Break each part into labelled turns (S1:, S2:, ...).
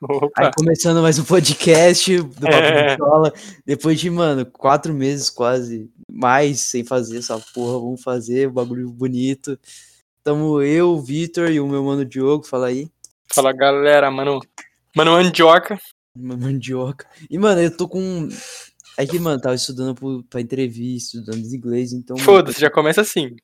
S1: Opa. Aí começando mais um podcast do Papo é. Bola, Depois de, mano, quatro meses quase mais sem fazer essa porra, vamos fazer o um bagulho bonito. Tamo eu, o Vitor e o meu mano Diogo, fala aí.
S2: Fala galera, mano. Mano, mandioca.
S1: Mano, mandioca. E, mano, eu tô com. É que, mano, tava estudando pro, pra entrevista, estudando inglês, então.
S2: Foda-se, já começa assim.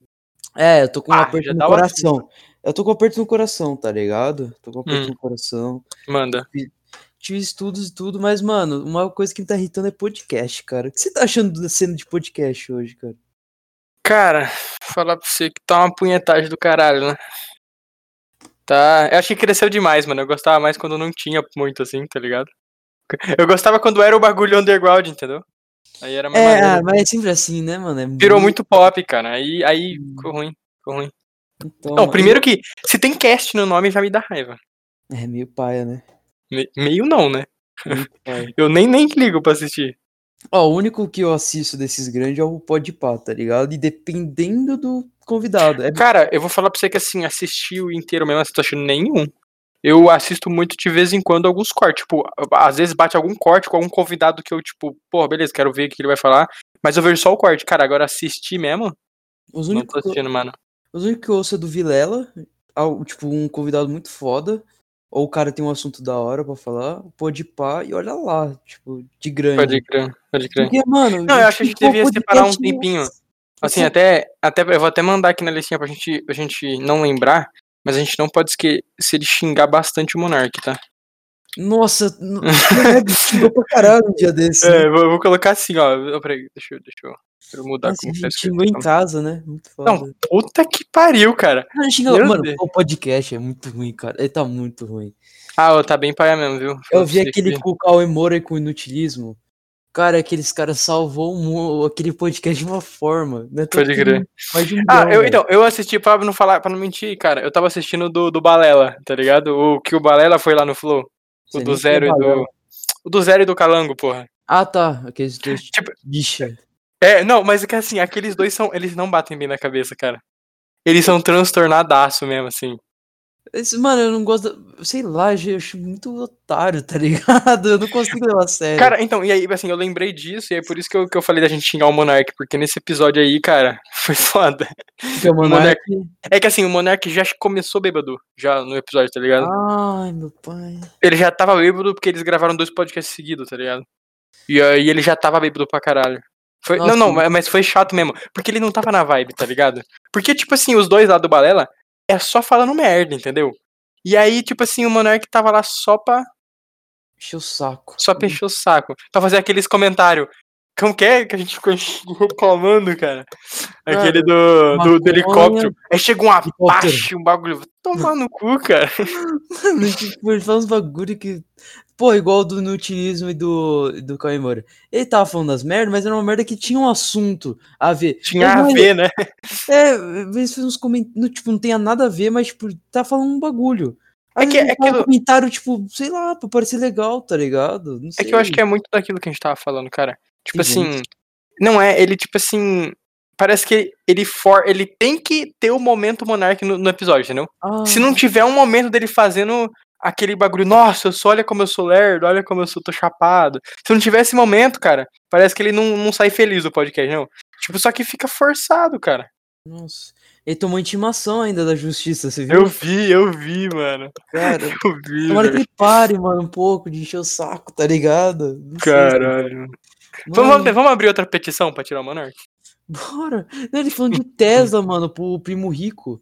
S1: É, eu tô com um ah, aperto no coração. Ótimo. Eu tô com um aperto no coração, tá ligado? Tô com um aperto hum. no coração.
S2: Manda.
S1: Tive, tive estudos e tudo, mas, mano, uma coisa que me tá irritando é podcast, cara. O que você tá achando da cena de podcast hoje, cara?
S2: Cara, falar pra você que tá uma punhetagem do caralho, né? Tá. Eu acho que cresceu demais, mano. Eu gostava mais quando não tinha muito, assim, tá ligado? Eu gostava quando era o bagulho underground, entendeu?
S1: Aí era mais. É, maneiro. mas é sempre assim, né, mano? É
S2: Virou muito... muito pop, cara. Aí, aí ficou ruim, ficou ruim.
S1: Hum.
S2: Então,
S1: né?
S2: não, primeiro que, se tem cast no nome, já me dá raiva.
S1: É meio paia, né?
S2: Me, meio não, né? Meio eu nem, nem ligo pra assistir.
S1: Ó, o único que eu assisto desses grandes é o Podpah, tá ligado? E dependendo do convidado. É...
S2: Cara, eu vou falar pra você que assim, assistir o inteiro mesmo, eu não tô achando nenhum. Eu assisto muito de vez em quando alguns cortes. Tipo, às vezes bate algum corte com algum convidado que eu, tipo, pô, beleza, quero ver o que ele vai falar. Mas eu vejo só o corte. Cara, agora assistir mesmo.
S1: Os
S2: não tô assistindo,
S1: eu...
S2: mano.
S1: Os únicos que eu ouço é do Vilela, tipo, um convidado muito foda, ou o cara tem um assunto da hora pra falar, pode pá e olha lá, tipo, de grande.
S2: Pode crer, pode crer.
S1: Porque, mano,
S2: Não, eu acho que a gente devia separar um tempinho. Assim, Sim. até, até, eu vou até mandar aqui na listinha pra gente, pra gente não lembrar, mas a gente não pode esquecer de xingar bastante o Monark, tá?
S1: Nossa, xingou pra caralho um dia desse.
S2: É, vou, vou colocar assim, ó. Peraí, deixa eu, deixa eu pra mudar
S1: Nossa, como xingou em casa, né? Muito
S2: foda. tá Não, puta que pariu, cara.
S1: Não, xingou, mano, Deus. o podcast é muito ruim, cara. Ele tá muito ruim.
S2: Ah, tá bem paia mesmo, viu?
S1: Eu, eu vi aquele que... com o Cauê Moura com inutilismo. Cara, aqueles caras salvou um, aquele podcast de uma forma. Né?
S2: Pode aqui, crer. Um ah, eu, então, eu assisti, pra não falar, pra não mentir, cara, eu tava assistindo do, do Balela, tá ligado? O que o Balela foi lá no Flow. O Você do Zero e do. O do Zero e do Calango, porra.
S1: Ah, tá. Aqueles dois. Tipo, bicha.
S2: É, não, mas é que assim, aqueles dois são. Eles não batem bem na cabeça, cara. Eles são transtornadaço mesmo, assim.
S1: Esse, mano, eu não gosto. Sei lá, eu acho muito otário, tá ligado? Eu não consigo levar a sério.
S2: Cara, então, e aí, assim, eu lembrei disso, e aí por isso que eu, que eu falei da gente xingar o Monark, porque nesse episódio aí, cara, foi foda.
S1: É o Monark...
S2: É que assim, o Monark já começou bêbado, já no episódio, tá ligado?
S1: Ai, meu pai.
S2: Ele já tava bêbado porque eles gravaram dois podcasts seguidos, tá ligado? E aí ele já tava bêbado pra caralho. Foi, Nossa, não, não, mas foi chato mesmo. Porque ele não tava na vibe, tá ligado? Porque, tipo assim, os dois lá do Balela é só falando merda, entendeu? E aí, tipo assim, o Monark tava lá só pra.
S1: Encher o saco.
S2: Só pra encher o saco. Pra fazer aqueles comentários. Como que é que a gente ficou reclamando, cara? Aquele do, do, do helicóptero. Aí chega um abaixo, um bagulho. Tomar no cu, cara.
S1: Mano, tipo, ele fala uns bagulho que. Pô, igual do nutilismo e do, do Cauê Ele tava falando das merdas, mas era uma merda que tinha um assunto a ver.
S2: Tinha mas, a ver, né?
S1: É, às vezes fez uns comentários. Tipo, não tinha nada a ver, mas, tipo, tá falando um bagulho. Às é que, é aquilo... um comentário, tipo, sei lá, pra parecer legal, tá ligado?
S2: É que eu acho que é muito daquilo que a gente tava falando, cara. Tipo que assim. Gente. Não é, ele, tipo assim. Parece que ele for, ele tem que ter o momento Monark no, no episódio, entendeu? Ah. Se não tiver um momento dele fazendo aquele bagulho, nossa, eu sou, olha como eu sou lerdo, olha como eu sou, tô chapado. Se não tiver esse momento, cara, parece que ele não, não sai feliz do podcast, não. Tipo, só que fica forçado, cara.
S1: Nossa. Ele tomou intimação ainda da justiça, você viu?
S2: Eu vi, eu vi, mano.
S1: Cara,
S2: eu vi.
S1: Tomara que ele pare, mano, um pouco de encher o saco, tá ligado? Não
S2: Caralho. Vamos, vamos, vamos, abrir outra petição pra tirar o Monark?
S1: Bora! Não, ele falando de Tesla, mano, pro primo rico.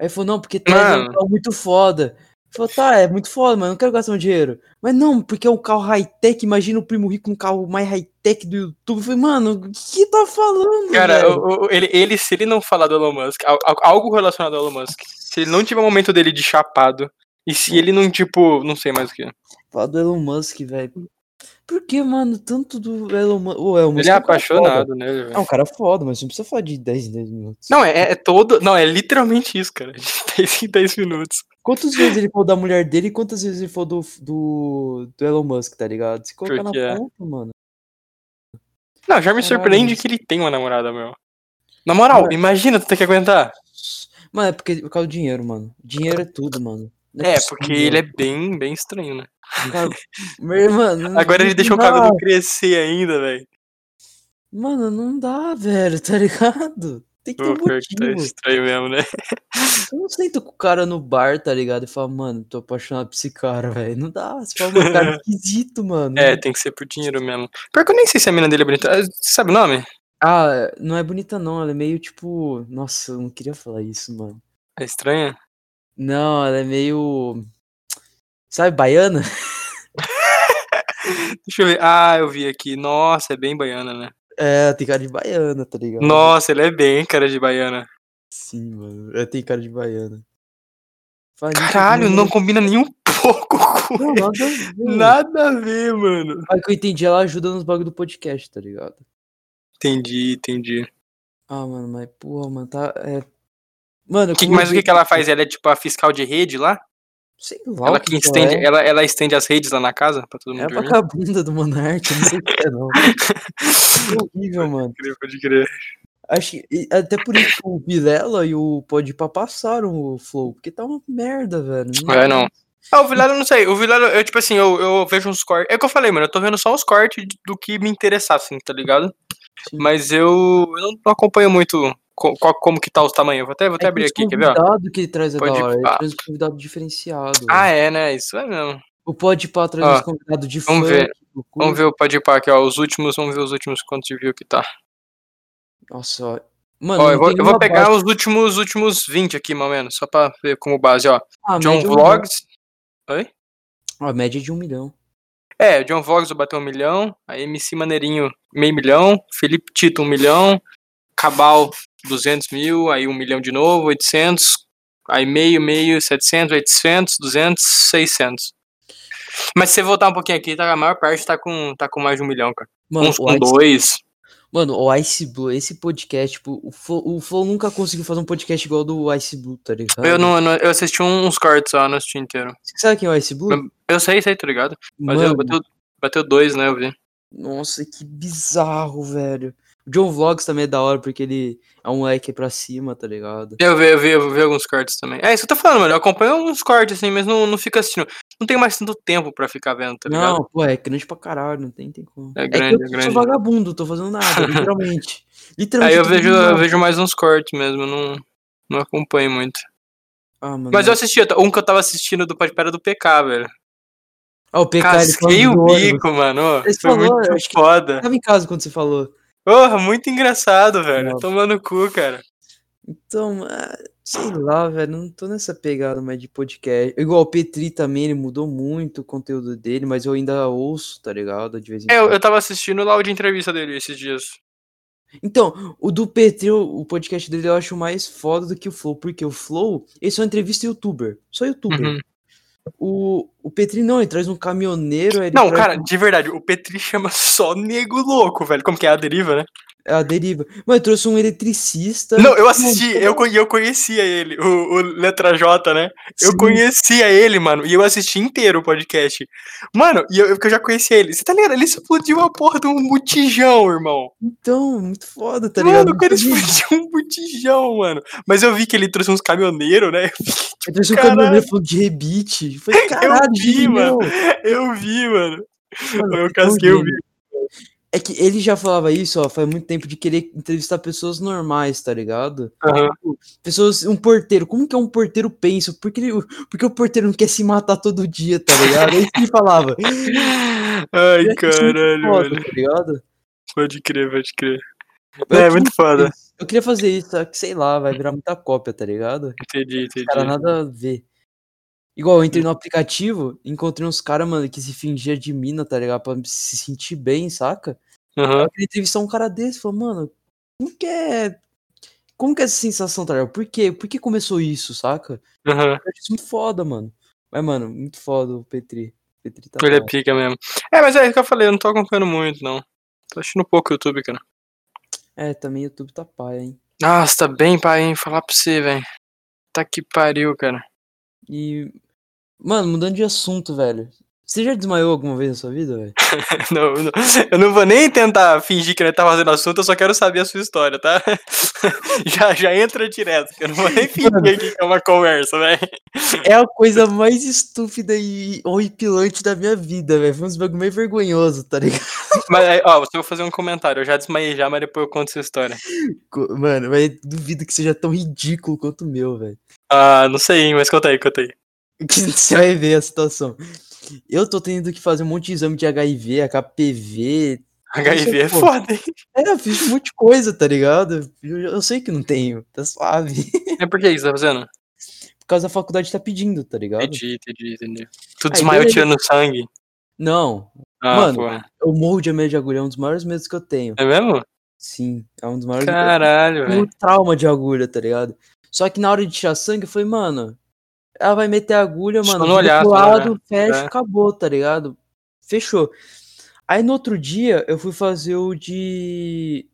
S1: Aí falou, não, porque Tesla mano. é um carro muito foda. Ele falou, tá, é muito foda, mano, não quero gastar meu dinheiro. Mas não, porque é um carro high-tech, imagina o primo rico um carro mais high-tech do YouTube. Eu falei, mano, o que tá falando?
S2: Cara, o, o, ele, ele, se ele não falar do Elon Musk, algo relacionado ao Elon Musk, se ele não tiver o um momento dele de chapado, e se ele não, tipo, não sei mais o que.
S1: Fala do Elon Musk, velho. Por que, mano, tanto do Elon Musk? O Elon Musk
S2: ele é, um apaixonado, né? Véio?
S1: É um cara foda, mas não precisa falar de 10 em 10 minutos.
S2: Não, é, é todo. Não, é literalmente isso, cara. De 10 em 10 minutos.
S1: Quantas vezes ele falou da mulher dele e quantas vezes ele falou do, do, do, Elon Musk, tá ligado? Se colocar Porque na é. ponta, mano.
S2: Não,
S1: É
S2: já me surpreende Caralho. que ele tem uma namorada, meu. Na moral, mano. imagina tu ter que aguentar.
S1: Mano, é porque por causa do dinheiro, mano. Dinheiro é tudo, mano.
S2: Não é, é porque ele é bem, bem estranho, né?
S1: Cara, meu irmão. não-
S2: Agora ele
S1: não
S2: deixou o
S1: dá.
S2: cabelo crescer ainda, velho.
S1: Mano, não dá, velho, tá ligado? Tem que ter um
S2: Pior que Tá
S1: motivo.
S2: estranho mesmo, né?
S1: Eu não sento com o cara no bar, tá ligado? E falo, mano, tô apaixonado por esse cara, velho. Não dá. Você fala, mano, cara é esquisito, mano.
S2: É, tem que ser por dinheiro mesmo. Pior que eu nem sei se a mina dele é bonita. Ah, Você sabe o nome?
S1: Ah, não é bonita, não. Ela é meio tipo. Nossa, eu não queria falar isso, mano.
S2: É estranha?
S1: Não, ela é meio. Sabe, baiana?
S2: Deixa eu ver. Ah, eu vi aqui. Nossa, é bem baiana, né?
S1: É, tem cara de baiana, tá ligado?
S2: Nossa, ele é bem cara de baiana.
S1: Sim, mano. Ela tem cara de baiana. Fala nisso,
S2: Caralho,
S1: mano,
S2: não combina nem um pouco com
S1: Não,
S2: ele. Nada
S1: nada a ver.
S2: a ver, mano.
S1: Aí que eu entendi, ela ajuda nos bagulho do podcast, tá ligado?
S2: Entendi, entendi.
S1: Ah, mano, mas porra, mano, tá. É... Mano,
S2: Que-
S1: como eu
S2: mas o que,
S1: vi-
S2: que ela faz? Ela é tipo a fiscal de rede lá?
S1: Sei lá,
S2: Ela
S1: o
S2: que
S1: que que
S2: estende,
S1: ela é.
S2: ela, ela estende as redes lá na casa pra todo
S1: É
S2: mundo
S1: a
S2: dormir?
S1: vagabunda do Monark, não sei o que é, não. Que horrível, mano.
S2: Pode crer, pode crer.
S1: Acho que, e até por isso que o Vilela e o Podpah passaram o Flow, porque tá uma merda, velho.
S2: É, não. Ah, o Vilela eu não sei. O Vilela, eu, tipo assim, eu, eu vejo uns cortes. É o que eu falei, mano. Eu tô vendo só os cortes de- do que me interessar, assim, tá ligado?
S1: Sim.
S2: Mas eu, eu não, não acompanho muito co- qual- como que tá os tamanhos. Eu Vou até, vou até
S1: É
S2: abrir
S1: que
S2: aqui,
S1: o
S2: quer ver? ó?
S1: convidado que ele traz é da
S2: Podpah.
S1: hora, ele traz um convidado diferenciado.
S2: Ah,
S1: velho.
S2: é, né? Isso é mesmo.
S1: O Podpah traz
S2: Ó,
S1: uns convidados de
S2: vamos
S1: funk,
S2: ver,
S1: loucura.
S2: Vamos ver o Podpah aqui, ó. Os últimos, vamos ver os últimos quantos de view que tá.
S1: Nossa, ó. Mano,
S2: Ó,
S1: não
S2: eu vou,
S1: tem
S2: eu vou
S1: uma
S2: pegar
S1: base-
S2: os últimos, últimos 20 aqui, mais ou menos, só pra ver como base, ó.
S1: Ah, a
S2: John
S1: média é um
S2: Vlogs.
S1: milhão. A média é de um milhão.
S2: É, John Vlogs bateu um milhão. A MC Maneirinho, meio milhão. Felipe Tito, um milhão. Cabal, 200 mil. Aí um milhão de novo, 800. Aí meio, meio, 700, 800, 200, 600. Mas se você voltar um pouquinho aqui, tá, a maior parte tá com, tá com mais de um milhão, cara.
S1: Mano,
S2: Uns
S1: o
S2: com
S1: Ice-
S2: dois.
S1: Mano, o Ice Blue, esse podcast, tipo, o Flow, o Flow nunca conseguiu fazer um podcast igual do Ice Blue, tá ligado?
S2: Eu, não, eu não- eu assisti um, uns cortes só, não assisti inteiro.
S1: Você sabe quem é o Ice Blue?
S2: Eu sei, sei, tá ligado? Mas
S1: Mano,
S2: eu, bateu, bateu dois, né, eu vi.
S1: Nossa, que bizarro, velho. O John Vlogs também é da hora, porque ele é um moleque pra cima, tá ligado?
S2: Eu vi, eu vi, eu vi alguns cortes também. É isso que eu tô falando, mano. Eu acompanho uns cortes, assim, mas não, não fico assistindo. Não tenho mais tanto tempo pra ficar vendo, tá ligado?
S1: não, pô, é grande pra caralho, não tem, tem como.
S2: É
S1: que
S2: grande,
S1: eu
S2: é
S1: sou
S2: grande.
S1: vagabundo, tô fazendo nada, literalmente. literalmente.
S2: Aí eu
S1: tô
S2: vejo,
S1: fazendo
S2: eu
S1: nada.
S2: vejo mais uns cortes mesmo, eu não, não acompanho muito.
S1: Ah, mano.
S2: Mas eu assisti, eu t- um que eu tava assistindo do Pode Pera do PK, velho.
S1: Ah, o PK, ele
S2: Casquei
S1: falando
S2: o
S1: do ônibus.
S2: bico, mano. ó.
S1: Ele
S2: Foi
S1: falou, eu
S2: muito
S1: acho que-
S2: foda.
S1: Tava em casa quando você falou.
S2: Porra, muito engraçado, velho.
S1: Nossa.
S2: Tomando cu, cara.
S1: Então, ah, sei lá, velho, não tô nessa pegada mais de podcast. Igual o Petri também, ele mudou muito o conteúdo dele, mas eu ainda ouço, tá ligado? De vez em
S2: É,
S1: quando.
S2: eu, eu tava assistindo lá o de entrevista dele esses dias.
S1: Então, o do Petri, o o podcast dele eu acho mais foda do que o Flow, porque o Flow, ele só entrevista youtuber, só youtuber.
S2: Uhum.
S1: O, o Petri não, ele traz um caminhoneiro, aí ele
S2: Não,
S1: traz
S2: cara, de verdade, o Petri chama só nego louco, velho. Como que é a deriva, né?
S1: a deriva. Mano, ele trouxe um eletricista.
S2: Não, eu assisti,
S1: Mano,
S2: eu, con- eu conhecia ele, o, o Letra J, né? Eu
S1: sim,
S2: conhecia ele, mano, e eu assisti inteiro o podcast. Mano, e eu, porque eu já conhecia ele. Você tá ligado? Ele explodiu a porra de um botijão, irmão.
S1: Então, muito foda, tá ligado?
S2: mano, o cara
S1: Ele
S2: explodiu um botijão, mano. Mas eu vi que ele trouxe uns caminhoneiros, né?
S1: trouxe um
S2: caralho.
S1: caminhoneiro falando de rebite. Eu Falei, caralho,
S2: vi,
S1: genial.
S2: mano. Eu vi, mano. um
S1: Mano,
S2: Eu
S1: então,
S2: casquei o
S1: gênio.
S2: vídeo.
S1: É que ele já falava isso, ó, faz muito tempo de querer entrevistar pessoas normais, tá ligado?
S2: Aham.
S1: Pessoas, um porteiro, como que é um porteiro pensa? Por que, ele- por que o porteiro não quer se matar todo dia, tá ligado? É isso que ele falava.
S2: Ai,
S1: Eu achei é isso muito
S2: caralho,
S1: foda,
S2: mano.
S1: tá ligado?
S2: Pode crer, pode crer.
S1: Eu
S2: É,
S1: queria
S2: muito foda.
S1: fazer isso, Eu queria fazer isso, só que sei lá, vai virar muita cópia, tá ligado?
S2: Entendi,
S1: Cara,
S2: entendi. Hum.
S1: nada a ver. Igual, eu entrei no aplicativo, encontrei uns caras, mano, que se fingia de mina, tá ligado? Pra se sentir bem, saca?
S2: Aham.
S1: Eu queria entrevistar um cara desse, falou, mano, como que é. Como que é essa sensação, tá ligado? Por quê? Por que começou isso, saca?
S2: Aham.
S1: Eu acho isso muito foda, mano. Mas, mano, muito foda o Petri. O Petri tá
S2: Ele é
S1: bom.
S2: pica mesmo. É, mas é isso que eu falei, eu não tô acompanhando muito, não. Tô assistindo pouco YouTube, cara.
S1: É, também o YouTube tá paia, hein?
S2: Nossa, tá bem pai, hein? Falar pra você, velho. Tá que pariu, cara.
S1: E. Mano, mudando de assunto, velho. Você já desmaiou alguma vez na sua vida, velho?
S2: não, não, eu não vou nem tentar fingir que nós tá fazendo assunto, eu só quero saber a sua história, tá? já, já entra direto, eu não vou nem fingir que é uma conversa, velho.
S1: É a coisa mais estúpida e horripilante da minha vida, velho. Foi um bagulho meio vergonhoso, tá ligado?
S2: Mas, ó, você vai fazer um comentário, eu já desmaiei já, mas depois eu conto sua história.
S1: Mano, mas duvido que seja tão ridículo quanto o meu, velho.
S2: Ah, não sei, mas conta aí, conta aí.
S1: Você vai ver a situação. Eu tô tendo que fazer um monte de exame de HIV, HPV.
S2: HIV é foda, hein?
S1: É, eu fiz um monte de coisa, tá ligado? Eu, eu sei que não tenho, tá suave.
S2: É por que isso tá fazendo?
S1: Por causa da faculdade tá pedindo, tá ligado?
S2: Entendi, entendi, entendi. Tu desmaiou tirando sangue?
S1: Não.
S2: Ah,
S1: Mano,
S2: porra.
S1: eu morro de medo de agulha, é um dos maiores medos que eu tenho.
S2: É mesmo?
S1: Sim, é um dos maiores
S2: Caralho,
S1: medos. Eu
S2: velho.
S1: tenho um trauma de agulha, tá ligado? Só que na hora de tirar sangue, eu falei, mano, ela vai meter a agulha,
S2: Só
S1: mano,
S2: no olhar, só
S1: do
S2: no
S1: lado,
S2: olhar.
S1: fecha,
S2: É.
S1: acabou, tá ligado? Fechou. Aí no outro dia, eu fui fazer o de.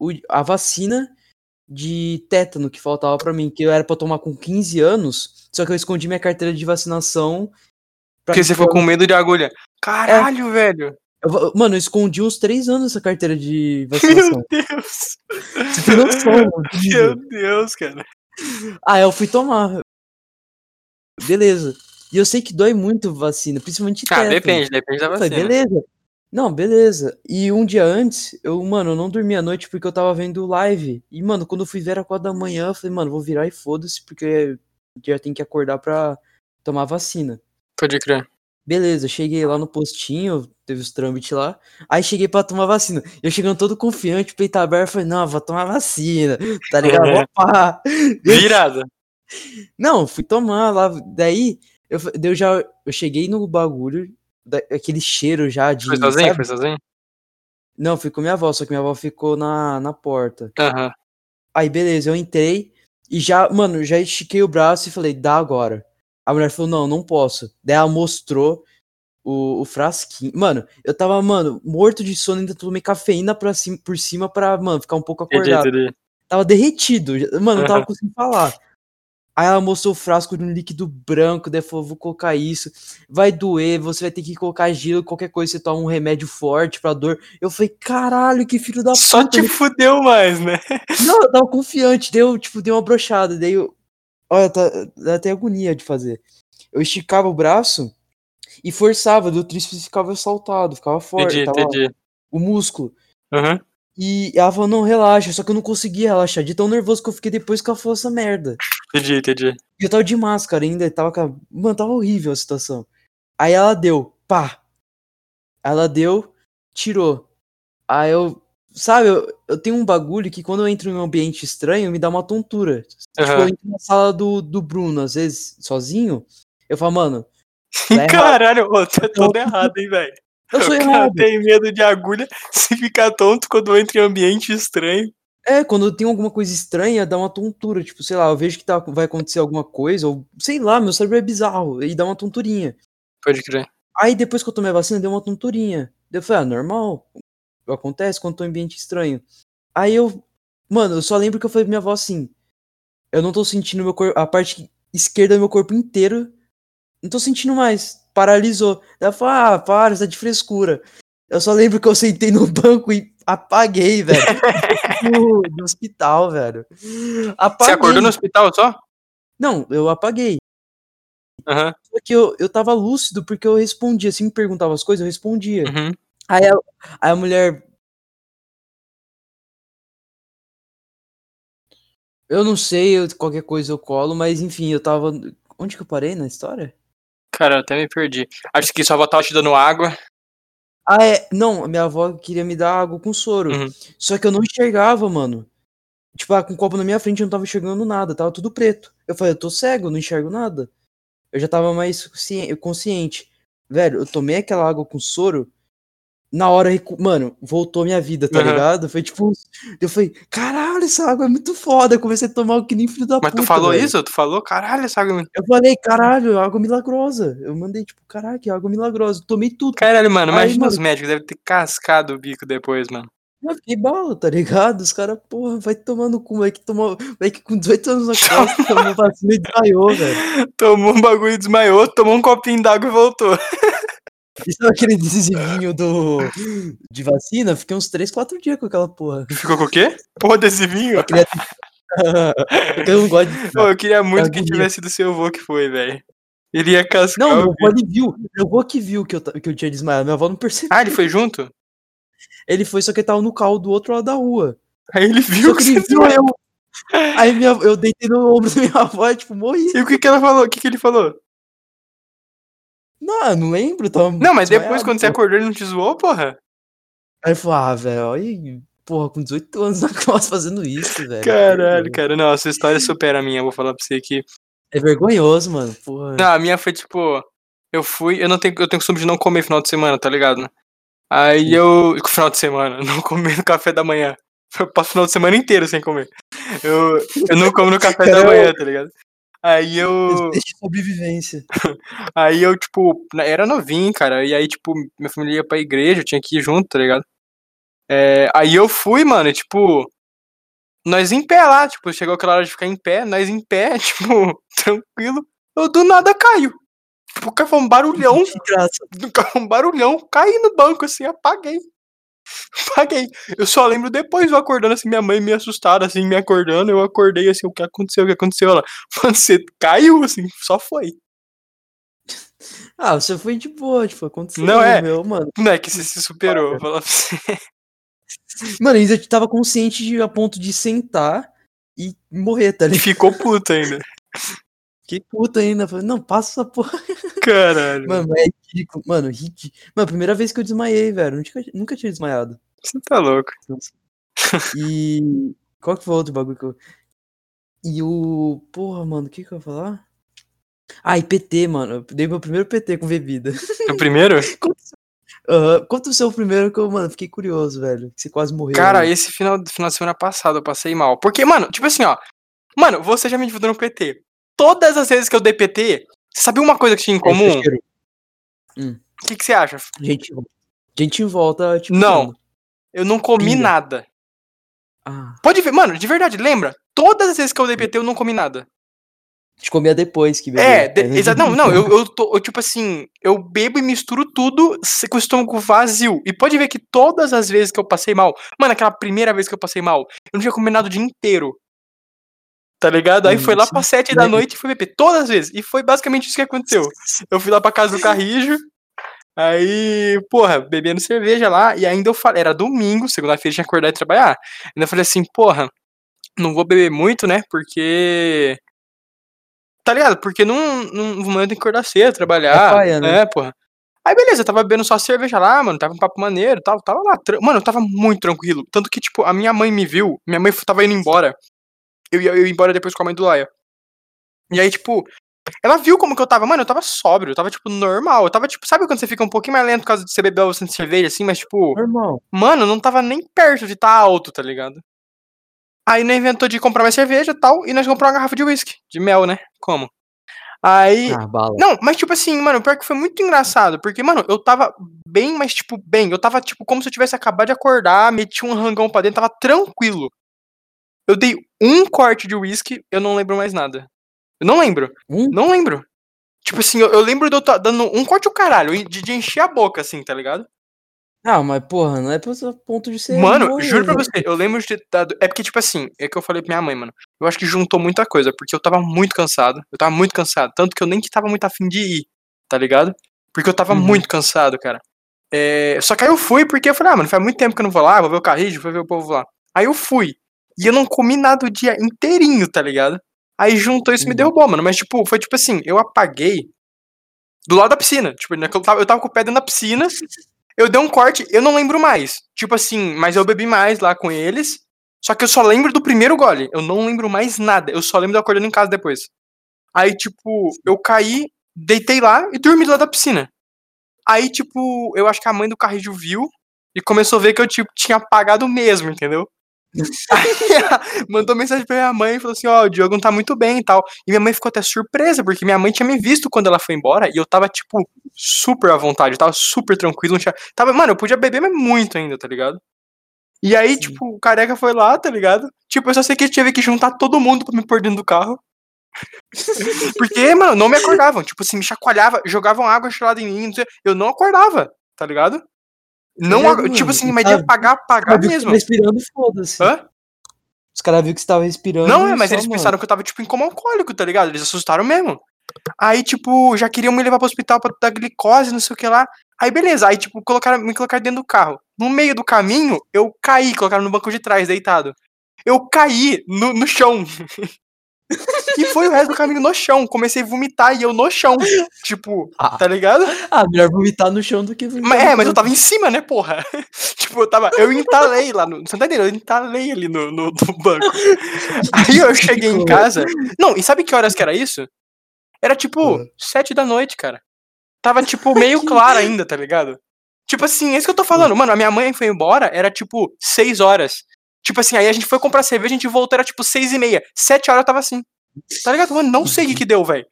S1: o- a vacina de tétano que faltava pra mim, que eu era pra tomar com 15 anos, só que eu escondi minha carteira de vacinação. pra-
S2: Porque você ficou com medo de agulha. Caralho, velho.
S1: Eu va- mano, eu escondi uns 3 anos essa carteira de vacinação.
S2: Meu Deus.
S1: Você tem noção, mano, do nível.
S2: Meu Deus, cara.
S1: Ah, eu fui tomar. Beleza. E eu sei que dói muito vacina, principalmente
S2: Ah,
S1: tétano.
S2: depende, depende da né?
S1: Eu falei,
S2: vacina.
S1: beleza. Não, beleza. E um dia antes, eu, mano, eu não dormi à noite porque eu tava vendo live. E, mano, quando eu fui ver era 4 da manhã, eu falei, mano, vou virar e foda-se, porque já tem que acordar pra tomar vacina.
S2: Pode crer.
S1: Beleza, eu cheguei lá no postinho, teve os trâmites lá. Aí cheguei pra tomar vacina. Eu chegando todo confiante, peito aberto, falei, não, vou tomar vacina, tá ligado? Opa!
S2: Virada.
S1: Não, fui tomar lá. Daí, eu, fa- daí eu já eu cheguei no bagulho, da- aquele cheiro já de.
S2: Foi sozinho?
S1: sabe?
S2: Foi sozinho?
S1: Não, fui com minha avó, só que minha avó ficou na, na porta.
S2: Aham.
S1: Aí, beleza, eu entrei e já, mano, já estiquei o braço e falei, dá agora. A mulher falou, não, não posso. Daí ela mostrou o, o frasquinho. Mano, eu tava, mano, morto de sono, ainda tomei cafeína pra cima, por cima pra, mano, ficar um pouco
S2: Entendi,
S1: acordado.
S2: entendi.
S1: Tava derretido, já- mano, não tava
S2: Aham.
S1: conseguindo falar. Aí ela mostrou o frasco de um líquido branco, daí falou, vou colocar isso, vai doer, você vai ter que colocar gelo, qualquer coisa, você toma um remédio forte pra dor. Eu falei, caralho, que filho da
S2: Só tipo te fudeu mais, né?
S1: não, eu tava confiante, deu, tipo, deu uma brochada, daí eu. Olha, tá, dá até agonia de fazer. Eu esticava o braço e forçava, do tríceps ficava saltado, ficava forte,
S2: Entendi,
S1: tava
S2: entendi.
S1: o músculo.
S2: Aham.
S1: E ela falou, não, relaxa, só que eu não conseguia relaxar, de tão nervoso que eu fiquei depois que ela falou essa merda.
S2: Entendi, entendi.
S1: E eu tava de máscara ainda, e tava com a... Mano, tava horrível a situação. Aí ela deu, pá. Ela deu, tirou. Aí eu. Sabe, eu, eu tenho um bagulho que quando eu entro em um ambiente estranho, me dá uma tontura. Tipo, eu
S2: Aham.
S1: entro na sala do, do Bruno, às vezes, sozinho. Eu falo, mano,
S2: é
S1: Tá errado.
S2: Caralho, ô, tá todo errado, hein, velho.
S1: eu sou
S2: o cara
S1: errado.
S2: tem medo de agulha se ficar tonto quando entra em ambiente estranho.
S1: É, quando eu tenho alguma coisa estranha, dá uma tontura. Tipo, sei lá, eu vejo que tá, vai acontecer alguma coisa, ou sei lá, meu cérebro é bizarro, e dá uma tonturinha.
S2: Pode crer.
S1: Aí depois que eu tomei a vacina, deu uma tonturinha. Daí Eu falei, ah, normal. Acontece quando tô em ambiente estranho. Aí eu. Mano, eu só lembro que eu falei pra minha avó assim. Eu não tô sentindo meu corpo. A parte esquerda do meu corpo inteiro. Não tô sentindo mais. Paralisou. Daí Ela falou, ah, para, você tá de frescura. Eu só lembro que eu sentei no banco e apaguei, velho. do, do hospital, velho.
S2: Você
S1: Apaguei.
S2: acordou no hospital só?
S1: Não, eu apaguei.
S2: Aham.
S1: Só que eu, eu tava lúcido porque eu respondia. Se me perguntava as coisas, eu respondia.
S2: Uhum.
S1: Aí a, aí a mulher. Eu não sei, eu- qualquer coisa eu colo, mas enfim, eu tava. Onde que eu parei na história?
S2: Cara, eu até me perdi. Acho que sua avó tava te dando água.
S1: Ah, é. Não, a minha avó queria me dar água com soro.
S2: Uhum.
S1: Só que eu não enxergava, mano. Tipo, ah, com o copo na minha frente eu não tava enxergando nada, tava tudo preto. Eu falei, eu tô cego, eu não enxergo nada. Eu já tava mais consci- consciente. Velho, eu tomei aquela água com soro. Na hora, recu- mano, voltou minha vida, tá
S2: Aham.
S1: ligado? Foi tipo. Eu falei, caralho, essa água é muito foda. Eu comecei a tomar que nem filho da
S2: Mas
S1: puta.
S2: tu falou
S1: velho.
S2: isso? Tu falou? Caralho, essa água. é
S1: Eu falei, caralho, água milagrosa. Eu mandei, tipo, caraca, que água milagrosa. Tomei tudo.
S2: Caralho, mano,
S1: Aí,
S2: imagina
S1: mano-
S2: os médicos, deve ter cascado o bico depois, mano.
S1: Eu fiquei bala, tá ligado? Os caras, porra, vai tomando cu. Moleque, tomou, moleque com 18 anos na costa, tomou vacina e desmaiou, velho.
S2: Tomou um bagulho, desmaiou, tomou um copinho d'água e voltou.
S1: E sabe aquele adesivinho do... de vacina? Fiquei uns 3, 4 dias com aquela porra.
S2: Ficou com o quê? Porra, adesivinho?
S1: queria- eu não gosto de.
S2: Pô, eu queria muito que
S1: bonito.
S2: tivesse sido seu avô que foi, velho. Ele ia cascar.
S1: Não,
S2: o
S1: meu
S2: bicho.
S1: avô ele viu. Meu avô que viu que eu, ta- que eu tinha desmaiado. Minha avó não percebeu.
S2: Ah, ele foi junto?
S1: Ele foi, só que ele tava no carro do outro lado da rua.
S2: Aí ele
S1: Só
S2: viu
S1: que
S2: que
S1: ele
S2: você
S1: viu eu. Aí minha, eu deitei no ombro da minha avó e, tipo, morri.
S2: E o que, que ela falou? O que, que ele falou?
S1: Não, eu não lembro. Tava
S2: Não, mas depois,
S1: desmaiado,
S2: quando você
S1: pô.
S2: acordou, ele não te zoou, porra?
S1: Aí eu falei, ah, velho, aí, porra, com 18 anos na classe fazendo isso, velho.
S2: Caralho, cara. Não, a sua história supera a minha, vou falar pra você aqui.
S1: É vergonhoso, mano. Porra.
S2: Não, a minha foi tipo. Eu fui. Eu não tenho, eu tenho costume de não comer final de semana, tá ligado? Aí
S1: Sim.
S2: eu. Final de semana, não comer no café da manhã. Eu passo o final de semana inteiro sem comer. Eu, eu não como no café da
S1: Caramba.
S2: manhã, tá ligado? Aí eu.
S1: Teste de sobrevivência.
S2: Aí eu, tipo, na- era novinho, cara. E aí, tipo, minha família ia pra igreja, eu tinha que ir junto, tá ligado? É, aí eu fui, mano, e, tipo. Nós em pé lá, tipo, chegou aquela hora de ficar em pé, nós em pé, tipo, tranquilo. Eu do nada caio. Tipo, caiu um barulhão,
S1: Que graça.
S2: caiu um barulhão, caí no banco, assim, apaguei. Apaguei. Eu só lembro depois eu acordando, assim, minha mãe me assustada, assim, me acordando. Eu acordei, assim, o que aconteceu, o que aconteceu? Ela, mano, você caiu, assim, só foi.
S1: Ah, você foi de boa, tipo, aconteceu.
S2: Não, é.
S1: Meu, mano.
S2: Não é que você se superou, vou falar pra você.
S1: Mano, eu ainda tava consciente de, a ponto de sentar e morrer, tá
S2: E
S1: ligado?
S2: ficou puto ainda.
S1: Fiquei puta ainda. Falei, não, passa essa porra.
S2: Caralho.
S1: Mano, é ridículo. Mano, ridículo. Mano, primeira vez que eu desmaiei, velho. Nunca, nunca tinha desmaiado.
S2: Você tá louco.
S1: E. Qual que foi o outro bagulho que eu. E o. Porra, mano, o que que eu ia falar? Ah, e PT, mano. Eu dei meu primeiro PT com bebida.
S2: O primeiro?
S1: Aham, Conta o seu primeiro que eu, mano, fiquei curioso, velho. que Você quase morreu.
S2: Cara,
S1: né?
S2: esse final, final de semana passado eu passei mal. Porque, mano, tipo assim, ó. Mano, você já me dividiu no PT. Todas as vezes que eu dei PT, você sabia uma coisa que tinha em comum?
S1: Teixeira,
S2: O que, que você acha?
S1: A gente, a gente volta, tipo.
S2: Não.
S1: quando?
S2: Eu não comi
S1: Pinga.
S2: nada.
S1: Ah,
S2: Pode ver, mano, de verdade, lembra? Todas as vezes que eu dei PT, eu não comi nada.
S1: a gente comia depois que bebia. tipo,
S2: É, de- exa- não, não, eu, eu tô, eu, tipo assim, eu bebo e misturo tudo se- com o estômago vazio. E pode ver que todas as vezes que eu passei mal, mano, aquela primeira vez que eu passei mal, eu não tinha combinado o dia inteiro. Tá ligado? Aí foi lá pra sete da
S1: né?
S2: noite e foi beber todas as vezes. E foi basicamente isso que aconteceu. Eu fui lá pra casa do Carrijo, aí, porra, bebendo cerveja lá, e ainda eu falei, era domingo, segunda-feira tinha que acordar e trabalhar. Ainda eu falei assim, porra, não vou beber muito, né, porque... Tá ligado? Porque não, não, no momento tem que acordar cedo, trabalhar,
S1: paia, né?
S2: né, porra. Aí beleza, eu tava bebendo só cerveja lá, mano, tava um papo maneiro, tava, tava lá, tran- mano, eu tava muito tranquilo. Tanto que, tipo, a minha mãe me viu, minha mãe tava indo embora. Eu ia, eu ia embora depois com a mãe do Laia. E aí, tipo, ela viu como que eu tava. Mano, eu tava sóbrio, eu tava, tipo, normal. Eu tava, tipo, sabe quando você fica um pouquinho mais lento por causa de você beber bastante cerveja, assim, mas, tipo,
S1: Normal.
S2: mano, eu não tava nem perto de tá alto, tá ligado? Aí não inventou de comprar mais cerveja e tal, e nós compramos uma garrafa de uísque, de mel, né? Como? Aí.
S1: Ah, bala.
S2: Não, mas tipo assim, mano, pior que foi muito engraçado, porque, mano, eu tava bem, mas tipo, bem. Eu tava, tipo, como se eu tivesse acabado de acordar, meti um rangão pra dentro, tava tranquilo. Eu dei um corte de uísque, eu não lembro mais nada. Eu não lembro.
S1: Um?
S2: Não lembro. Tipo assim, eu, eu lembro de eu tá dando um corte o caralho, e de, de encher a boca, assim, tá ligado?
S1: Ah, mas porra, não é pra esse ponto de ser.
S2: Mano,
S1: morrer,
S2: juro pra
S1: né?
S2: você, eu lembro de ter dado. É porque, tipo assim, é que eu falei pra minha mãe, mano. Eu acho que juntou muita coisa, porque eu tava muito cansado. Eu tava muito cansado. Tanto que eu nem que tava muito afim de ir, tá ligado? Porque eu tava
S1: Uhum.
S2: muito cansado, cara. É, Só que aí eu fui porque eu falei, ah, mano, faz muito tempo que eu não vou lá, vou ver o carrinho, vou ver o povo lá. Aí eu fui. E eu não comi nada o dia inteirinho, tá ligado? Aí juntou isso e me
S1: Uhum.
S2: derrubou, mano. Mas, tipo, foi tipo assim, eu apaguei do lado da piscina. Tipo, né, que eu tava, eu tava com o pé dentro da piscina. Eu dei um corte, eu não lembro mais. Tipo assim, mas eu bebi mais lá com eles. Só que eu só lembro do primeiro gole. Eu não lembro mais nada. Eu só lembro de eu acordando em casa depois. Aí, tipo, eu caí, deitei lá e dormi lá da piscina. Aí, tipo, eu acho que a mãe do Carrijo viu e começou a ver que eu, tipo, tinha apagado mesmo, entendeu? Aí ela mandou mensagem pra minha mãe e falou assim: Ó, o Diogo não tá muito bem e tal. E minha mãe ficou até surpresa, porque minha mãe tinha me visto quando ela foi embora e eu tava, tipo, super à vontade, eu tava super tranquilo, não tinha. Tava, mano, eu podia beber mas muito ainda, tá ligado? E aí,
S1: Sim.
S2: tipo, o careca foi lá, tá ligado? Tipo, eu só sei que ele tive que juntar todo mundo pra me pôr dentro do carro. Porque, mano, não me acordavam. Tipo assim, me chacoalhava, jogavam água gelada em mim. não sei- Eu não acordava, tá ligado? Não,
S1: Mas,
S2: ac-
S1: mano,
S2: tipo assim, mas
S1: tá-
S2: de apagar, apagar
S1: Cara, viu que
S2: mesmo.
S1: tava respirando, foda-se.
S2: Hã?
S1: Os caras viram que você tava respirando.
S2: Não,
S1: e
S2: é, mas
S1: só,
S2: eles
S1: mano.
S2: pensaram que eu tava, tipo, em coma alcoólico, tá ligado? Eles assustaram mesmo. Aí, tipo, já queriam me levar pro hospital pra dar glicose, não sei o que lá. Aí, beleza. Aí, tipo, colocaram, me colocaram dentro do carro. No meio do caminho, eu caí, colocaram no banco de trás, deitado. Eu caí no, no chão. e foi o resto do caminho no chão. Comecei a vomitar e eu no chão. Tipo,
S1: Ah.
S2: tá ligado?
S1: Ah, melhor vomitar no chão do que vomitar.
S2: Mas,
S1: no
S2: é, mas eu
S1: chão.
S2: tava em cima, né, porra? tipo, eu tava. Eu entalei lá no. Você não tá entendendo? Eu entalei ali no, no, no banco. Aí eu cheguei em casa. Não, e sabe que horas que era isso? Era tipo
S1: Ah.
S2: sete da noite, cara. Tava, tipo, meio claro ainda, tá ligado? Tipo assim, é isso que eu tô falando. Mano, a minha mãe foi embora, era tipo seis horas. Tipo assim, aí a gente foi comprar cerveja, a gente voltou, era tipo seis e meia. Sete horas eu tava assim. Tá ligado? Mano, não sei o que que deu, velho.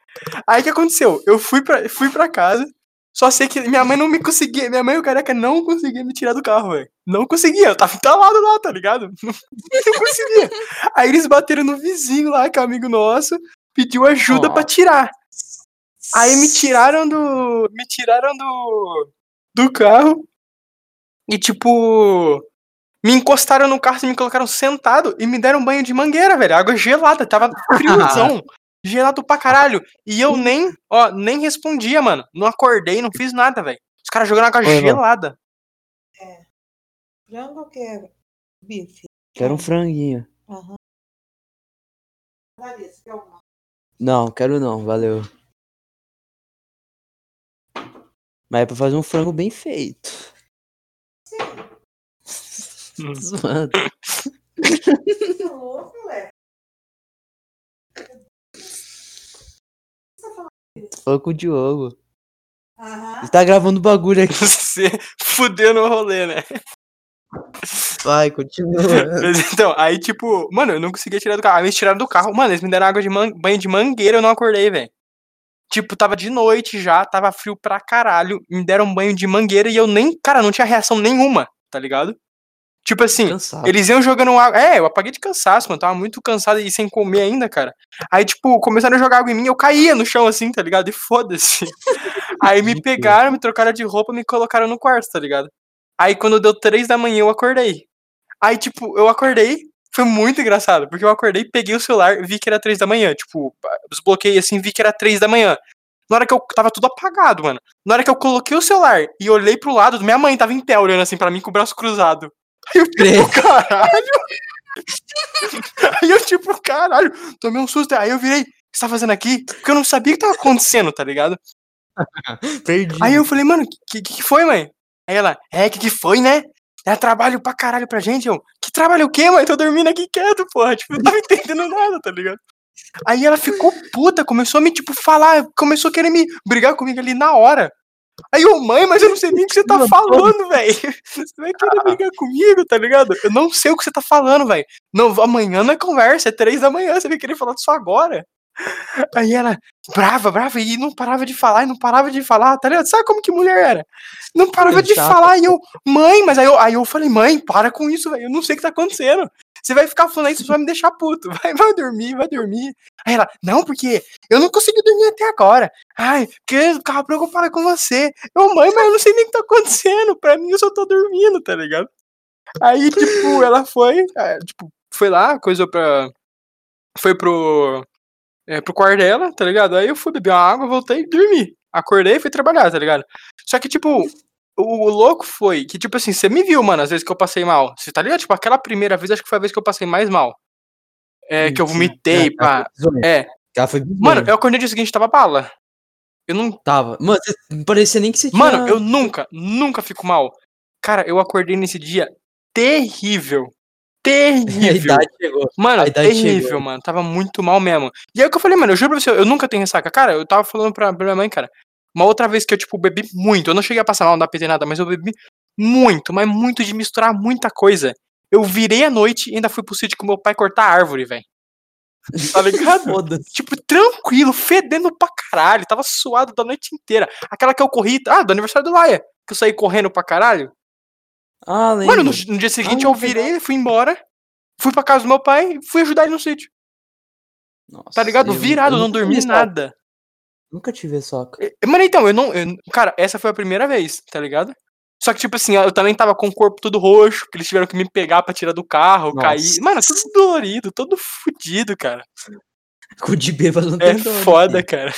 S2: Aí o que aconteceu? Eu fui pra, fui pra casa, só sei que minha mãe não me conseguia, minha mãe e o careca não conseguia me tirar do carro, velho. Não conseguia, eu tava entalado lá, tá ligado? Não, não conseguia. Aí eles bateram no vizinho lá, que é amigo nosso, pediu ajuda pra
S1: Nossa.
S2: tirar. Aí me tiraram do. Me tiraram do. Do carro. E tipo. Me encostaram no carro e me colocaram sentado e me deram banho de mangueira, velho. Água gelada, tava friozão. gelado pra caralho. E eu nem, ó, nem respondia, mano. Não acordei, não fiz nada, velho. Os caras jogando água
S1: Oi, mano.
S2: gelada.
S3: Frango eu quero. Bife.
S1: Quero um franguinho.
S3: Aham. Larissa, quer alguma?
S1: Não, quero não, valeu. Mas é pra fazer um frango bem feito.
S2: Hum.
S1: Tô zoando.
S3: Você é louco, Lé?
S1: Tô falando com o Diogo.
S3: Aham.
S1: Ele tá gravando bagulho aqui.
S2: Você fudeu no rolê, né?
S1: Vai, continua.
S2: Mas então, aí, tipo, mano, eu não conseguia tirar do carro. Aí me tiraram do carro. Mano, eles me deram água de man- banho de mangueira, eu não acordei, velho. Tipo, tava de noite já, tava frio pra caralho. Me deram banho de mangueira e eu nem. Cara, não tinha reação nenhuma, tá ligado? Tipo assim,
S1: Cansado.
S2: Eles iam jogando água. É, eu apaguei de cansaço, mano. Tava muito cansado e sem comer ainda, cara. Aí, tipo, começaram a jogar água em mim, eu caía no chão assim, tá ligado? E foda-se. Aí me
S1: Ridículo.
S2: pegaram, me trocaram de roupa, me colocaram no quarto, tá ligado? Aí quando deu três da manhã, eu acordei. Aí, tipo, eu acordei. Foi muito engraçado, porque eu acordei, peguei o celular, vi que era três da manhã. Tipo, desbloqueei assim, vi que era três da manhã. Na hora que eu tava tudo apagado, mano. Na hora que eu coloquei o celular e olhei pro lado, minha mãe tava em pé olhando assim pra mim com o braço cruzado. Aí eu, tipo, caralho! Aí eu, tipo, caralho, tomei um susto. Aí eu virei, o que você tá fazendo aqui? Porque eu não sabia o que tava acontecendo, tá ligado?
S1: Perdi.
S2: Aí eu falei, mano, o que, que que foi, mãe? Aí ela, é, que que foi, né? Ela trabalho pra caralho pra gente, eu. Que trabalho o quê, mãe? Tô dormindo aqui quieto, porra. Tipo, eu não tava entendendo nada, tá ligado? Aí ela ficou puta, começou a me, tipo, falar, começou a querer me brigar comigo ali na hora. Aí eu, mãe, mas eu não sei nem o que você tá
S1: Meu
S2: falando, velho. Você vai querer brigar comigo, tá ligado? Eu não sei o que você tá falando, velho. Não, amanhã não é conversa, é três da manhã, você vai querer falar disso agora. Aí ela, brava, brava, e não parava de falar, e não parava de falar, tá ligado? Sabe como que mulher era? Não parava de
S1: Chata.
S2: falar, e eu, mãe, mas aí eu, aí eu falei, mãe, para com isso, velho, eu não sei o que tá acontecendo. Você vai ficar falando isso, você vai me deixar puto. Vai, vai dormir, vai dormir. Aí ela, não, porque eu não consegui dormir até agora. Ai, porque eu ficava preocupada com você. Eu, mãe, mas eu não sei nem o que tá acontecendo. Pra mim, eu só tô dormindo, tá ligado? Aí, tipo, ela foi, é, tipo, foi lá, coisa pra. Foi pro. É, pro quarto dela, tá ligado? Aí eu fui beber uma água, voltei e dormi. Acordei e fui trabalhar, tá ligado? Só que, tipo, o, o louco foi que, tipo assim, você me viu, mano, as vezes que eu passei mal. Você tá ligado? Tipo, aquela primeira vez, acho que foi a vez que eu passei mais mal. É, que eu vomitei, pá. É.
S1: Ela foi
S2: Mano, eu acordei no dia seguinte, tava bala. Eu não.
S1: tava. Mano, você- não parecia nem que você tinha.
S2: Mano, eu nunca, nunca fico mal. Cara, eu acordei nesse dia terrível.
S1: A
S2: Terrível.
S1: idade chegou.
S2: Mano,
S1: a idade
S2: terrível,
S1: chegou.
S2: mano. Tava muito mal mesmo. E aí que eu falei, mano, eu juro pra você, eu nunca tenho ressaca. Cara, eu tava falando pra, pra minha mãe, cara. Uma outra vez que eu, tipo, bebi muito. Eu não cheguei a passar mal, não dá PT nada, mas eu bebi muito, mas muito de misturar muita coisa. Eu virei à noite e ainda fui pro sítio com meu pai cortar árvore, velho. Tá ligado?
S1: Foda-se.
S2: Tipo, tranquilo, fedendo pra caralho. Tava suado da noite inteira. Aquela que eu corri. Ah, do aniversário do Laia. Que eu saí correndo pra caralho.
S1: Ah, lembro.
S2: Mano, no, no dia seguinte
S1: Ah,
S2: eu
S1: verdade.
S2: virei, fui embora. Fui pra casa do meu pai e fui ajudar ele no sítio.
S1: Nossa,
S2: Tá ligado?
S1: eu-
S2: Virado,
S1: eu
S2: não
S1: nunca
S2: dormi
S1: tive
S2: nada.
S1: soca. Nunca tive soca.
S2: E- Mano, então, eu não. eu- cara, essa foi a primeira vez, tá ligado? Só que, tipo assim, eu também tava com o corpo todo roxo, porque eles tiveram que me pegar pra tirar do carro,
S1: Nossa.
S2: cair. Mano, tudo dolorido, todo fudido, cara.
S1: Com de bêbado não
S2: É
S1: tem dono,
S2: foda,
S1: filho.
S2: cara.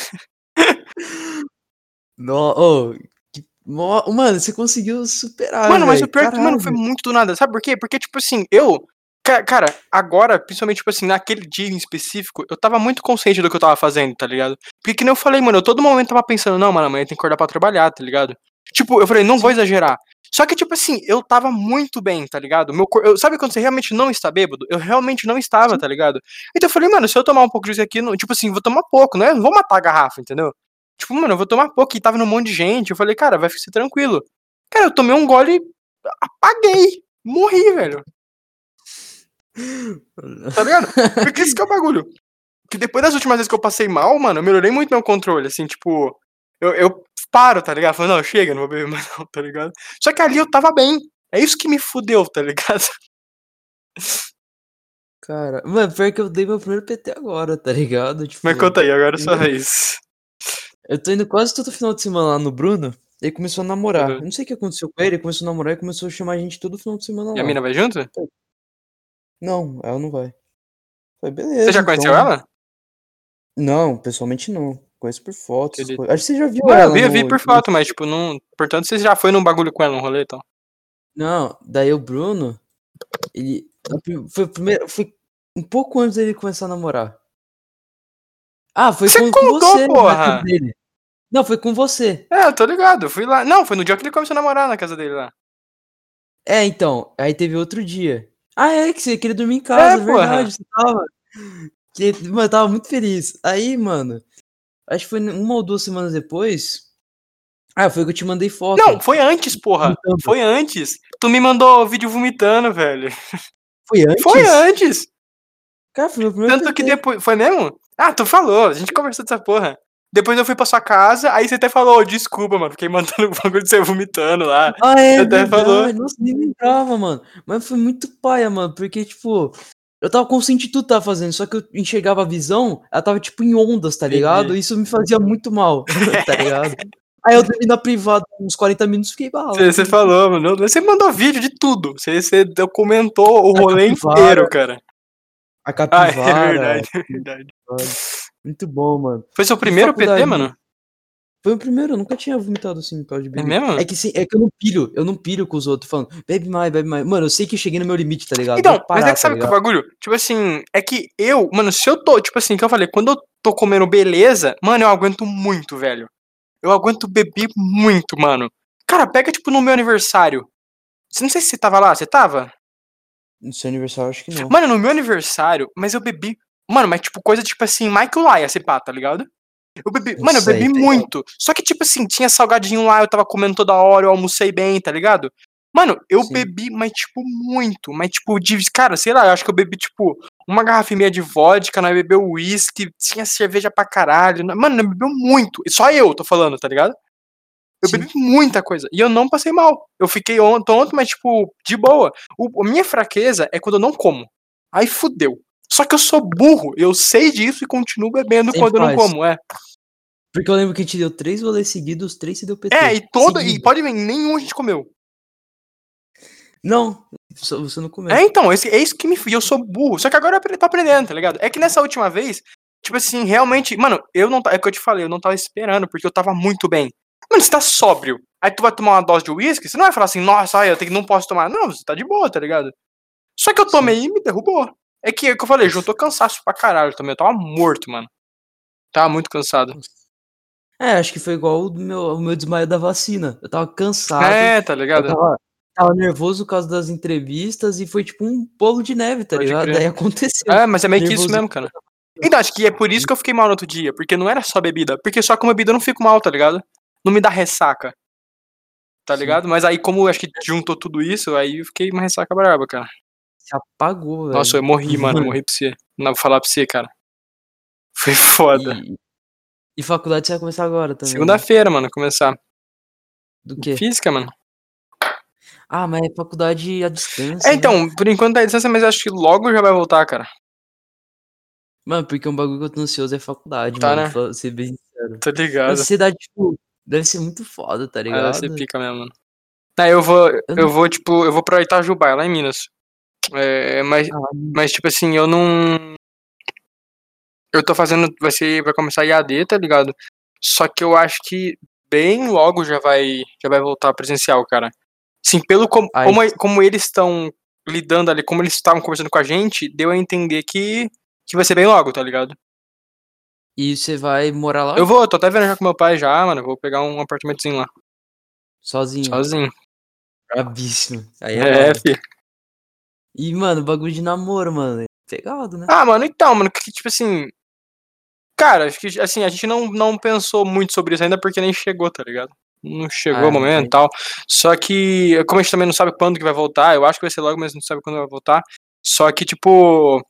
S1: No, oh, que- mo- mano, você conseguiu superar.
S2: Mano, mas
S1: velho,
S2: o pior é que, mano,
S1: caralho.
S2: foi muito do nada. Sabe por quê? Porque, tipo assim, eu. ca- Cara, agora, principalmente, tipo assim, naquele dia em específico, eu tava muito consciente do que eu tava fazendo, tá ligado? Porque, que nem eu falei, mano, eu todo momento tava pensando, não, mano, amanhã tem que acordar pra trabalhar, tá ligado? Tipo, eu falei, não vou exagerar. Só que, tipo assim, eu tava muito bem, tá ligado? Meu cor... eu- Sabe quando você realmente não está bêbado? Eu realmente não estava, tá ligado? Então eu falei, mano, se eu tomar um pouco disso aqui, não... tipo assim, vou tomar pouco, né? Não vou matar a garrafa, entendeu? Tipo, mano, eu vou tomar pouco e tava num monte de gente. Eu falei, cara, vai ser tranquilo. Cara, eu tomei um gole apaguei. Morri, velho. Tá ligado? Porque esse que é o bagulho. Que depois das últimas vezes que eu passei mal, mano, eu melhorei muito meu controle. Assim, tipo, eu, eu paro, tá ligado? Falando, não, chega, não vou beber mais, não, tá ligado? Só que ali eu tava bem. É isso que me fudeu, tá ligado?
S1: Cara, mano, pior que eu dei meu primeiro PT agora, tá ligado? Tipo,
S2: Mas conta aí, agora é sua vez.
S1: Eu tô indo quase todo final de semana lá no Bruno. Ele começou a namorar.
S2: Uhum.
S1: Eu não sei o que aconteceu com ele, ele começou a namorar e começou a chamar a gente todo final de semana
S2: E
S1: lá.
S2: a mina vai junto?
S1: Não, ela não vai. Foi beleza.
S2: Você já conheceu
S1: então.
S2: ela?
S1: Não, pessoalmente não. Conheço por fotos.
S2: Entendi.
S1: co- Acho que você já viu
S2: Não, Ah, eu
S1: ela.
S2: vi, eu
S1: no-
S2: vi por foto, mas tipo, não. Portanto, você já foi num bagulho com ela, num rolê então? e tal.
S1: Não, daí o Bruno, ele a pri- foi o primeiro, foi um pouco antes dele começar a namorar. Ah, foi
S2: Você
S1: com, com
S2: contou,
S1: você, na casa
S2: porra!
S1: dele. Não, foi com você.
S2: É, eu tô ligado, eu fui lá. Não, foi no dia que ele começou a namorar na casa dele lá.
S1: É, então, aí teve outro dia. Ah, é que você queria dormir em casa, é,
S2: porra.
S1: verdade, você tava. Que, mano, eu tava muito feliz. Aí, mano, acho que foi uma ou duas semanas depois. Ah, foi que eu te mandei foto. Então,
S2: Não, foi antes, porra.
S1: vomitando.
S2: Foi antes. Tu me mandou vídeo vomitando, velho.
S1: Foi antes?
S2: Foi antes.
S1: Cara, foi meu primeiro
S2: Tanto que
S1: PT.
S2: depois. Foi mesmo? Ah, tu falou. A gente conversou dessa porra. Depois eu fui pra sua casa, aí você até falou, "Ô, desculpa, mano, fiquei mandando o bagulho de você vomitando lá.
S1: Ah, é
S2: Você até
S1: verdade.
S2: falou.
S1: Nossa, nem lembrava, mano. Mas foi muito paia, mano. Porque, tipo, eu tava consciente de tudo que tava fazendo. Só que eu enxergava a visão, ela tava, tipo, em ondas, tá
S2: Entendi.
S1: ligado? Isso me fazia muito mal, tá ligado? Aí eu dormi na privada uns 40 minutos fiquei bala.
S2: Você, você falou, mano. Você mandou vídeo de tudo. Você, você documentou o
S1: Da
S2: rolê
S1: É capivara.
S2: inteiro, cara.
S1: A
S2: Ah,
S1: capivara.
S2: é verdade, é verdade.
S1: Muito bom, mano.
S2: Foi seu primeiro PT,
S1: faculdade.
S2: mano?
S1: Foi o primeiro, eu nunca tinha vomitado assim, por causa de
S2: É
S1: bebida.
S2: mesmo?
S1: É que, sim, é que eu não pilho, eu não pilho com os outros falando, bebe mais, bebe mais. Mano, eu sei que eu cheguei no meu limite, tá ligado?
S2: Então,
S1: Vou
S2: mas
S1: parar,
S2: é que sabe que
S1: tá
S2: o
S1: ligado?
S2: bagulho? Tipo assim, é que eu, mano, se eu tô, tipo assim, que eu falei, quando eu tô comendo beleza, mano, eu aguento muito, velho. Eu aguento beber muito, mano. Cara, pega, tipo, no meu aniversário. Você não sei se você tava lá, você tava?
S1: No seu aniversário, acho que não.
S2: Mano, no meu aniversário, mas eu bebi. Mano, mas tipo, coisa tipo assim, Michael Lyra, esse pá, tá ligado? Eu bebi,
S1: Eu
S2: mano, eu
S1: sei,
S2: bebi
S1: tá ligado.
S2: muito. Só que, tipo assim, tinha salgadinho lá, eu tava comendo toda hora, eu almocei bem, tá ligado? Mano, eu
S1: Sim.
S2: bebi, mas, tipo, muito. Mas, tipo, de, cara, sei lá, eu acho que eu bebi, tipo, uma garrafa e meia de vodka, nós bebeu uísque, tinha cerveja pra caralho. nós- Mano, nós bebeu muito. E Só eu tô falando, tá ligado? Eu
S1: Sim.
S2: bebi muita coisa. E eu não passei mal. Eu fiquei on- tonto, mas, tipo, de boa. O, a minha fraqueza é quando eu não como. Aí fudeu. Só que eu sou burro, eu sei disso e continuo bebendo
S1: Sempre
S2: quando eu não
S1: faz.
S2: como, é.
S1: Porque eu lembro que a gente deu três rolês seguidos, os três se deu PT.
S2: É, e todo. E
S1: Seguido.
S2: pode ver, nenhum a gente comeu.
S1: Não, só- você não comeu.
S2: É, então, esse, é isso que me. E eu sou burro. Só que agora eu apre- tô aprendendo, tá ligado? É que nessa última vez, tipo assim, realmente. Mano, eu não. ta- É o que eu te falei, eu não tava esperando, porque eu tava muito bem. Mano, você tá sóbrio. Aí tu vai tomar uma dose de uísque, você não vai falar assim, nossa, ai, eu tenho, que- não posso tomar. Não, você tá de boa, tá ligado? Só que eu tomei e me derrubou. É que, é o que eu falei, juntou cansaço pra caralho também. Eu tava morto, mano. Tava muito cansado.
S1: É, acho que foi igual o meu, o meu desmaio da vacina. Eu tava cansado.
S2: É, tá
S1: eu
S2: ligado?
S1: tava, tava nervoso por causa das entrevistas e foi tipo um bolo de neve, tá
S2: Pode
S1: ligado?
S2: crer.
S1: Daí aconteceu.
S2: É, mas é meio que isso
S1: Nervoso.
S2: mesmo, cara. Então, acho que é por isso que eu fiquei mal no outro dia, porque não era só bebida, porque só com bebida eu não fico mal, tá ligado? Não me dá ressaca. Tá
S1: Sim.
S2: ligado? Mas aí, como eu acho que juntou tudo isso, aí eu fiquei uma ressaca braba, cara.
S1: Se apagou, velho.
S2: Nossa, eu morri, mano, eu morri pra você. Não vou falar pra você, cara. Foi foda.
S1: E, e faculdade você vai começar agora também. né?
S2: Segunda-feira, mano, começar.
S1: Do quê?
S2: Física, mano.
S1: Ah, mas é faculdade à distância.
S2: É,
S1: né?
S2: então, por enquanto tá à distância, mas acho que logo já vai voltar, cara.
S1: Mano, porque um bagulho que eu tô ansioso é faculdade,
S2: Tá,
S1: mano.
S2: né?
S1: Pra ser bem sincero.
S2: Tô
S1: A
S2: Tá ligado.
S1: ansiedade, tipo, deve ser muito foda, tá
S2: Ah,
S1: ligado?
S2: deve ser pica mesmo, mano. Aí eu vou, eu
S1: não-
S2: vou, tipo, eu vou pra Itajubá, lá em Minas. É, mas,
S1: Ah,
S2: mas, tipo assim, eu não. Eu tô fazendo. Vai ser. Vai começar IAD, tá ligado? Só que eu acho que bem logo já vai, já vai voltar presencial, cara. Sim, pelo com,
S1: Ai.
S2: como, é, como eles estão lidando ali, como eles estavam conversando com a gente, deu a entender que, que vai ser bem logo, tá ligado?
S1: E você vai morar lá
S2: Eu vou, tô até vendo já com meu pai já, mano. Vou pegar um apartamentozinho lá,
S1: sozinho?
S2: sozinho.
S1: Brabíssimo. Aí é,
S2: É,
S1: foda.
S2: fi.
S1: E, mano, bagulho de namoro, mano. é Pegado, né?
S2: Ah, mano, então, mano, que tipo assim. Cara, acho que assim, a gente não, não pensou muito sobre isso ainda porque nem chegou, tá ligado? Não chegou
S1: Ah,
S2: o momento
S1: entendi.
S2: e tal. Só que, como a gente também não sabe quando que vai voltar, eu acho que vai ser logo, mas não sabe quando vai voltar. Só que, tipo.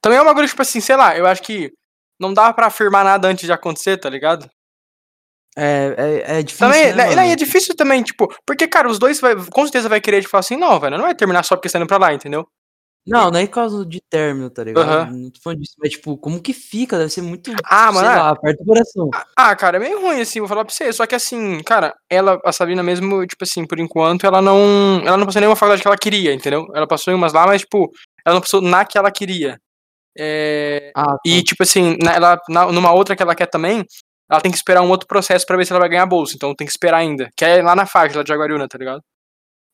S2: Também é uma coisa, tipo assim, sei lá, eu acho que não dá pra afirmar nada antes de acontecer, tá ligado?
S1: É, é, é difícil.
S2: Também,
S1: né,
S2: né, e daí é
S1: mano?
S2: difícil também, tipo, porque, cara, os dois vai, com certeza vai querer, tipo, falar assim, não, velho, não vai terminar só porque você tá indo pra lá, entendeu?
S1: Não, não é por causa de término, tá ligado?
S2: Aham.
S1: Não tô falando disso, mas tipo, como que fica? Deve ser muito,
S2: Ah,
S1: sei
S2: mano, é.
S1: lá, perto do coração.
S2: Ah, cara, é meio ruim, assim, vou falar pra você. Só que assim, cara, ela, a Sabina mesmo, tipo assim, por enquanto, ela não. Ela não passou em nenhuma faculdade que ela queria, entendeu? Ela passou em umas lá, mas, tipo, ela não passou na que ela queria. É,
S1: Ah,
S2: E, tipo assim, na, ela, na- numa outra que ela quer também, ela tem que esperar um outro processo pra ver se ela vai ganhar bolsa. Então tem que esperar ainda. Que é lá na faixa, lá de Jaguariúna, tá ligado?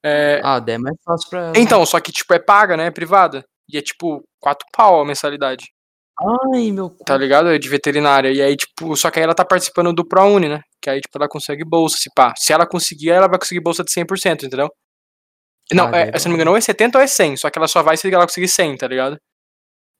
S2: É,
S1: ah, daí é mais fácil pra ela.
S2: Então, só que, tipo, é paga, né? É privada. E é tipo, quatro pau a mensalidade
S1: Ai, meu cu.
S2: tá ligado? De veterinária. E aí, tipo, só que aí ela tá participando do ProUni, né? Que aí, tipo, ela consegue bolsa, se pá. Se ela conseguir, ela vai conseguir bolsa de 100%, entendeu? Não,
S1: Ah,
S2: é,
S1: legal.
S2: se não me engano, ou é 70 ou é 100, só que ela só vai se ela conseguir 100, tá ligado?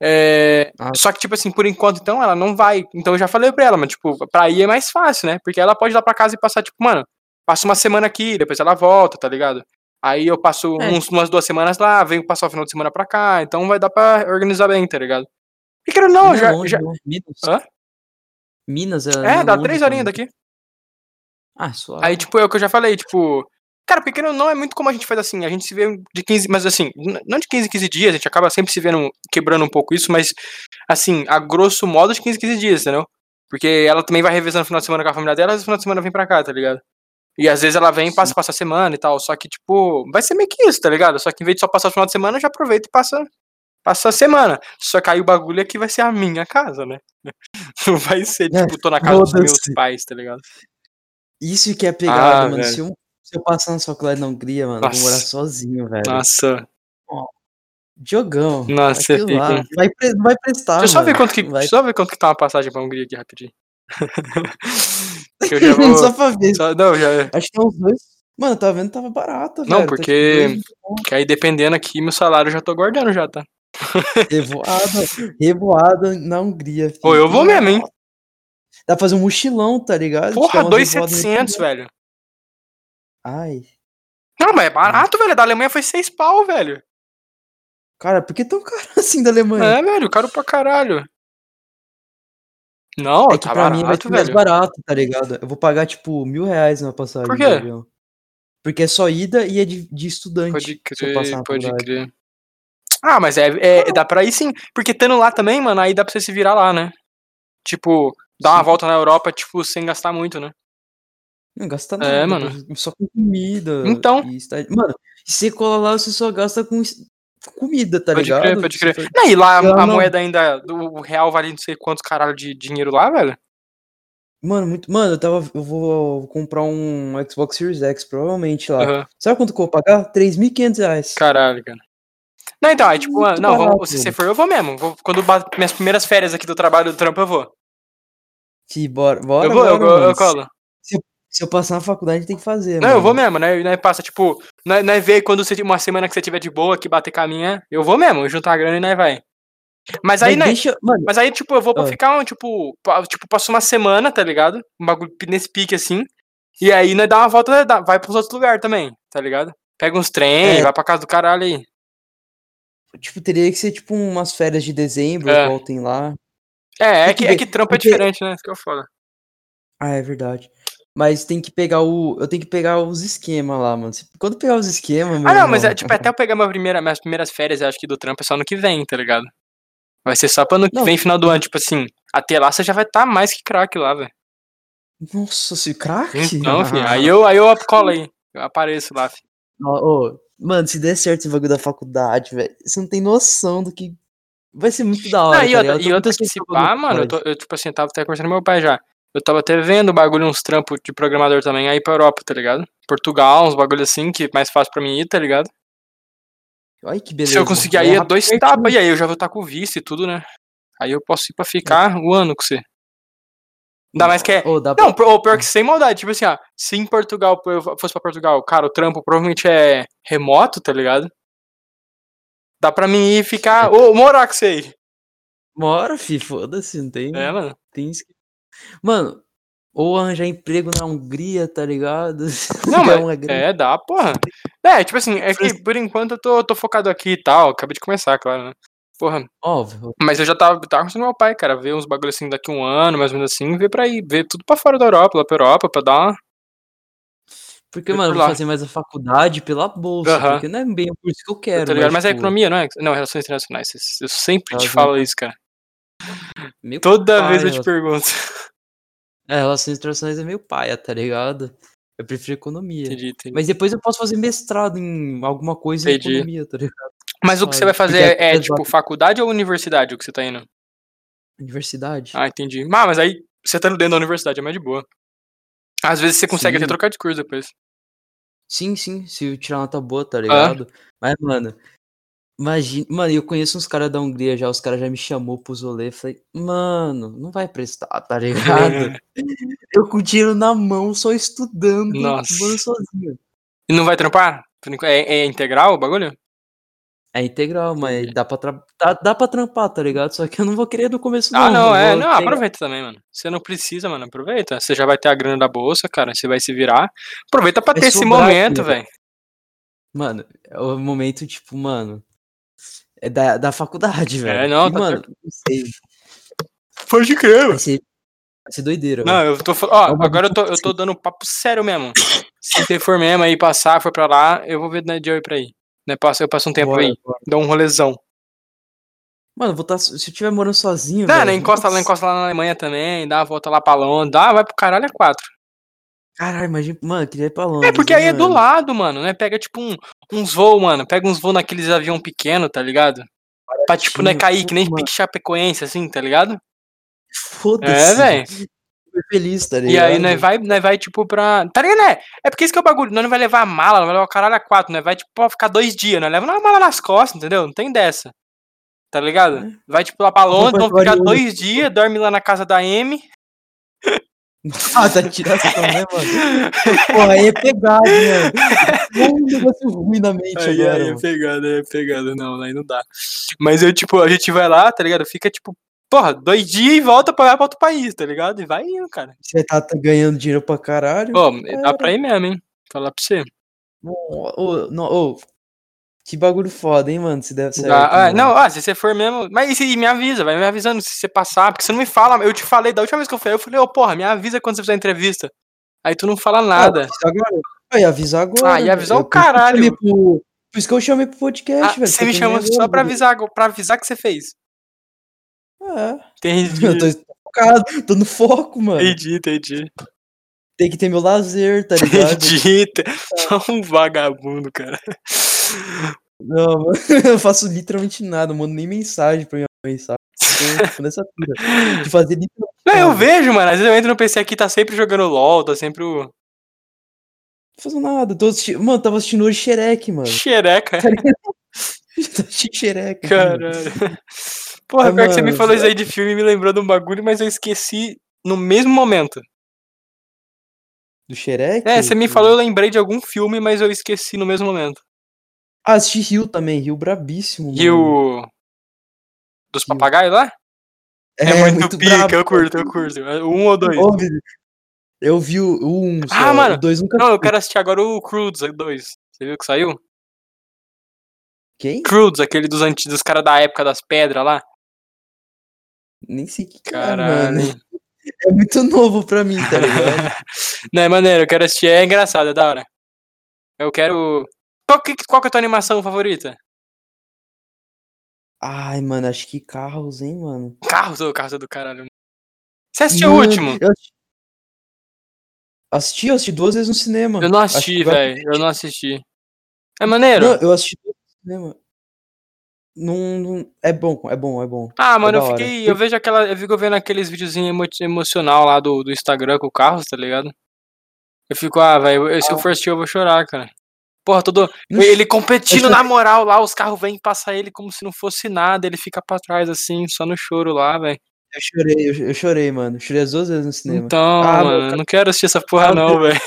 S2: É,
S1: Ah.
S2: Só que, tipo assim, por enquanto, então, ela não vai. Então, eu já falei pra ela, mas, tipo, pra ir é mais fácil, né? Porque ela pode ir lá pra casa e passar, tipo, mano, passa uma semana aqui, depois ela volta, tá ligado? Aí eu passo
S1: É.
S2: uns- umas duas semanas lá, venho passar o final de semana pra cá, então vai dar pra organizar bem, tá ligado? E querendo ou não,
S1: é
S2: já,
S1: longe,
S2: já,
S1: né? Minas.
S2: Hã?
S1: Minas é. não
S2: é, dá
S1: longe
S2: três
S1: também.
S2: horinhas daqui.
S1: Ah, suave.
S2: Aí, tipo, é o que eu já falei, tipo. Cara, porque querendo ou não é muito como a gente faz assim. A gente se vê de 15. Mas assim, n- não de 15 em 15 dias, a gente acaba sempre se vendo, quebrando um pouco isso, mas assim, a grosso modo de 15 em 15 dias, entendeu? Porque ela também vai revezando o final de semana com a família dela, e no final de semana vem pra cá, tá ligado? E às vezes ela vem e passa, passa a semana e tal. Só que, tipo, vai ser meio que isso, tá ligado? Só que em vez de só passar o final de semana, já aproveita e passa, passa a semana. Só que aí o bagulho é que vai ser a minha casa, né? Não vai ser, tipo, tô na casa dos meus
S1: foda-se.
S2: pais, tá ligado?
S1: Isso que é pegado,
S2: Ah,
S1: mano.
S2: velho.
S1: Se eu, se eu passar na sua faculdade na Hungria, mano, eu vou morar
S2: Nossa.
S1: sozinho, velho.
S2: Nossa,
S1: Jogão.
S2: nossa, você
S1: Aquilo
S2: fica.
S1: lá.
S2: hein?
S1: Vai, pre- vai prestar.
S2: Tá Deixa eu só
S1: mano.
S2: ver quanto que,
S1: Vai-
S2: deixa eu só ver quanto que tá uma passagem pra Hungria aqui rapidinho. Que eu já vou-
S1: Só pra ver.
S2: só- não, já-
S1: Acho que é uns dois. Mano, eu tava vendo, tava barata,
S2: Não,
S1: velho. Tá,
S2: porque-
S1: tipo,
S2: que aí dependendo aqui, meu salário eu já tô guardando já, tá?
S1: dois- Revoada, revoada na Hungria.
S2: Pô, eu vou mesmo, hein?
S1: Dá pra fazer um mochilão, tá ligado? Tirar
S2: Porra,
S1: umas revoadas no
S2: 2,700, velho.
S1: Ai.
S2: Não, mas é barato, velho. Da Alemanha foi 6 pau, velho.
S1: Cara, por que tão caro assim da Alemanha?
S2: É, velho, caro pra caralho. Não,
S1: É que
S2: tá
S1: pra mim vai
S2: barato,
S1: ser mais
S2: velho.
S1: barato, tá ligado? Eu vou pagar, tipo, mil reais na passagem
S2: Por
S1: de
S2: quê?
S1: avião. Porque é só ida e é de, de estudante.
S2: Pode
S1: se eu passar
S2: crer,
S1: na
S2: pode
S1: faculdade.
S2: crer. Ah, mas é, é- dá pra ir sim. Porque estando lá também, mano, aí dá pra você se virar lá, né? Tipo, dar uma
S1: Sim.
S2: volta na Europa, tipo, sem gastar muito, né?
S1: Não gasta nada.
S2: É,
S1: pô, Só com comida.
S2: Então.
S1: e está- Mano, e você cola lá, você só gasta com es- com comida, tá
S2: pode
S1: ligado?
S2: crer, pode
S1: Você
S2: crer.
S1: faz-
S2: Não, e lá
S1: Não,
S2: a
S1: não.
S2: moeda ainda, do- o real vale não sei quantos caralho de dinheiro lá, velho.
S1: Mano, muito. Mano, eu tava. Eu vou comprar um Xbox Series X, provavelmente lá.
S2: Aham,
S1: Sabe quanto que eu vou pagar? 3.500 reais.
S2: Caralho, cara. Não, então, é tipo, ah,
S1: Muito
S2: não, vamos-
S1: barato,
S2: se
S1: mano.
S2: você for, eu vou mesmo. Vou- quando bato minhas primeiras férias aqui do trabalho do trampo, eu vou.
S1: Que bora. Bora,
S2: eu vou, eu,
S1: bora,
S2: eu- eu
S1: mano.
S2: colo.
S1: Se eu passar na faculdade, tem que fazer.
S2: Não,
S1: mano.
S2: eu vou mesmo, né? E né, passa, tipo, né, né, ver quando você tiver uma semana que você tiver de boa, que bater caminha, eu vou mesmo, juntar a grana e né, vai. Mas aí,
S1: Mas
S2: né,
S1: deixa. Mano,
S2: Mas aí, tipo, eu vou pra
S1: Ah.
S2: ficar, um, tipo, pa- tipo, passo uma semana, tá ligado? Um bagulho pi- nesse pique, assim. E aí, né, dá uma volta, né, dá- vai pros outros lugares também, tá ligado? Pega uns trem,
S1: É.
S2: vai pra casa do caralho aí.
S1: tipo, teria que ser tipo umas férias de dezembro,
S2: É.
S1: igual tem lá.
S2: É, é
S1: Tem
S2: que,
S1: que
S2: é
S1: ver,
S2: que trampo é
S1: porque-
S2: diferente, né? Isso que eu falo.
S1: Ah, é verdade. Mas tem que pegar o. Eu tenho que pegar os esquemas lá, mano. Se- Quando pegar os esquemas,
S2: é, tipo, Ah, não, mas é, tipo, até eu pegar minha primeira, minhas primeiras férias, eu acho que do trampo é só ano que vem, tá ligado? Vai ser só pra ano que
S1: Não.
S2: vem, final do ano. Tipo assim, até lá você já vai estar mais que craque lá, velho.
S1: Nossa, se craque?
S2: Então, filho, aí eu, aí eu colo aí. Eu apareço lá, filho.
S1: Ó, ô, mano, se der certo esse bagulho da faculdade, velho, você não tem noção do que. Vai ser muito da hora.
S2: Não, e
S1: tá
S2: outra,
S1: ligado?
S2: e
S1: Eu tô
S2: outra que
S1: muito
S2: se
S1: ansioso
S2: pá,
S1: pra
S2: mano, eu,
S1: faculdade.
S2: tô- eu, tipo assim, eu tava até conversando com meu pai já. Eu tava até vendo o bagulho, uns trampos de programador também aí pra Europa, tá ligado? Portugal, uns bagulho assim, que é mais fácil pra mim ir, tá ligado?
S1: Olha que beleza.
S2: Se eu conseguir
S1: É
S2: aí, é
S1: rápido,
S2: dois
S1: certinho.
S2: tapas, e aí eu já vou estar com visto e tudo, né? Aí eu posso ir pra ficar o ano com você. Ainda mais que é.
S1: Ô, dá pra-
S2: Não, pro- ou
S1: Hum.
S2: pior que sem maldade, tipo assim, ó, se em Portugal eu fosse pra Portugal, cara, o trampo provavelmente é remoto, tá ligado? Dá pra mim ir ficar. Ô, morar com você aí.
S1: Mora, fi, foda-se, não tem.
S2: É, mano.
S1: tem... esque- Mano, ou arranjar emprego na Hungria, tá ligado?
S2: Não,
S1: Ganhar
S2: mas-
S1: uma grana.
S2: É, dá, porra. É, tipo assim, é que por enquanto eu tô, tô focado aqui e tal. Acabei de começar, claro, né? Porra.
S1: Óbvio.
S2: Mas eu já tava, tava conversando com meu pai, cara, ver uns bagulho assim daqui um ano, mais ou menos assim, ver pra ir, ver tudo pra fora da Europa, lá pra Europa, pra dar uma.
S1: Porque,
S2: Por
S1: mano, eu vou
S2: lá.
S1: fazer mais a faculdade pela bolsa,
S2: Aham.
S1: porque não é bem o curso que eu quero.
S2: tá ligado? Mas é
S1: tipo,
S2: economia, não é? Não, relações internacionais. Eu sempre te
S1: Relações
S2: falo isso, cara.
S1: meio
S2: Toda vez eu
S1: paia.
S2: te pergunto.
S1: É, relações internacionais é meio paia, tá ligado? Eu prefiro economia.
S2: Entendi, entendi.
S1: Mas depois eu posso fazer mestrado em alguma coisa
S2: Entendi.
S1: em economia, tá ligado?
S2: Mas o que você vai
S1: sabe? Porque
S2: fazer é,
S1: é-
S2: tipo, faculdade ou universidade o que você tá indo?
S1: Universidade.
S2: Ah, entendi. Ah, mas aí você tá dentro da universidade, é mais de boa. Às vezes você consegue até
S1: Sim.
S2: trocar de curso depois.
S1: Sim, sim, se eu tirar nota boa,
S2: Ah.
S1: tá ligado? Mas, mano, imagina. Mano, eu conheço uns caras da Hungria já, os caras já me chamou pros rolê. Falei, mano, não vai prestar, tá ligado? eu com o dinheiro na mão, só estudando,
S2: Nossa.
S1: mano, sozinho.
S2: E não vai trampar? Por enquanto- É, é integral o bagulho?
S1: É integral, mas dá pra, tra- dá, dá pra trampar, tá ligado? Só que eu não vou querer no começo,
S2: Ah, não, é.
S1: vou
S2: Não,
S1: pegar-
S2: aproveita também, mano. Você não precisa, mano. Aproveita. Você já vai ter a grana da bolsa, cara. Você vai se virar. Aproveita pra
S1: Vai
S2: ter esse
S1: sobrar
S2: momento,
S1: dinheiro.
S2: velho.
S1: Mano, é o momento, tipo, mano. É da, da faculdade, velho.
S2: não,
S1: E,
S2: tá
S1: mano, não sei.
S2: Pode crer,
S1: Vai ser, vai ser doideira.
S2: Não,
S1: velho.
S2: eu tô fal-
S1: É
S2: Ó,
S1: uma
S2: agora eu tô, eu tô dando um papo sério mesmo. Se você for mesmo aí passar, for pra lá, eu vou ver na Joey pra ir. Né, passo, eu passo um tempo
S1: Bora,
S2: aí.
S1: bora.
S2: Dá um rolezão.
S1: Mano, eu vou tá, se eu tiver morando sozinho.
S2: Não,
S1: velho, tá
S2: né, encosta lá,
S1: nossa.
S2: encosta lá na Alemanha também, dá uma volta lá pra Londres. Ah, vai pro caralho, é quatro.
S1: Caralho, imagina. Mano, eu queria ir pra Londres.
S2: É, porque
S1: né,
S2: aí é do
S1: mano?
S2: lado, mano, né? Pega tipo um, uns voos, mano. Pega uns voos naqueles avião pequeno, tá ligado? Pra tipo, né,
S1: Baratinho,
S2: cair, que nem
S1: um mano.
S2: pique chapecoense, assim, tá ligado?
S1: Foda-se.
S2: É, velho.
S1: Super feliz, tá ligado?
S2: E aí, nós vai, nós vai, tipo, pra. Tá ligado, né? É porque isso que é o bagulho. Nós não vai levar a mala, não vai levar o caralho a quatro, né? Vai, tipo, pra ficar dois dias, né? Leva uma mala nas costas, entendeu? Não tem dessa. Tá
S1: É.
S2: ligado? Vai, tipo, lá pra Londres,
S1: pra
S2: vão ficar
S1: Guarulhos.
S2: dois dias, dorme lá na casa da M.
S1: Ah, tá tiração, né, mano? Porra, aí é pegado, mano. Um negócio ruim na mente agora. mano.
S2: pegado, é pegado. Não, aí não dá. Mas eu, tipo, a gente vai lá, tá ligado? Fica, tipo, porra, dois dias e volta pra, vai pra outro país, tá ligado? E vai indo, cara.
S1: Você tá, tá ganhando dinheiro pra caralho.
S2: Ó, dá pra ir mesmo, hein? Falar pra você.
S1: Ô, ô, não, ô, que bagulho foda, hein, mano? Se deve ser.
S2: Ah, é, não, ah, se você for mesmo. Mas e se- e me avisa, vai me avisando se você passar, porque você não me fala. Eu te falei da última vez que eu falei, eu falei, ô porra, me avisa quando você fizer a entrevista. Aí tu não
S1: Ah,
S2: fala nada.
S1: Agora, eu ia avisar agora.
S2: Ah, ia avisar o
S1: velho. Por isso que eu
S2: caralho.
S1: chamei pro- Por isso que eu chamei pro podcast,
S2: Ah,
S1: velho.
S2: você
S1: que
S2: me
S1: eu
S2: chamou
S1: terminei
S2: só pra
S1: agora.
S2: avisar, pra avisar que você fez.
S1: É, eu
S2: Entendi.
S1: tô focado, tô no foco, mano.
S2: Entendi, entendi.
S1: Tem que ter meu lazer, tá ligado?
S2: Entendi. Só um vagabundo, cara.
S1: Não, mano, eu faço literalmente nada, mano. Nem mensagem pra minha mãe, sabe? Eu tô nessa pira. De fazer literalmente.
S2: Não, eu
S1: nada.
S2: vejo, mano. Às vezes eu entro no PC aqui, tá sempre jogando LOL, tá sempre o.
S1: Não faço nada. Tô assisti- Mano, tava assistindo hoje Xerec, mano. Tá
S2: Xereca.
S1: Tô assistindo Xerec. aqui, mano.
S2: Caralho. Porra,
S1: Ah,
S2: pior que você me
S1: mano,
S2: falou isso aí de filme e me lembrou de um bagulho, mas eu esqueci no mesmo momento.
S1: Do Xerec?
S2: É, você me falou, eu lembrei de algum filme, mas eu esqueci no mesmo momento.
S1: Ah, assisti Rio também, Rio brabíssimo.
S2: E
S1: mano.
S2: o. Dos
S1: Rio.
S2: papagaios lá? É, muito, pica, eu curto, eu curto. Um ou dois.
S1: Ô, Vitor, eu vi o 1 um só,
S2: Ah, mano,
S1: o 2 nunca
S2: Não, eu quero assistir agora o Crudes 2. Você viu que saiu?
S1: Quem?
S2: Crudes, aquele dos antigos, dos caras da época das pedras lá.
S1: Nem sei que cara,
S2: Caralho.
S1: Ah, mano. É muito novo pra mim, tá ligado?
S2: Não, é maneiro, eu quero assistir. É engraçado, é da hora. Eu quero. Qual que, qual que é a tua animação favorita?
S1: Ai, mano, acho que carros, hein, mano.
S2: Carros, ô, carros é do caralho. Você assistiu o
S1: Mano,
S2: último?
S1: Eu assisti- assisti, eu assisti duas vezes no cinema.
S2: Eu não
S1: Acho
S2: assisti,
S1: que vai-
S2: velho. Eu não assisti. É maneiro?
S1: Não, eu assisti duas vezes no cinema. Não, não- é bom, é bom, é bom.
S2: Ah, mano,
S1: da
S2: eu
S1: hora.
S2: fiquei. Eu vejo aquela. Eu fico vendo aqueles videozinhos emo emocional lá do, do Instagram com o carro, tá ligado? Eu fico, ah, velho, se eu for assistir, eu vou chorar, cara. Porra, todo.
S1: Não
S2: Ele competindo
S1: eu
S2: na moral lá, os carros vêm passar ele como se não fosse nada, ele fica pra trás, assim, só no choro lá, velho.
S1: Eu chorei, eu, eu chorei, mano. Chorei as duas vezes no cinema.
S2: Então,
S1: Ah, meu
S2: mano, eu
S1: cara.
S2: não quero assistir essa porra,
S1: Ah,
S2: não, velho.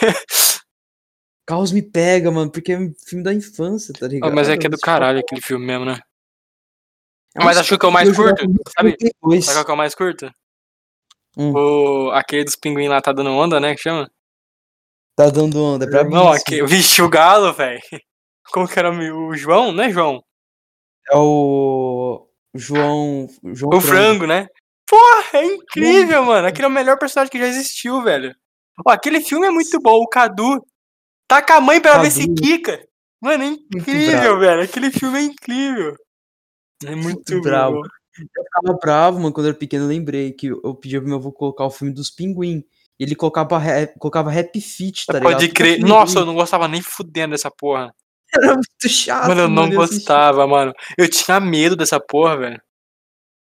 S1: Carros me pega, mano, porque é um filme da infância, tá
S2: Ah,
S1: ligado?
S2: Mas é que é do
S1: Tipo,
S2: caralho aquele filme mesmo, né?
S1: é um
S2: Mas acho que o que eu mais
S1: eu jogava
S2: curto,
S1: muito
S2: sabe?
S1: Play dois.
S2: Sabe qual que é o mais curto?
S1: Hum.
S2: O, aquele dos pinguim lá tá dando onda, né? Que chama?
S1: Tá dando onda, é pra mim.
S2: Não,
S1: isso.
S2: aquele. Vixe, o galo, velho. Como que era o meu- o João, né, João?
S1: É o João. João
S2: O frango, né? Porra, é incrível, mano. Aquele é o melhor personagem que já existiu, velho. Ó, aquele filme é muito bom. O Cadu tá com a mãe pra ver se
S1: Cadu.
S2: quica. Mano, é incrível,
S1: brabo.
S2: velho. Aquele filme é incrível. É muito
S1: brabo.
S2: bravo.
S1: Eu ficava bravo, mano, quando eu era pequeno, eu lembrei que eu pedi pro meu avô colocar o filme dos pinguim. Ele colocava, rap- colocava rap fit, tá ligado?
S2: Pode
S1: Tudo
S2: crer.
S1: pinguim.
S2: Nossa, eu não gostava nem fudendo dessa porra.
S1: Era muito chato.
S2: mano, eu não
S1: Ah, eu assisti.
S2: gostava, mano. Eu tinha medo dessa porra, velho.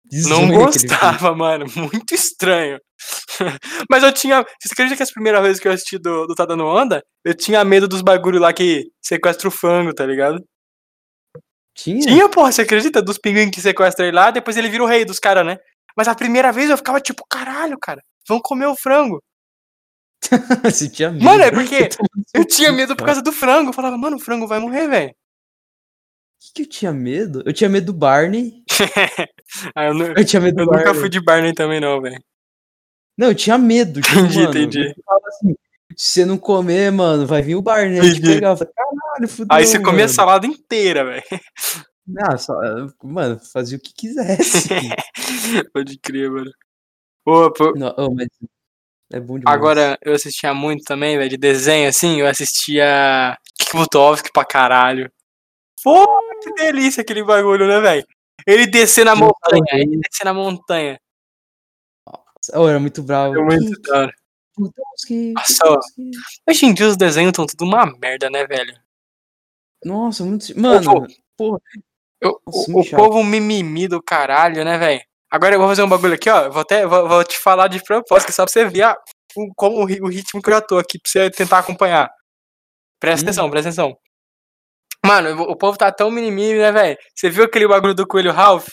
S2: Não
S1: Desonha aquele filme.
S2: gostava, mano. Muito estranho. Mas eu tinha. Você acredita que as primeiras vezes que eu assisti do, do Tá Dando Onda, eu tinha medo dos bagulho lá que sequestra o frango, tá ligado?
S1: Tinha?
S2: Tinha, porra, você acredita? Dos pinguim que sequestra ele lá, depois ele vira o rei dos caras, né? Mas a primeira vez eu ficava tipo, caralho, cara, vão comer o frango.
S1: Você tinha medo.
S2: Mano, é porque eu tinha
S1: cu,
S2: medo por
S1: cara.
S2: causa do frango. Eu falava, mano, o frango vai morrer, velho.
S1: O que, que eu tinha medo? Eu tinha medo do Barney.
S2: Ah, eu, nu-
S1: Eu tinha medo
S2: eu
S1: do
S2: nunca
S1: Barney.
S2: fui de Barney também, não, velho.
S1: Não, eu tinha medo. Tipo,
S2: Entendi,
S1: mano,
S2: entendi.
S1: Eu ficava assim, se você não comer, mano, vai vir o Barney. Aí eu te
S2: Entendi.
S1: pegava, eu falava, caralho, fudeu,
S2: Aí você comia a
S1: mano."
S2: salada inteira, velho.
S1: Não, só, mano, fazia o que quisesse.
S2: Pode crer, mano. Ô, pô,
S1: Não, ô, mas é bom demais.
S2: Agora, eu assistia muito também, velho, de desenho, assim, eu assistia Kikbutovski pra caralho. Pô, que delícia aquele bagulho, né, velho? Ele descer na
S1: Tinha um
S2: montanha,
S1: desenho.
S2: ele descer na montanha.
S1: Oh, era muito bravo.
S2: É muito da hora.
S1: Kikutowski,
S2: Nossa,
S1: Kikutowski.
S2: Hoje em dia os desenhos estão tudo uma merda, né, velho?
S1: Nossa, muito. Mano,
S2: Eu-
S1: Nossa, é
S2: o o
S1: muito chato.
S2: povo mimimi do caralho, né, velho? Agora eu vou fazer um bagulho aqui, ó. eu Vou até vou, vou te falar de propósito, só pra você ver a- o, como, o ri- o ritmo que eu já tô aqui, pra você tentar acompanhar. Presta
S1: Hum.
S2: atenção, presta atenção. Mano, eu vou- o povo tá tão mimimi, né, velho? Você viu aquele bagulho do Coelho Ralph?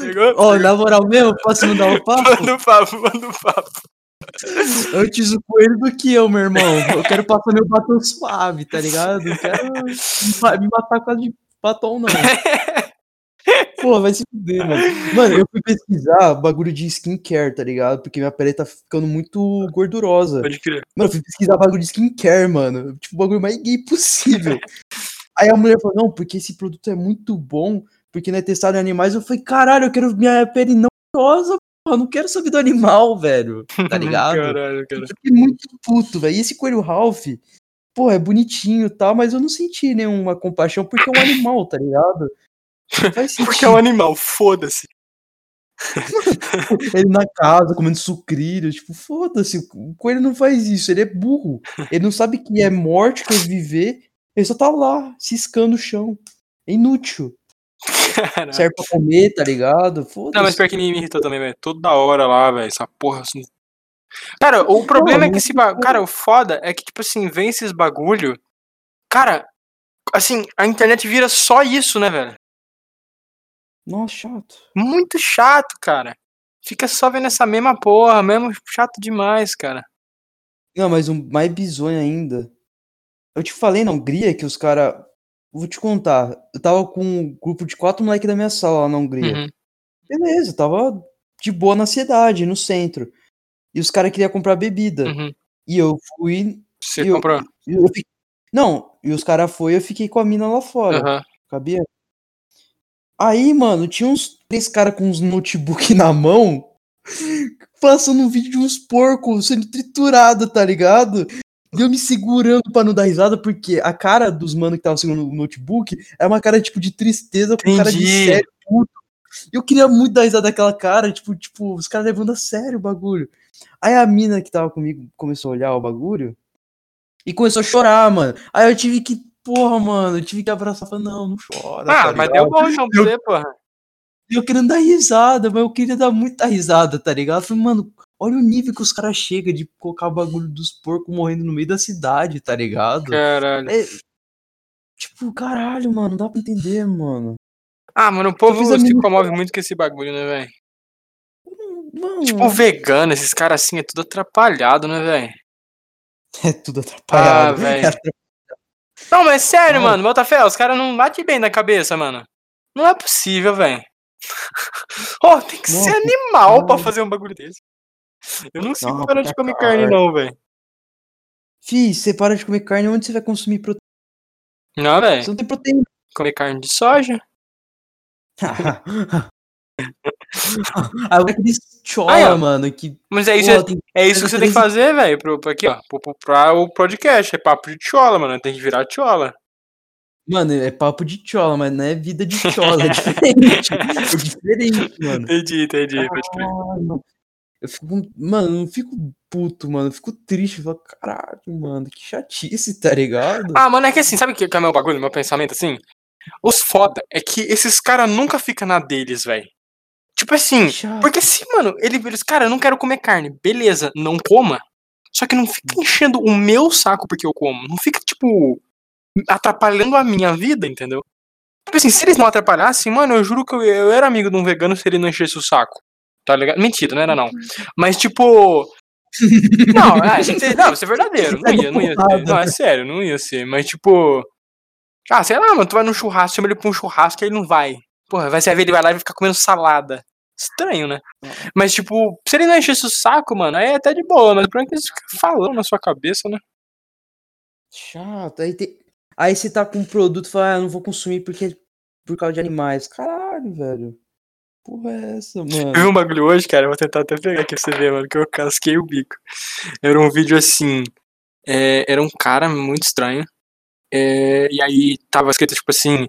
S2: Pegou?
S1: ó, na moral mesmo, posso mandar um papo?
S2: Manda o papo, manda o papo.
S1: Antes o coelho do que eu, meu irmão. Eu quero passar meu batom suave, tá ligado? Não quero me ma- me matar com causa de batom, não. Pô, vai se fuder, mano. Mano, eu fui pesquisar bagulho de skincare, tá ligado? Porque minha pele tá ficando muito gordurosa.
S2: Pode crer.
S1: Mano, eu fui pesquisar bagulho de skincare, mano. Tipo, o bagulho mais gay possível. Aí a mulher falou, não, porque esse produto é muito bom, porque não é testado em animais. Eu falei, caralho, eu quero minha pele não oleosa, porra. Eu não quero saber do animal, velho. Tá ligado?
S2: Caralho, cara.
S1: Eu fiquei muito puto, velho. E esse coelho Ralph, pô, é bonitinho e tal, mas eu não senti nenhuma compaixão, porque é um animal, tá ligado? Não faz
S2: Porque é um
S1: sentido.
S2: animal, foda-se.
S1: Ele na casa, comendo sucrilhos, tipo, foda-se, o coelho não faz isso, ele é burro. Ele não sabe que é morte, que é viver, ele só tá lá, ciscando o chão. É inútil.
S2: Caralho.
S1: Serve pra comer, tá ligado?
S2: Não, mas
S1: Foda-se.
S2: pior que me irritou também, velho. Toda hora lá, velho. Essa porra assim. Cara, o problema é que
S1: não tipo
S2: esse bagulho. Cara, o foda é que, tipo assim, vem esses bagulho. Cara, assim, a internet vira só isso, né, velho?
S1: Nossa, chato.
S2: Muito chato, cara. Fica só vendo essa mesma porra, mesmo chato demais, cara.
S1: Não, mas um mais bizonho ainda. Eu te falei na Hungria que os caras. Vou te contar. Eu tava com um grupo de quatro moleques da minha sala lá na Hungria.
S2: Uhum.
S1: Beleza, eu tava de boa na cidade, no centro. E os caras queriam comprar bebida.
S2: Uhum.
S1: E eu fui.
S2: Você
S1: E eu-
S2: comprou?
S1: e eu fi- Não, e os caras foi eu fiquei com a mina lá fora.
S2: Aham.
S1: Cabia? Aí, mano, tinha uns três caras com uns notebook na mão, passando um vídeo de uns porcos sendo triturado, tá ligado? E eu me segurando pra não dar risada, porque a cara dos mano que tava segurando o notebook é uma cara, tipo, de tristeza com cara de
S2: Entendi.
S1: sério, puto. Eu queria muito dar risada daquela cara, tipo, tipo, os caras levando a sério o bagulho. Aí a mina que tava comigo começou a olhar o bagulho e começou a chorar, mano. Aí eu tive que, porra, mano, eu tive que abraçar e falar, não, não chora.
S2: Ah,
S1: tá
S2: mas
S1: ligado?
S2: deu bom então pra você, porra.
S1: E eu querendo dar risada, mas eu queria dar muita risada, tá ligado? Eu falei, mano, olha o nível que os caras chegam de colocar o bagulho dos porcos morrendo no meio da cidade, tá ligado?
S2: Caralho.
S1: É, tipo, caralho, mano, não dá pra entender, mano.
S2: Ah, mano, o
S1: Eu fiz
S2: povo
S1: a
S2: se
S1: minha-
S2: comove muito com esse bagulho, né, velho?
S1: Mano,
S2: Tipo, vegano, esses caras assim, é tudo atrapalhado, né, velho?
S1: é tudo atrapalhado.
S2: Ah, velho. Não, mas é sério, mano, Botafé, os caras não batem bem na cabeça, mano. Não é possível, velho. oh, tem que ser
S1: Nossa,
S2: animal pra
S1: cara.
S2: fazer um bagulho desse. Eu não tá consigo
S1: Não,
S2: parar de
S1: puta
S2: comer
S1: cara.
S2: carne, não, velho.
S1: Fih, você para de comer carne, onde você vai consumir proteína?
S2: Não,
S1: Você
S2: velho.
S1: não tem proteína.
S2: Comer carne de soja.
S1: Aí o cara que
S2: Aí, ó.
S1: chora, mano, que
S2: Mas é isso,
S1: porra, tem
S2: é isso que você tem que fazer, velho, pro, pro- aqui, ó, pro, pro- pra o podcast. É papo de tiola, mano. Tem que virar tiola.
S1: Mano, é papo de tchola, mas não é vida de tchola, é diferente. É diferente, mano.
S2: Entendi, entendi. pode crer.
S1: Mano, eu fico, mano, eu não fico puto, mano. Eu fico triste. Eu falo, caralho, mano, que chatice, tá ligado?
S2: Ah, mano, é que assim, sabe o que que é o meu bagulho, meu pensamento assim? Os foda é que esses caras nunca ficam na deles, velho. Tipo assim,
S1: Chato.
S2: Porque assim, mano, ele vira assim, cara, eu não quero comer carne. Beleza, não coma. Só que não fica enchendo o meu saco porque eu como. Não fica, tipo, atrapalhando a minha vida, entendeu? Tipo assim, se eles não atrapalhassem, mano, eu juro que eu, eu era amigo de um vegano se ele não enchesse o saco. Tá ligado? Mentira, não era não. Mas, tipo. Não, a gente, não, isso é verdadeiro. Não ia, não ia ser. Não, é sério, não ia ser. Mas, tipo. Ah, sei lá, mano, tu vai num churrasco, chama ele pra um churrasco e ele não vai. Porra, vai ser a ver, ele vai lá e vai ficar comendo salada. Estranho, né? Mas, tipo, se ele não enchesse o saco, mano, aí é até de boa, mas o problema é que eles ficam falando na sua cabeça, né?
S1: Chato. Aí, tem... Aí você tá com um produto e fala, ah, eu não vou consumir porque é por causa de animais. Caralho, velho. Porra é essa, mano?
S2: Eu vi um bagulho hoje, cara, eu vou tentar até pegar aqui pra você ver, mano, que eu casquei o bico. Era um vídeo assim, é, era um cara muito estranho, é, e aí tava escrito, tipo assim,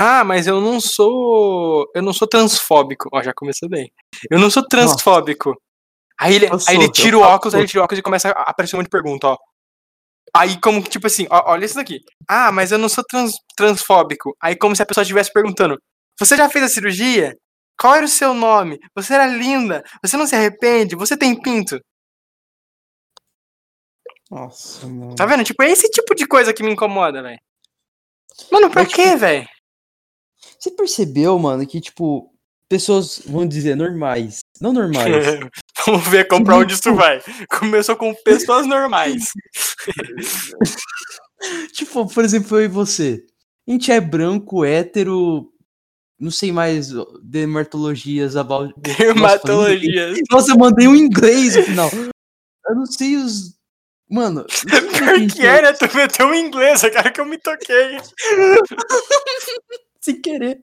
S2: ah, mas eu não sou, eu não sou transfóbico. Ó, já começou bem. Eu não sou transfóbico. Aí ele,
S1: Eu
S2: aí ele
S1: sou,
S2: tira
S1: eu
S2: o óculos,
S1: sou.
S2: aí ele tira o óculos e começa a aparecer um monte de pergunta, ó. Aí como que, tipo assim, ó, olha isso daqui. Ah, mas eu não sou trans, transfóbico. Aí como se a pessoa estivesse perguntando, você já fez a cirurgia? Qual era o seu nome? Você era linda. Você não se arrepende? Você tem pinto.
S1: Nossa, mano.
S2: Tá vendo? Tipo, é esse tipo de coisa que me incomoda, velho. Mano, pra
S1: Mas, tipo,
S2: quê, velho?
S1: Você percebeu, mano, que, tipo, pessoas, vamos dizer, normais. Não normais.
S2: Vamos ver como pra onde isso vai. Começou com pessoas normais.
S1: Tipo, por exemplo, eu e você. A gente é branco, hétero, não sei mais ó, dermatologias about.
S2: Dermatologia.
S1: Nossa, eu mandei um inglês no final. Eu não sei os. Mano.
S2: Pior que é, né? Tu meteu um inglês, é cara que eu me toquei.
S1: Sem querer.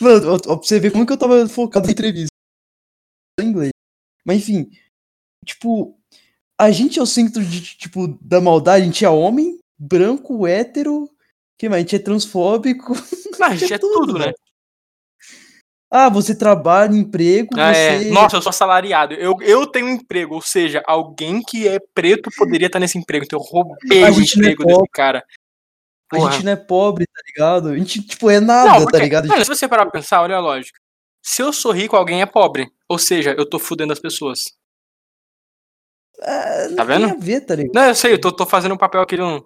S1: Mano, ó, ó, pra você ver como que eu tava focado na entrevista. Em inglês. Mas enfim. Tipo, a gente é o centro de, tipo, da maldade. A gente é homem, branco, hétero. Que mais? A gente é transfóbico.
S2: Não, a gente é tudo, né?
S1: velho. Ah, você trabalha, emprego,
S2: Ah,
S1: você.
S2: é. Nossa, eu sou assalariado. Eu, eu tenho um emprego, ou seja, alguém que é preto poderia estar nesse emprego. Então eu roubei
S1: A
S2: o
S1: gente não é
S2: emprego desse cara.
S1: a
S2: Porra.
S1: gente não é pobre, tá ligado? A gente, tipo, é nada, tá
S2: porque-
S1: ligado?
S2: Mano, se você parar pra pensar, olha a lógica. Se eu sou rico, alguém é pobre. Ou seja, eu tô fudendo as pessoas.
S1: É, não
S2: tá
S1: tem
S2: vendo?
S1: a ver, tá ligado?
S2: Não, eu sei, eu tô, tô fazendo um papel que ele não.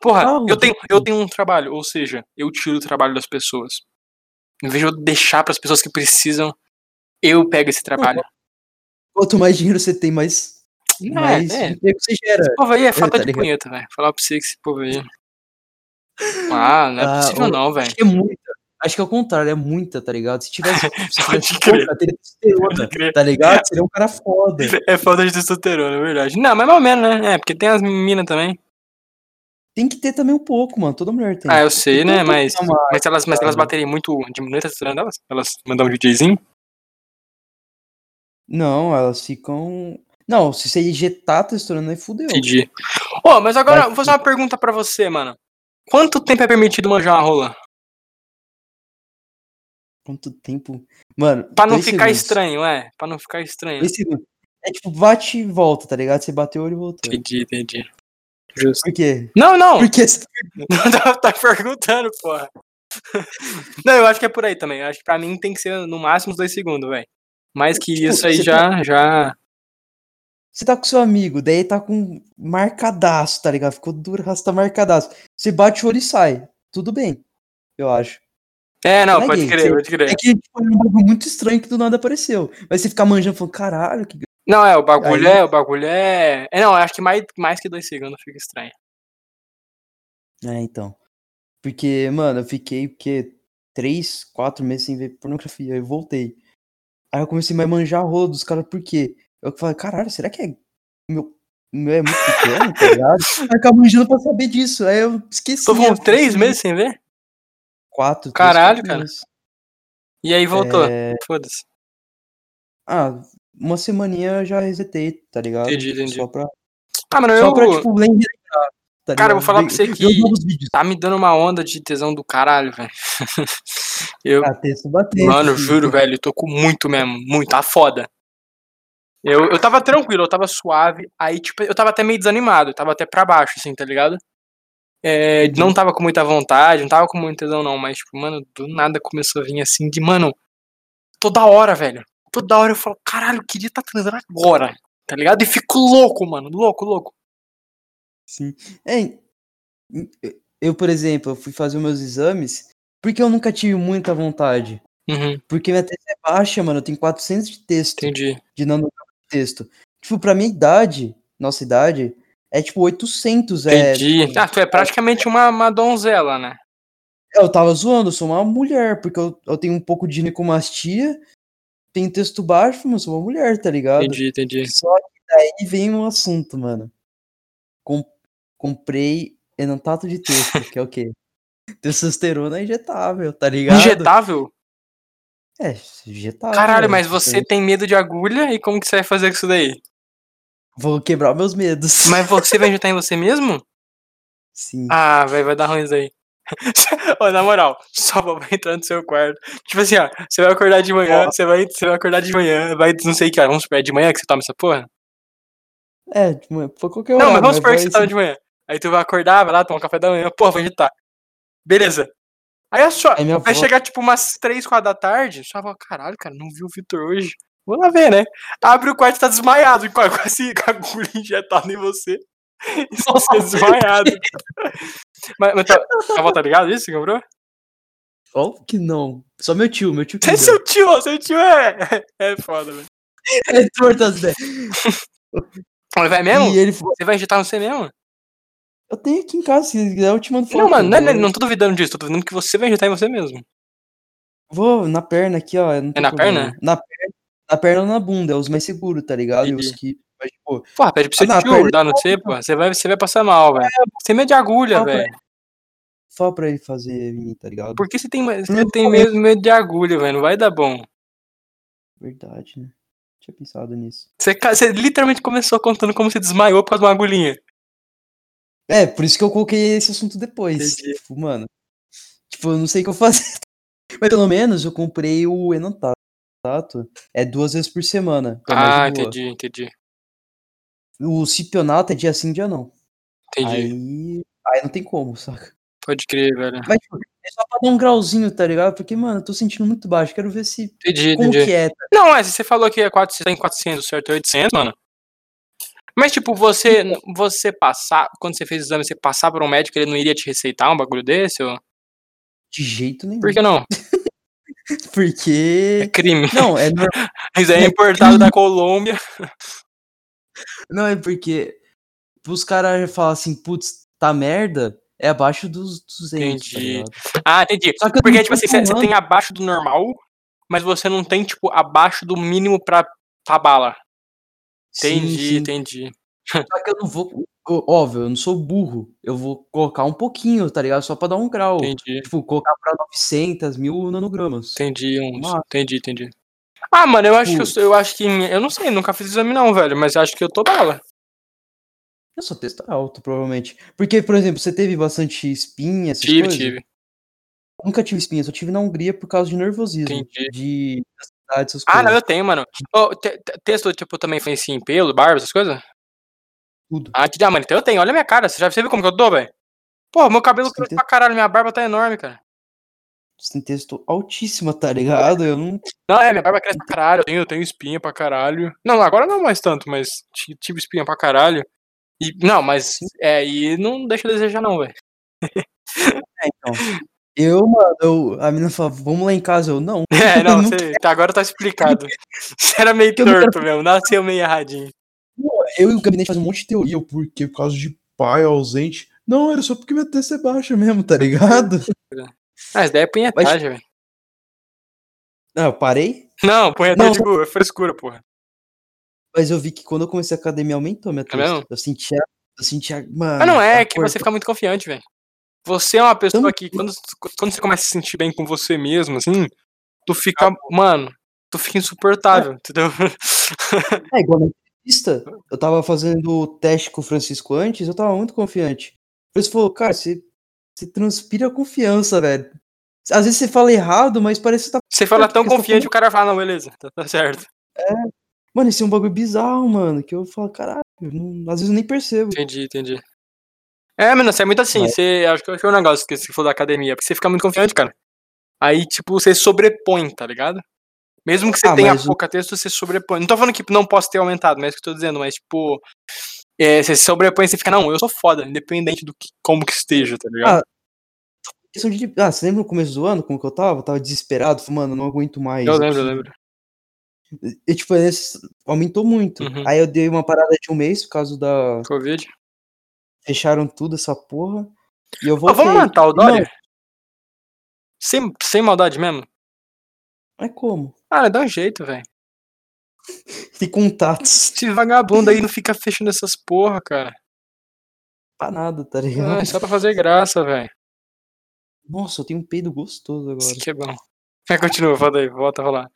S2: Porra,
S1: Não,
S2: eu, tenho, eu tenho um trabalho, ou seja, eu tiro o trabalho das pessoas. Em vez de eu deixar pras pessoas que precisam, eu pego esse trabalho.
S1: Quanto mais dinheiro você tem, mais, mais
S2: é, é.
S1: emprego você gera.
S2: Esse povo aí é falta
S1: tá
S2: de
S1: ligado?
S2: punheta, velho. Falar pra você que esse povo aí. Ah, não é
S1: Ah,
S2: possível
S1: o-
S2: não, velho.
S1: Acho que é muita. Acho que é o contrário, é muita, tá ligado? Se tivesse. se
S2: Pode
S1: tivesse
S2: crer.
S1: pouca, teria testosterona,
S2: crer.
S1: tá ligado? Seria um cara foda.
S2: É falta de testosterona, é verdade. Não, mas mais ou menos, né? É, porque tem as minas também.
S1: Tem que ter também um pouco, mano. Toda mulher tem.
S2: Ah, eu sei, né?
S1: Então,
S2: Mas,
S1: toma,
S2: mas se elas, mas se elas
S1: cara.
S2: baterem muito, diminui a testosterona delas? Elas mandam um DJzinho?
S1: Não, elas ficam. Não, se você ejetar testosterona, aí fudeu.
S2: Entendi. Ô, mas agora
S1: Vai-
S2: vou fazer uma pergunta pra você, mano. Quanto tempo é permitido manjar uma rola?
S1: Quanto tempo. Mano.
S2: Pra não
S1: dois
S2: ficar
S1: segundos.
S2: estranho, é. Pra não ficar estranho.
S1: Dois segundos. É tipo, bate e volta, tá ligado? Você bateu o olho e voltou.
S2: Entendi, entendi. Justo.
S1: Por quê?
S2: Não, não.
S1: Porque.
S2: tá, tá perguntando, porra. Não, eu acho que é por aí também. Eu acho que pra mim tem que ser no máximo uns dois segundos, velho. Mais que
S1: Tipo,
S2: isso aí
S1: você
S2: já, já.
S1: Você tá com seu amigo, daí tá com marcadaço, tá ligado? Ficou duro, tá marcadaço. Você bate o olho e sai. Tudo bem, eu acho.
S2: É, não,
S1: Não é
S2: pode
S1: gay,
S2: crer,
S1: você-
S2: pode
S1: É
S2: crer.
S1: que tipo, é um bagulho muito estranho que do nada apareceu. Mas você ficar manjando falando, caralho, que.
S2: Não, é, o bagulho
S1: Aí-
S2: é, o bagulho é. É, não, eu acho que mais, mais que dois segundos fica estranho.
S1: É, então. Porque, mano, eu fiquei, o quê? Três, quatro meses sem ver pornografia. Aí eu voltei. Aí eu comecei a manjar rodo dos caras, por quê? Eu falei, caralho, será que é. Meu, meu é muito pequeno, tá ligado? Aí eu ficava manjando pra saber disso. Aí eu esqueci.
S2: Tô
S1: eu
S2: com
S1: fiquei
S2: três
S1: sem-
S2: meses sem ver?
S1: Quatro. três,
S2: Caralho,
S1: quatro
S2: cara.
S1: meses.
S2: E aí voltou.
S1: É,
S2: Foda-se.
S1: Ah, uma semaninha eu já resetei, tá ligado?
S2: Entendi, entendi.
S1: Só pra,
S2: Ah, mano,
S1: só
S2: eu.
S1: pra tipo, lembrar. Tá
S2: Cara, eu vou
S1: ligado?
S2: falar pra
S1: Ver-
S2: você
S1: ver os
S2: que-
S1: novos vídeos.
S2: Tá me dando uma onda de tesão do caralho, velho. Eu,
S1: Ah, texto batendo.
S2: mano,
S1: filho.
S2: juro, velho, eu tô com muito mesmo, muito, tá foda. Eu, eu tava tranquilo, eu tava suave, aí, tipo, eu tava até meio desanimado, eu tava até pra baixo, assim, tá ligado? É, não tava com muita vontade, não tava com muito tesão, não, mas, tipo, mano, do nada começou a vir assim, de, mano, toda hora, velho, toda hora eu falo, caralho, eu queria tá transando agora, tá ligado? E fico louco, mano, louco, louco.
S1: Sim. É, em- em- eu, por exemplo, eu fui fazer meus exames porque eu nunca tive muita vontade.
S2: Uhum,
S1: Porque minha tese é baixa, mano. Eu tenho 400 de texto,
S2: entendi.
S1: de nanograma de texto. Tipo, pra minha idade, nossa idade, é tipo 800. É,
S2: Entendi. Ah, tu é praticamente uma, uma donzela, né?
S1: eu tava zoando, eu sou uma mulher, porque eu, eu tenho um pouco de ginecomastia, tenho texto baixo, mas sou uma mulher, tá ligado?
S2: Entendi, entendi.
S1: Só que daí vem um assunto, mano. Com- comprei enantato de texto, que é o quê? Testosterona injetável, tá ligado?
S2: Injetável?
S1: É, injetável.
S2: Caralho,
S1: velho.
S2: mas você tem medo de agulha e como que você vai fazer com isso daí?
S1: Vou quebrar meus medos.
S2: Mas você vai injetar em você mesmo?
S1: Sim.
S2: Ah, velho, vai dar ruim isso daí. Ô, na moral, só vai entrar no seu quarto. Tipo assim, ó, você vai acordar de manhã, você vai, você vai acordar de manhã, vai não sei que hora, vamos supor, é de manhã que você toma essa porra?
S1: É, mano, foi qualquer
S2: Não,
S1: horário,
S2: mas vamos supor que
S1: vai
S2: você tá toma
S1: ser-
S2: de manhã. Aí tu vai acordar, vai lá, tomar um café da manhã, porra, vai injetar. Beleza. Aí a sua,
S1: Aí é minha
S2: Vai
S1: avó-
S2: chegar tipo umas 3, 4 da tarde, só fala, caralho, cara, não vi o Vitor hoje. Vou lá ver, né? Abre o quarto e tá desmaiado, com a, com esse- com a agulha injetada em você. E você desmaiado. mas, mas tá, tá bom, tá ligado isso, comprou?
S1: Óbvio que não. Só meu tio, meu tio que
S2: É
S1: deu.
S2: seu tio, ó, seu tio é. É foda, velho.
S1: É torto as ideias.
S2: Mas vai mesmo?
S1: E ele falou,
S2: Você vai injetar você mesmo?
S1: eu tenho aqui em casa, se quiser eu te mando foto.
S2: Não, mano, não, é-
S1: eu-
S2: não tô duvidando disso, tô duvidando que você vai injetar em você mesmo.
S1: Vou na perna aqui, ó. não
S2: É
S1: tem
S2: na
S1: problema.
S2: perna?
S1: Na perna, na perna ou na bunda, é os mais seguros, tá ligado? E os
S2: Entendi.
S1: que. Mas, tipo,
S2: Porra, pede pro
S1: Ah, não,
S2: seu tio,
S1: perde-
S2: dá não sei, porra. Você vai, você vai passar mal, velho. Você tem medo de agulha,
S1: Não, pra-
S2: velho.
S1: só pra ele fazer em mim, tá ligado?
S2: Por que você tem, você
S1: Não,
S2: tem
S1: eu-
S2: medo, medo de agulha, velho? Não vai dar bom.
S1: Verdade, né? Tinha pensado nisso.
S2: Você, ca- você literalmente começou contando como você desmaiou por causa de uma agulhinha.
S1: É, por isso que eu coloquei esse assunto depois.
S2: Entendi.
S1: Tipo, mano. Tipo, eu não sei o que eu fazer. Mas pelo menos eu comprei o Enantato. É duas vezes por semana. então é mais
S2: ah,
S1: de boa.
S2: entendi, entendi.
S1: O Cipionato é dia sim, dia não.
S2: Entendi.
S1: Aí. Aí não tem como, saca?
S2: Pode crer, velho.
S1: Mas tipo, é só pra dar um grauzinho, tá ligado? Porque, mano, eu tô sentindo muito baixo. Quero ver se.
S2: Entendi,
S1: Como
S2: entendi.
S1: que é,
S2: Não, mas você falou que é 400, tem 400, certo? É 800, mano. Mas, tipo, você, você passar, quando você fez o exame, você passar pra um médico, ele não iria te receitar um bagulho desse? Ou...
S1: De jeito nenhum.
S2: Por que não? É
S1: Porque.
S2: crime.
S1: Não, é, nor-
S2: Isso aí é importado da Colômbia.
S1: não, é porque os caras falam assim, putz, tá merda, é abaixo dos 200, tá
S2: Entendi.
S1: ligado?
S2: Ah, entendi.
S1: Só que eu
S2: Porque,
S1: não
S2: tipo
S1: tô
S2: assim, você
S1: falando-
S2: tem abaixo do normal, mas você não tem, tipo, abaixo do mínimo pra, pra bala.
S1: Sim,
S2: Entendi,
S1: sim.
S2: entendi.
S1: Só que eu não vou... ó- Óbvio, eu não sou burro, eu vou colocar um pouquinho, tá ligado? Só pra dar um grau.
S2: Entendi.
S1: Tipo, colocar pra 900, mil nanogramas.
S2: Entendi, uns.
S1: Uma-
S2: Entendi, entendi. Ah, mano, eu acho que eu, sou- eu acho que. Eu não sei, nunca fiz exame não, velho, mas eu acho que eu tô bala.
S1: Eu sou texto alto, provavelmente. Porque, por exemplo, você teve bastante espinha, essas
S2: Tive,
S1: coisas?
S2: tive.
S1: Nunca tive espinha, só tive na Hungria por causa de nervosismo.
S2: Entendi.
S1: De ansiedade, essas
S2: Ah,
S1: coisas.
S2: não, eu tenho, mano. Ô, te- te- texto, tipo, também foi assim, pelo, barba, essas coisas?
S1: Tudo.
S2: Ah, te- ah, mano, então eu tenho. Olha a minha cara. Você já você viu como que eu tô, velho? Pô, meu cabelo
S1: Sim,
S2: cresce
S1: tem-
S2: pra caralho, minha barba tá enorme, cara.
S1: Você tem texto altíssima, tá ligado? Eu não.
S2: Não, é, minha barba cresce pra caralho. Eu tenho, eu tenho espinha pra caralho. Não, agora não mais tanto, mas ti- tive espinha pra caralho. E, não, mas é, e não deixa eu desejar, não, velho.
S1: É, então. Eu, mano, eu- a menina fala, vamos lá em casa. Eu, não.
S2: É, não,
S1: Eu
S2: você, tá, agora tá explicado. Você era meio
S1: Eu não quero-
S2: torto mesmo, nasceu meio erradinho.
S1: Eu e o gabinete fazemos um monte de teoria. Eu, por quê? Por causa de pai ausente. Não, era só porque minha testa é baixa mesmo, tá ligado?
S2: Ah, isso daí é punhetagem, velho.
S1: Ah, eu parei.
S2: Não, punhetagem
S1: Não.
S2: de cu, é frescura, porra.
S1: Mas eu vi que quando eu comecei a academia, aumentou minha testa.
S2: É mesmo?
S1: eu sentia. Eu sentia. Mano,
S2: Mas não é,
S1: a
S2: que
S1: cor-
S2: você fica muito confiante, velho. Você é uma pessoa
S1: Então-
S2: que, quando, quando você começa a se sentir bem com você mesmo, assim, tu fica, mano, tu fica insuportável, entendeu?
S1: É igual na entrevista. Eu tava fazendo o teste com o Francisco antes, eu tava muito confiante. O Francisco falou, cara, você, você transpira confiança, velho. Às vezes você fala errado, mas parece que você tá.
S2: Você fala tão
S1: Porque eu sou
S2: confiante, o cara fala, não, beleza, tá, tá certo.
S1: Mano, isso é um bagulho bizarro, mano. Que eu falo, caralho, eu não- às vezes eu nem percebo.
S2: Entendi, entendi. É, mano, você é muito assim,
S1: Mas-
S2: você, acho que é um negócio que você falou da academia, porque você fica muito confiante, cara. Aí, tipo, você sobrepõe, tá ligado? Mesmo que você
S1: Ah,
S2: tenha
S1: mas o-
S2: pouca texto, você sobrepõe. Não tô falando que não posso ter aumentado, mas é isso que eu tô dizendo, mas, tipo, é, você sobrepõe, você fica, não, eu sou foda, independente do que, como que esteja, tá ligado?
S1: Ah, Questão de- Ah, você lembra no começo do ano, como que eu tava? Eu tava desesperado, falei, mano, eu não aguento mais.
S2: eu
S1: isso
S2: lembro, eu
S1: aqui."
S2: lembro.
S1: E, tipo, esse- aumentou muito.
S2: Uhum.
S1: Aí eu dei uma parada de um mês por causa da.
S2: Covid.
S1: Fecharam tudo essa porra. E eu
S2: Ah,
S1: voltei.
S2: vamos matar o
S1: Não, é.
S2: Dória? Sem, sem maldade mesmo?
S1: mas é como?
S2: Cara, dá um jeito, velho.
S1: Tem contatos.
S2: Esse vagabundo aí não fica fechando essas porra, cara.
S1: pra nada, tá
S2: Ah,
S1: ligado?
S2: é só pra fazer graça, velho.
S1: Nossa, eu tenho um peido gostoso agora.
S2: Isso que é bom. Vai, continua, volta aí, volta a falar.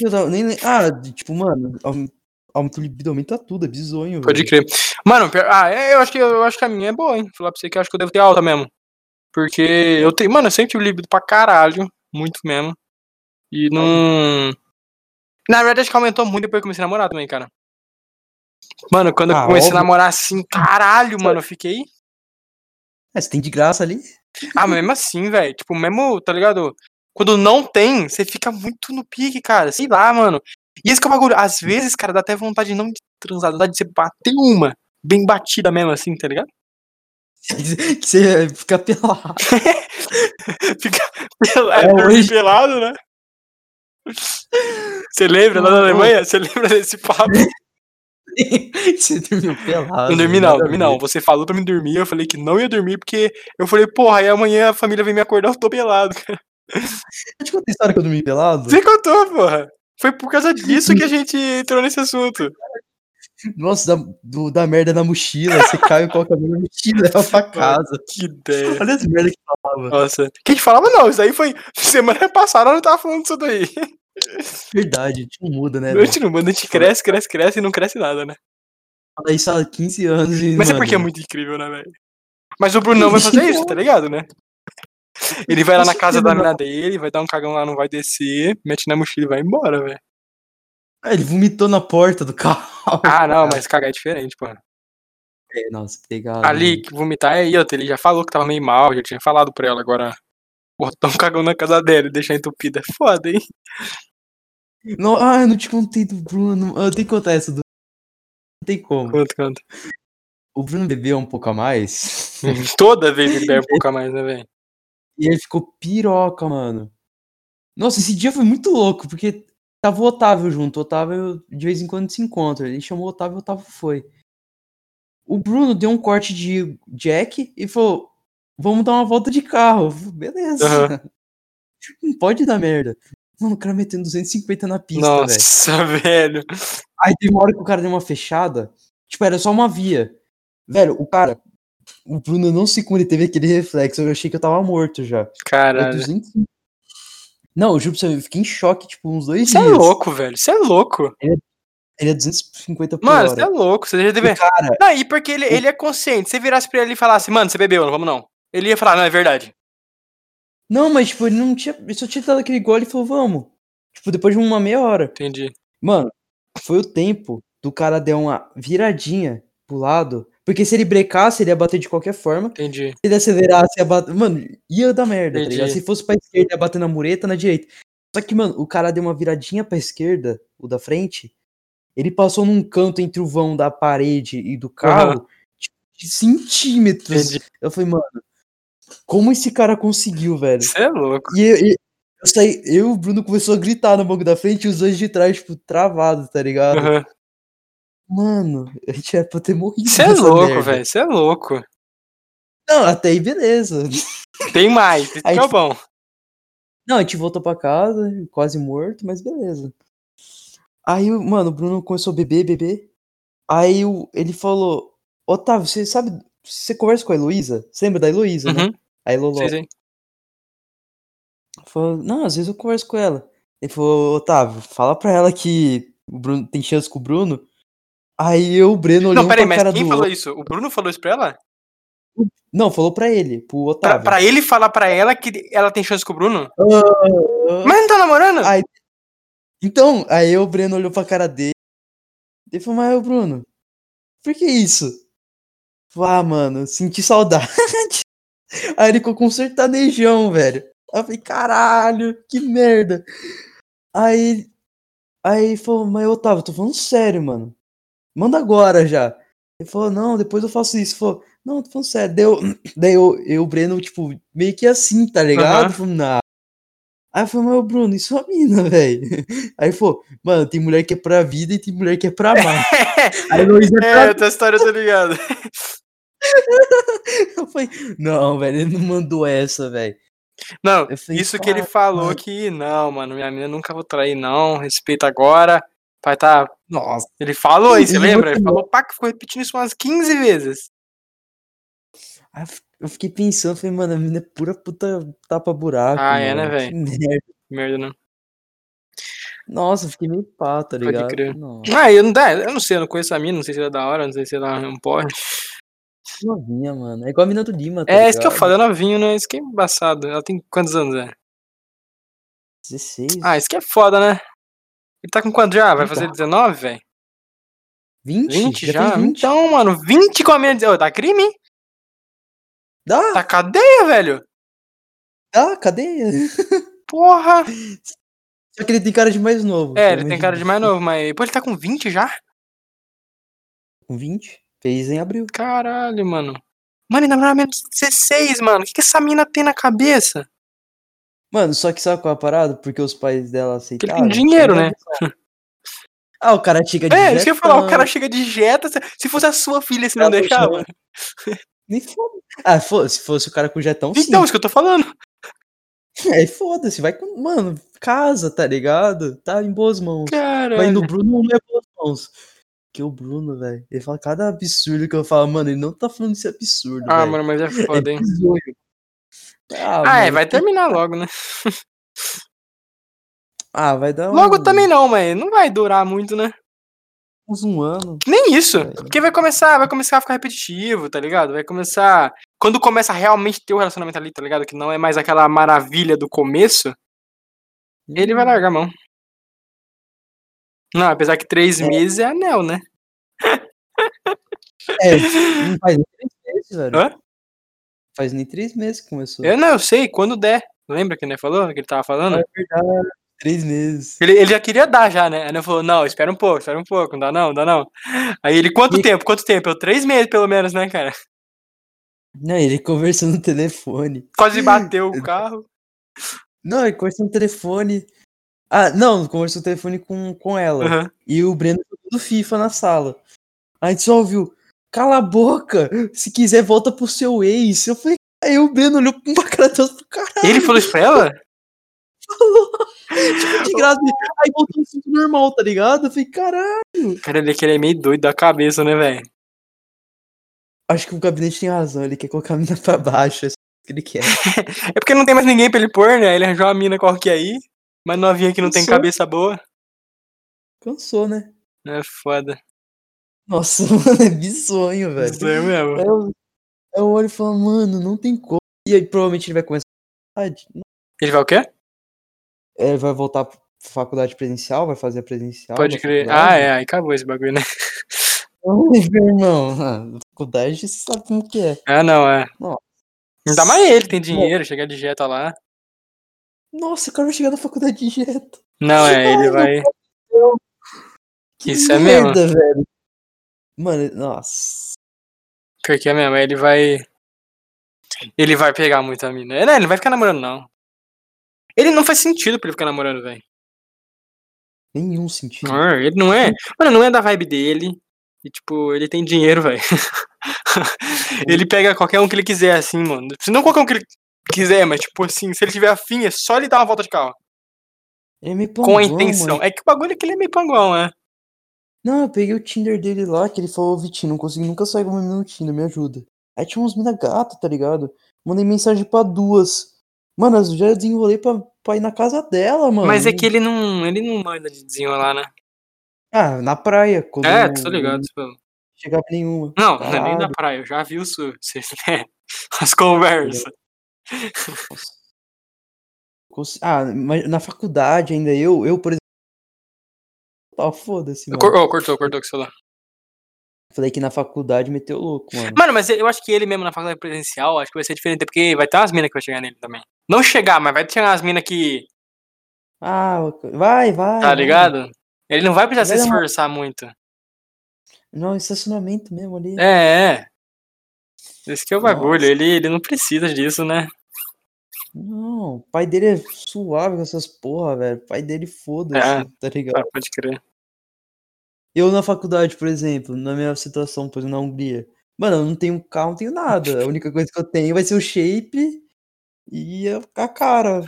S1: Eu tava nem... Ah, de- tipo, mano, aum- aumenta o libido, aumenta tudo, é bizonho,
S2: Pode
S1: velho.
S2: crer. Mano, pior- ah, é, eu acho, que, eu acho que a minha é boa, hein? Falar pra você que eu acho que eu devo ter alta mesmo. Porque eu tenho, mano, eu sempre tive libido pra caralho. Muito mesmo. E
S1: Uhum.
S2: não. Na verdade, acho que aumentou muito depois que eu comecei a namorar também, cara. Mano, quando eu
S1: Ah,
S2: comecei
S1: óbvio.
S2: a namorar assim, caralho, mano, eu fiquei.
S1: É, você tem de graça ali.
S2: Ah, mas mesmo assim, velho. Tipo, mesmo, tá ligado? Quando não tem, você fica muito no pique, cara. Sei lá, mano. E esse que é o bagulho. Às vezes, cara, dá até vontade não de transar, dá vontade de você bater uma. Bem batida mesmo, assim, tá ligado?
S1: que você fica pelado.
S2: É,
S1: É,
S2: dormir
S1: hoje-
S2: pelado, né? Você lembra lá na
S1: Não,
S2: Alemanha? Você lembra desse papo?
S1: você dormiu pelado.
S2: Não dormi não,
S1: nada a
S2: dormi
S1: ver.
S2: não. Você falou pra me dormir, eu falei que não ia dormir, porque eu falei, porra, aí amanhã a família vem me acordar, eu tô pelado.
S1: Hum. Eu te contei a história que eu dormi pelado?
S2: Você contou, porra. Foi por causa disso que a gente entrou nesse assunto.
S1: Nossa, da, do- da merda na mochila. Você cai e coloca a mão na mochila, leva pra casa.
S2: Que ideia.
S1: Olha as merda que falava.
S2: Nossa. Quem falava não, isso aí foi semana passada, eu não tava falando disso daí.
S1: Verdade, a gente não muda, né?
S2: É, a gente não manda, a gente cresce, cresce, cresce e não cresce nada, né?
S1: Fala isso há 15 anos e,
S2: Mas é
S1: mano,
S2: porque é muito incrível, né, velho? Mas o Brunão vai fazer isso, tá ligado, né? Ele vai lá na casa da mina dele, vai dar um cagão lá, não vai descer, mete na mochila e vai embora, velho.
S1: Ah, ele vomitou na porta do carro.
S2: Ah, não, mas cagar é diferente, pô.
S1: Ah, É, Nossa, pegado.
S2: Ali, que vomitar é outra, ele já falou que tava meio mal, já tinha falado pra ela, agora... Porra, dá um cagão na casa dela e deixar entupida. é Foda, hein?
S1: Não, ah, eu não te contei do Bruno. Eu tenho que contar essa do. Não tem como.
S2: Quanto, quanto.
S1: O Bruno bebeu um pouco a mais.
S2: Toda vez ele bebe um pouco a mais, né, velho?
S1: e ele ficou piroca, mano. Nossa, esse dia foi muito louco, porque tava o Otávio junto. O Otávio de vez em quando se encontra. Ele chamou o Otávio e o Otávio foi. O Bruno deu um corte de Jack e falou: Vamos dar uma volta de carro. Eu falei, Beleza. Não pode dar merda. Mano, o cara metendo 250 na pista, velho.
S2: Nossa, velho.
S1: Aí teve uma hora que o cara deu uma fechada. Tipo, era só uma via. Velho, o cara. O Bruno, eu não sei como ele teve aquele reflexo. Eu achei que eu tava morto já. Era
S2: Caralho.
S1: 200... Não, eu juro pra você, eu fiquei em choque, tipo, uns dois
S2: Isso é
S1: dias.
S2: louco, velho. Isso é louco.
S1: Ele é 250 por
S2: Mano, isso é
S1: hora. Então,
S2: louco. Você já
S1: E,
S2: deve.
S1: cara,
S2: Não, e porque ele, ele é consciente. Se você virasse pra ele e falasse, mano, você bebeu, não vamos não. Ele ia falar, não, é verdade.
S1: não, mas, tipo, ele não tinha. Ele só tinha dado aquele gole e falou, vamos. Tipo, depois de uma meia hora.
S2: Entendi.
S1: Mano, foi o tempo do cara dar uma viradinha pro lado. Porque se ele brecasse, ele ia bater de qualquer forma.
S2: Entendi.
S1: Se ele acelerasse, ia bater. Mano, ia dar merda, tá
S2: Entendi.
S1: ligado? Se fosse pra esquerda, ia bater na mureta, na direita. Só que, mano, o cara deu uma viradinha pra esquerda, o da frente. Ele passou num canto entre o vão da parede e do carro, tipo, de centímetros.
S2: Entendi.
S1: Eu falei, mano, como esse cara conseguiu, velho?
S2: Isso é louco.
S1: E eu, e- eu saí, eu e o Bruno começou a gritar no banco da frente e os dois de trás, tipo, travados, tá ligado?
S2: Aham.
S1: Mano, a gente era pra ter morrido.
S2: Isso é
S1: nessa
S2: louco,
S1: merda.
S2: velho. Isso é louco.
S1: Não, até aí beleza.
S2: Tem mais. Isso
S1: Aí,
S2: que é o bom.
S1: Não, a gente voltou pra casa, quase morto, mas beleza. Aí, o- mano, o Bruno começou a beber, beber. Aí o- ele falou: Otávio, você sabe. Você conversa com a Heloísa? Você lembra da Heloísa, né?
S2: Uhum.
S1: A Eloló.
S2: Sim, sim.
S1: Falou, não, às vezes eu converso com ela. Ele falou, Otávio, fala pra ela que o Bruno tem chance com o Bruno. Aí eu, o Breno, olhou
S2: Não,
S1: um
S2: peraí,
S1: pra
S2: mas
S1: cara do
S2: quem falou
S1: outro.
S2: isso? O Bruno falou isso pra ela?
S1: Não, falou pra ele, pro
S2: Pra,
S1: Otávio.
S2: pra ele falar pra ela que ela tem chance com o Bruno?
S1: Então. Ah.
S2: Mas não tá namorando?
S1: Ah, Então, aí o Breno olhou pra cara dele. Ele falou, mas ô Bruno, por que isso? Falei, Ah, mano, senti saudade. Aí ele ficou com um sertanejão, velho. Aí eu falei, caralho, que merda. Aí, aí ele falou, mas Otávio, tô falando sério, mano. Manda agora já. Ele falou, não, depois eu faço isso. Ele falou, não, tô falando sério. Daí eu, daí eu, eu, o Breno, tipo, meio que assim, tá ligado?
S2: Aham.
S1: Eu falei, não. Aí eu falei, mas ô, Bruno, isso é uma mina, velho. Aí ele falou, mano, tem mulher que é pra vida e tem mulher que é pra amar. Aí Luísa é pra
S2: É, tua história eu tô ligado.
S1: Eu falei, não, velho, ele não mandou essa, velho.
S2: Não,
S1: Eu falei,
S2: isso que ele
S1: "Cara,
S2: falou que, não, mano, minha mina nunca vou trair, não, respeita agora. Vai tá. Nossa. Ele falou isso,
S1: Ele
S2: lembra? Ele
S1: muito
S2: falou, pá, que ficou repetindo isso umas 15 vezes.
S1: Aí eu fi- eu fiquei pensando, falei, mano, a menina é pura puta tapa-buraco.
S2: Ah, é, né,
S1: mano, que merda.
S2: Merda, né? não.
S1: Nossa, eu fiquei meio pá, tá
S2: Pode
S1: ligado?
S2: crer.
S1: Nossa,
S2: Ah, eu não, dá, eu não sei, eu não conheço a mina, não sei se ela é da hora, não sei se ela não pode.
S1: novinha, mano. É igual a menina do Lima, tá
S2: É, isso que eu
S1: ligado?
S2: falo, é novinho, né? Isso que é embaçado. Ela tem quantos anos, é?
S1: 16,
S2: Ah, isso que é foda, né? Ele tá com quanto já? Vai
S1: Então.
S2: fazer 19, velho?
S1: 20?
S2: 20 já?
S1: fez 20.
S2: Então, mano, 20 com a menos. Ô, tá crime, hein?
S1: Dá,
S2: Tá cadeia, velho.
S1: dá, cadê?
S2: Porra.
S1: Só que ele tem cara de mais novo. tá
S2: É,
S1: pelo
S2: ele
S1: menos
S2: tem cara de mais novo, mas. Pô, ele tá com 20 já?
S1: Com 20? Fez em abril.
S2: Caralho, mano. Mano, ainda mais é menos 16, mano. O que, que essa mina tem na cabeça?
S1: Mano, só que sabe qual é a parada? Porque os pais dela
S2: tem
S1: aceitaram.
S2: dinheiro, né?
S1: Ah, o cara chega de
S2: É, isso que eu ia falar. O
S1: jetão.
S2: cara chega de jeta. se- Se fosse a sua filha, você não
S1: Cara,
S2: deixava?
S1: Nem foda. Ah, fo- se fosse o cara com jetão, sim.
S2: Então, isso que eu tô falando.
S1: É, foda-se, vai com. Mano, casa, tá ligado? Tá em boas mãos. Mas
S2: Caralho.
S1: no Bruno não é boas mãos. Que o Bruno, velho, ele fala cada absurdo que eu falo, mano, ele não tá falando esse absurdo.
S2: Ah,
S1: velho.
S2: mano, mas é foda,
S1: é
S2: hein?
S1: bizonho. Ah,
S2: Ah, é,
S1: mano,
S2: vai
S1: que-
S2: terminar logo, né?
S1: Ah, vai dar
S2: Logo
S1: um-
S2: também não, mas não vai durar muito, né?
S1: uns um ano.
S2: Nem isso.
S1: É.
S2: Porque vai começar, vai começar a ficar repetitivo, tá ligado? Vai começar. Quando começa a realmente ter o relacionamento ali, tá ligado? Que não é mais aquela maravilha do começo, ele vai largar a mão. Não, apesar que três
S1: É.
S2: meses é anel, né?
S1: É, não faz nem três meses, velho.
S2: Hã? É?
S1: Faz nem três meses que começou.
S2: Eu não, eu sei, quando der. Lembra que ele falou? Que ele tava falando?
S1: É verdade. Três meses.
S2: Ele, ele já queria dar já, né? Aí ele falou, não, espera um pouco, espera um pouco, não dá não, não dá não. Aí ele, quanto
S1: E-
S2: tempo? Quanto tempo? Eu, três meses, pelo menos, né, cara?
S1: Não, ele conversou no telefone.
S2: Quase bateu o carro.
S1: Não, ele conversou no telefone. Ah, não, conversou no telefone com, com ela.
S2: Aham.
S1: E o Breno jogando FIFA na sala. A gente só ouviu, cala a boca, se quiser volta pro seu ex. Eu falei, aí o Breno olhou pra cara do outro, caralho,
S2: Ele falou isso pra ela?
S1: tipo de graça. Aí voltou o assunto normal, tá ligado? Eu falei, caralho.
S2: Cara, ele é que ele é meio doido da cabeça, né, velho?
S1: Acho que o gabinete tem razão, ele quer colocar a mina pra baixo. que ele quer.
S2: É porque não tem mais ninguém pra ele pôr, né? Ele arranjou uma mina qualquer aí, mas novinha que não tem
S1: Cansou.
S2: cabeça boa.
S1: Cansou, né?
S2: É foda.
S1: Nossa, mano, é bizonho, velho.
S2: Isso é mesmo.
S1: Aí eu, eu olho e falo, mano, não tem como. E aí provavelmente ele vai começar. a faculdade.
S2: Ele vai o quê?
S1: É, Ele vai voltar pra faculdade presencial, vai fazer a presencial.
S2: Pode
S1: na
S2: crer. Ah,
S1: faculdade.
S2: é, aí acabou esse bagulho, né?
S1: Ai, meu irmão. ah, faculdade você sabe como que é.
S2: Ah, não, é.
S1: Nossa.
S2: Ainda mais ele, tem dinheiro, chegar de jeta lá.
S1: Nossa, o cara vai chegar na faculdade de direto.
S2: Não, é, ele vai.
S1: Ai, Que
S2: Isso é mesmo.
S1: merda, velho. Mano, nossa.
S2: Pior que é mesmo, aí ele vai. Ele vai pegar muito a mina. É, né, Ele não vai ficar namorando, não. Ele não faz sentido pra ele ficar namorando, velho.
S1: Nenhum sentido.
S2: Não, Ele não é. Mano, não é da vibe dele. E, tipo, ele tem dinheiro, velho. ele pega qualquer um que ele quiser, assim, mano. Se Não qualquer um que ele quiser, mas, tipo, assim, se ele tiver afim, é só ele dar uma volta de carro.
S1: Ele é meio
S2: Com a
S1: panguão,
S2: intenção.
S1: mano.
S2: É que o bagulho é que ele é meio panguão, né?
S1: Não, eu peguei o Tinder dele lá, que ele falou, "Ô, Vitinho, não consegui nunca sair com uma menina no Tinder, me ajuda. Aí tinha umas mina gata, tá ligado? Mandei mensagem pra duas. Mano, eu já desenrolei pra, pra ir na casa dela, mano.
S2: Mas é que ele não. Ele não manda de desenrolar, né?
S1: Ah, na praia. Quando
S2: É,
S1: não-
S2: tô ligado. tipo,
S1: Não chegava nenhuma.
S2: Não, não é nem na
S1: Caralho.
S2: praia, eu já vi o sul. Vocês né? As conversas.
S1: Cons- Ah, mas na faculdade ainda, eu, eu por exemplo. Total, foda-se, mano.
S2: Cor- oh, cortou, cortou com o celular.
S1: Falei que na faculdade meteu louco, mano.
S2: Mano, mas eu acho que ele mesmo na faculdade presencial, acho que vai ser diferente, porque vai ter umas minas que vai chegar nele também. Não chegar, mas vai chegar umas minas que.
S1: Ah, vai, vai.
S2: Tá
S1: vai.
S2: ligado? Ele não vai precisar se
S1: Vai dar uma-
S2: esforçar muito.
S1: Não, estacionamento mesmo ali.
S2: É, é. Esse que é o
S1: Nossa.
S2: bagulho, ele, ele não precisa disso, né?
S1: Não, o pai dele é suave com essas porra, velho. O pai dele foda-se,
S2: É.
S1: tá
S2: Ah,
S1: ligado?
S2: pode crer.
S1: Eu na faculdade, por exemplo, na minha situação, por exemplo, na Hungria. Mano, eu não tenho carro, não tenho nada. A única coisa que eu tenho vai ser o shape e a, a cara.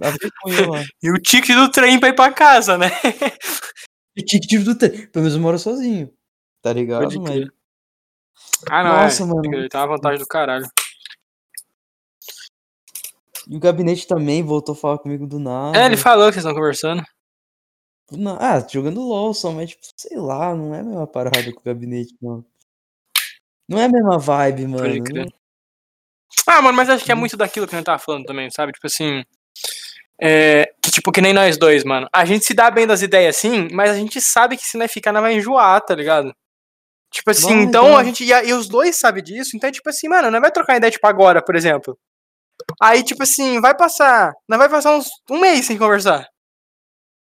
S1: A vergonha lá.
S2: E o ticket do trem pra ir pra casa, né?
S1: E o ticket do trem. Pelo menos eu moro sozinho. Tá ligado,
S2: Pode
S1: mano?
S2: crer. Ah, não,
S1: Nossa,
S2: é.
S1: mano.
S2: Pode crer, Ele tá uma vantagem do caralho.
S1: E o gabinete também voltou a falar comigo do nada.
S2: É, ele falou que vocês estão conversando.
S1: Do na- Ah, jogando LOL só, mas tipo, sei lá, não é a mesma parada com o gabinete, não. Não é a mesma vibe, mano.
S2: Pode
S1: não-
S2: crer. Ah, mano, mas acho que é muito daquilo que a gente tava falando também, sabe? Tipo assim. é, que tipo, que nem nós dois, mano. A gente se dá bem das ideias assim, mas a gente sabe que se não ficar, não vai enjoar, tá ligado? Tipo assim,
S1: Vai,
S2: então a
S1: vai.
S2: gente. E, a- e os dois sabem disso, então é tipo assim, mano, não vai trocar ideia, tipo, agora, por exemplo. Aí, tipo assim, vai passar. Não vai passar uns, um mês sem conversar.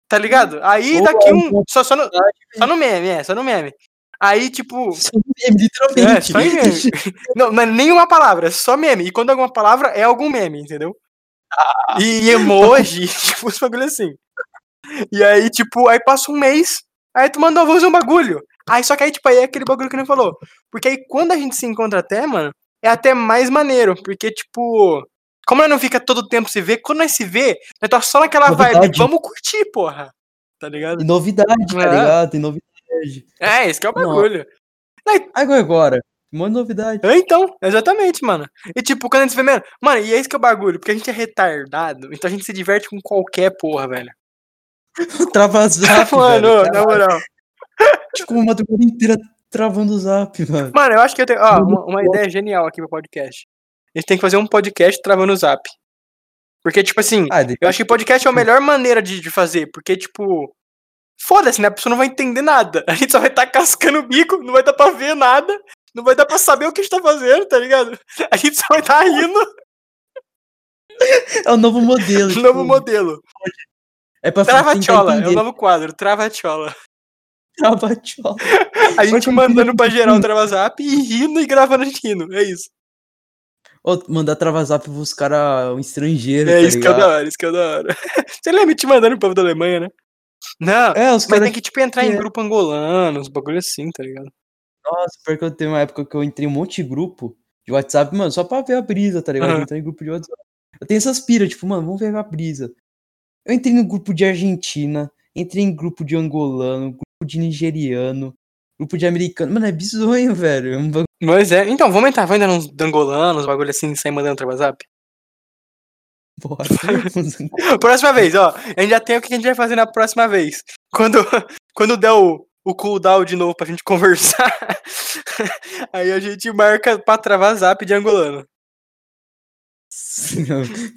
S2: Tá ligado? Aí
S1: Ou
S2: daqui
S1: é um
S2: um. Só, só, no, só no meme, é, só no meme. Aí, tipo,
S1: É,
S2: é,
S1: literalmente.
S2: só em meme. não, não é nenhuma palavra, é só meme. E quando é alguma palavra, é algum meme, entendeu? E emoji, tipo, uns bagulho assim. E aí, tipo, aí passa um mês, aí tu manda, "Ó, vou fazer um bagulho. Aí só que aí, tipo, aí é aquele bagulho que não falou. Porque aí quando a gente se encontra até, mano, é até mais maneiro. Porque, tipo, como nós não fica todo tempo se vê, quando nós se vê, nós tá só naquela vibe,
S1: Novidade.
S2: vamos curtir, porra. Tá ligado?
S1: E novidade, tá
S2: É.
S1: ligado? Tem novidade.
S2: É, esse que é o
S1: Não.
S2: bagulho.
S1: Agora, agora. Um monte de novidade.
S2: É, Então, exatamente, mano. E tipo, quando a gente vê, mano, mano, e é isso que é o bagulho, porque a gente é retardado, então a gente se diverte com qualquer porra, velho.
S1: Trava zap,
S2: mano,
S1: velho. Tá
S2: na moral.
S1: Tipo, uma madrugada inteira travando o zap, mano.
S2: Mano, eu acho que eu tenho. Ó,
S1: Muito
S2: uma, uma ideia genial aqui pro podcast. A gente tem que fazer um podcast travando o zap. Porque, tipo assim,
S1: Ah, de-
S2: eu acho que podcast é a melhor maneira de, de fazer, porque, tipo. Foda-se, né? A pessoa não vai entender nada. A gente só vai estar cascando o bico, não vai dar pra ver nada, não vai dar pra saber o que a gente tá fazendo, tá ligado? A gente só vai estar rindo
S1: é o novo modelo.
S2: do
S1: tipo,
S2: novo modelo.
S1: É pra
S2: Travatiola, é o
S1: entender.
S2: novo quadro, Travatiola.
S1: Travatiola.
S2: A gente
S1: Ótimo,
S2: mandando pra geral o
S1: sim.
S2: Travazap e rindo e gravando a gente rindo. É isso.
S1: Ou mandar trava zap pros caras, um estrangeiro,
S2: É
S1: tá
S2: isso que é o
S1: ligado?
S2: da hora, isso que é o da hora. Você lembra te mandando pro povo da Alemanha, né? Não,
S1: É, os
S2: mas
S1: caras
S2: tem que, tipo, entrar em
S1: é.
S2: grupo angolano, uns bagulho assim, tá ligado?
S1: Nossa, porque eu tenho uma época que eu entrei em um monte de grupo de WhatsApp, mano, só pra ver a brisa, tá ligado?
S2: Aham.
S1: Eu entrei em grupo de WhatsApp. Eu tenho essas piras, tipo, mano, vamos ver a brisa. Eu entrei no grupo de Argentina, entrei em grupo de angolano, grupo de nigeriano, Grupo de americano. Mano, é bizonho, velho. É um bagulho.
S2: Mas é. Então, vamos entrar, vamos entrar uns angolanos, bagulho assim, sair mandando pra WhatsApp.
S1: Bora.
S2: Próxima vez, ó. A gente já tem o que a gente vai fazer na próxima vez. Quando, quando der o, o cooldown de novo pra gente conversar, aí a gente marca pra travar zap de angolano.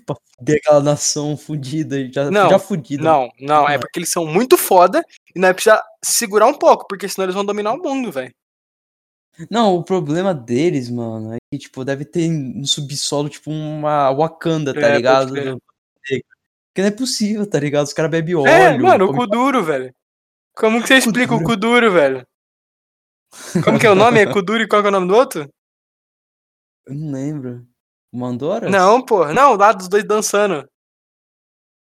S1: pra fuder aquela nação fudida, já,
S2: Não,
S1: já fudida.
S2: Não, não, é porque eles são muito foda e nós precisamos segurar um pouco, porque senão eles vão dominar o mundo, velho.
S1: Não, o problema deles, mano, é que, tipo, deve ter no subsolo, tipo, uma Wakanda, tá
S2: É, pode
S1: ligado?
S2: crer.
S1: Porque não é possível, tá ligado? Os caras bebem óleo.
S2: É, mano, o
S1: come-
S2: cu duro, velho. Como que você explica o
S1: duro.
S2: cu duro, velho? Como que é o nome? É cu duro e qual que é o nome do outro?
S1: Eu não lembro. Mandora?
S2: Não, porra. Não, lá dos dois dançando.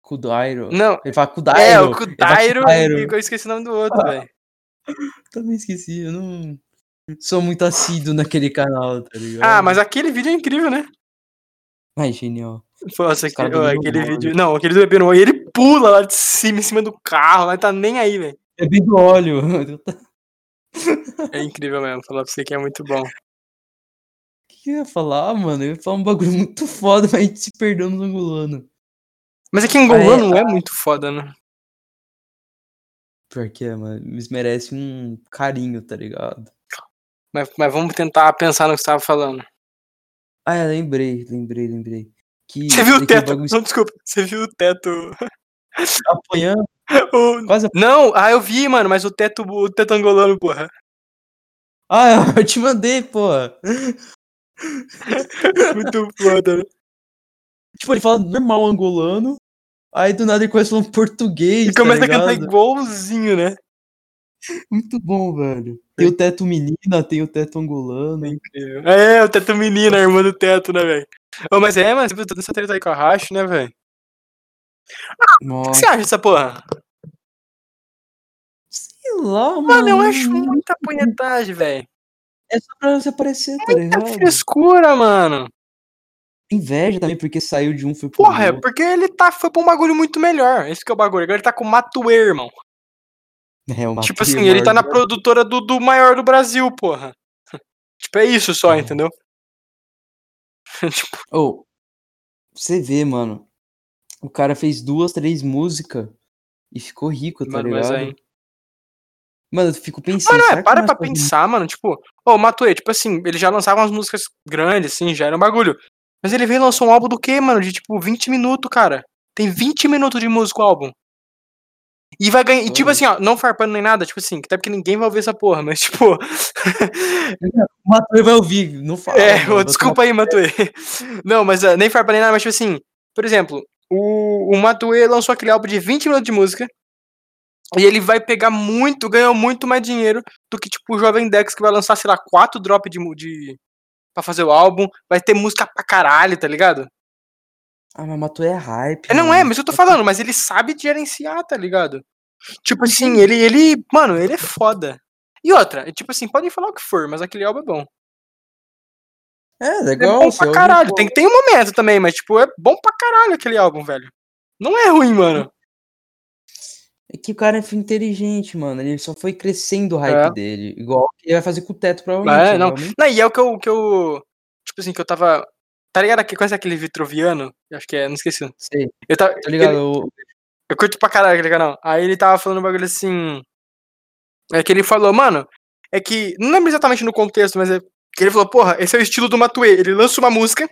S1: Kudairo.
S2: Não.
S1: Ele fala Kudairo.
S2: É, Ah, o
S1: Ele fala
S2: Kudairo
S1: Kudairo.
S2: e eu esqueci o nome do outro, velho.
S1: Também esqueci, eu não sou muito assíduo naquele canal, tá ligado?
S2: Ah, mas aquele vídeo é incrível, né?
S1: Ai, genial.
S2: Nossa, aquele,
S1: caras dormiram
S2: aquele
S1: mal,
S2: vídeo. Não, aquele do Ebeno, e ele pula lá de cima, em cima do carro, lá tá nem aí, velho.
S1: É bem do óleo.
S2: É incrível mesmo, falar pra você que é muito bom.
S1: O que eu ia falar, mano? Eu ia falar um bagulho muito foda, mas a gente se perdeu nos angolano.
S2: Mas é que angolano não é muito foda, né?
S1: Pior que é, mano. Eles merecem um carinho, tá ligado?
S2: Mas, mas vamos tentar pensar no que você tava falando.
S1: Ah, é, lembrei, lembrei, lembrei. Que
S2: Você viu o
S1: daquele
S2: teto?
S1: bagulho
S2: Não, desculpa. Você viu o teto?
S1: apanhando,
S2: o-
S1: quase
S2: Não, ah, eu vi, mano, mas o teto, o teto angolano, porra.
S1: Ah, eu te mandei, pô.
S2: Muito foda. né?
S1: Tipo, ele fala normal angolano. Aí do nada ele começa falando português.
S2: E começa
S1: tá
S2: a cantar
S1: ligado?
S2: igualzinho, né?
S1: Muito bom, velho. Tem o teto menina, tem o teto angolano.
S2: Incrível. É, o teto menino, a irmã do teto, né, velho? Ô, mas é, mas você viu toda essa treta aí com a Racho, né, velho? O que
S1: Nossa,
S2: você acha dessa porra?
S1: sei lá, mano.
S2: Mano, eu acho muita punhetagem, velho.
S1: É só pra você aparecer, tá
S2: É
S1: ligado?
S2: frescura, mano.
S1: Inveja também, porque saiu de um foi pro
S2: Porra, é
S1: outro.
S2: porque ele tá, foi pra um bagulho muito melhor. Esse que é o bagulho. Agora ele tá com o Matuê, irmão.
S1: É, o
S2: tipo
S1: Matheus
S2: assim, ele tá na
S1: Morgan.
S2: produtora do, do maior do Brasil, porra. Tipo, é isso só,
S1: É.
S2: entendeu? tipo,
S1: Ô, você vê, mano. O cara fez duas, três músicas e ficou rico, tá
S2: mano, mas
S1: ligado?
S2: aí.
S1: Mano, eu fico pensando.
S2: Mano,
S1: será
S2: é,
S1: que
S2: para
S1: nós
S2: pra
S1: fazemos-
S2: pensar, mano. Tipo, ô, o Matuê, tipo assim, ele já lançava umas músicas grandes, assim, já era um bagulho. Mas ele veio e lançou um álbum do quê, mano? De tipo 20 minutos, cara. Tem 20 minutos de música o álbum. E vai ganhar. E tipo
S1: Olha.
S2: assim, ó, não farpando nem nada, tipo assim, que até porque ninguém vai ouvir essa porra, mas tipo.
S1: O Matheus vai ouvir, não fala.
S2: é,
S1: mano,
S2: ô,
S1: vai
S2: desculpa aí, Matuê. Não, mas ah, nem farpando nem nada, mas tipo assim, por exemplo, o, o Matuê lançou aquele álbum de 20 minutos de música. E ele vai pegar muito, ganhou muito mais dinheiro do que, tipo, o Jovem Dex que vai lançar, sei lá, quatro drops de, mu- de. pra fazer o álbum. Vai ter música pra caralho, tá ligado?
S1: tomar- Ah, mas Matheus é hype.
S2: É, Não é,
S1: mano.
S2: mas eu tô falando, mas ele sabe gerenciar, tá ligado? Tipo assim, ele, ele. Mano, ele é foda. E outra, é tipo assim, podem falar o que for, mas aquele álbum é bom.
S1: É,
S2: É
S1: legal.
S2: bom
S1: você
S2: pra
S1: ouve,
S2: caralho.
S1: pô.
S2: Tem, tem um momento também, mas, tipo, é bom pra caralho aquele álbum, velho. Não é ruim, mano.
S1: É que o cara foi inteligente, mano. Ele só foi crescendo o hype
S2: É.
S1: dele. Igual que ele vai fazer com o teto, provavelmente.
S2: É, não.
S1: provavelmente.
S2: não. E é o que eu, que eu. Tipo assim, que eu tava. Tá ligado? aqui- Conhece aquele Vitroviano? Eu Acho que é, não esqueci.
S1: Sei,
S2: Eu, tava,
S1: tá ligado?
S2: ele-
S1: Eu-
S2: eu curto pra caralho aquele canal. Aí ele tava falando um bagulho assim. É que ele falou, mano. É que. Não lembro exatamente no contexto, mas é. Que ele falou, porra, esse é o estilo do Matuê. Ele lança uma música,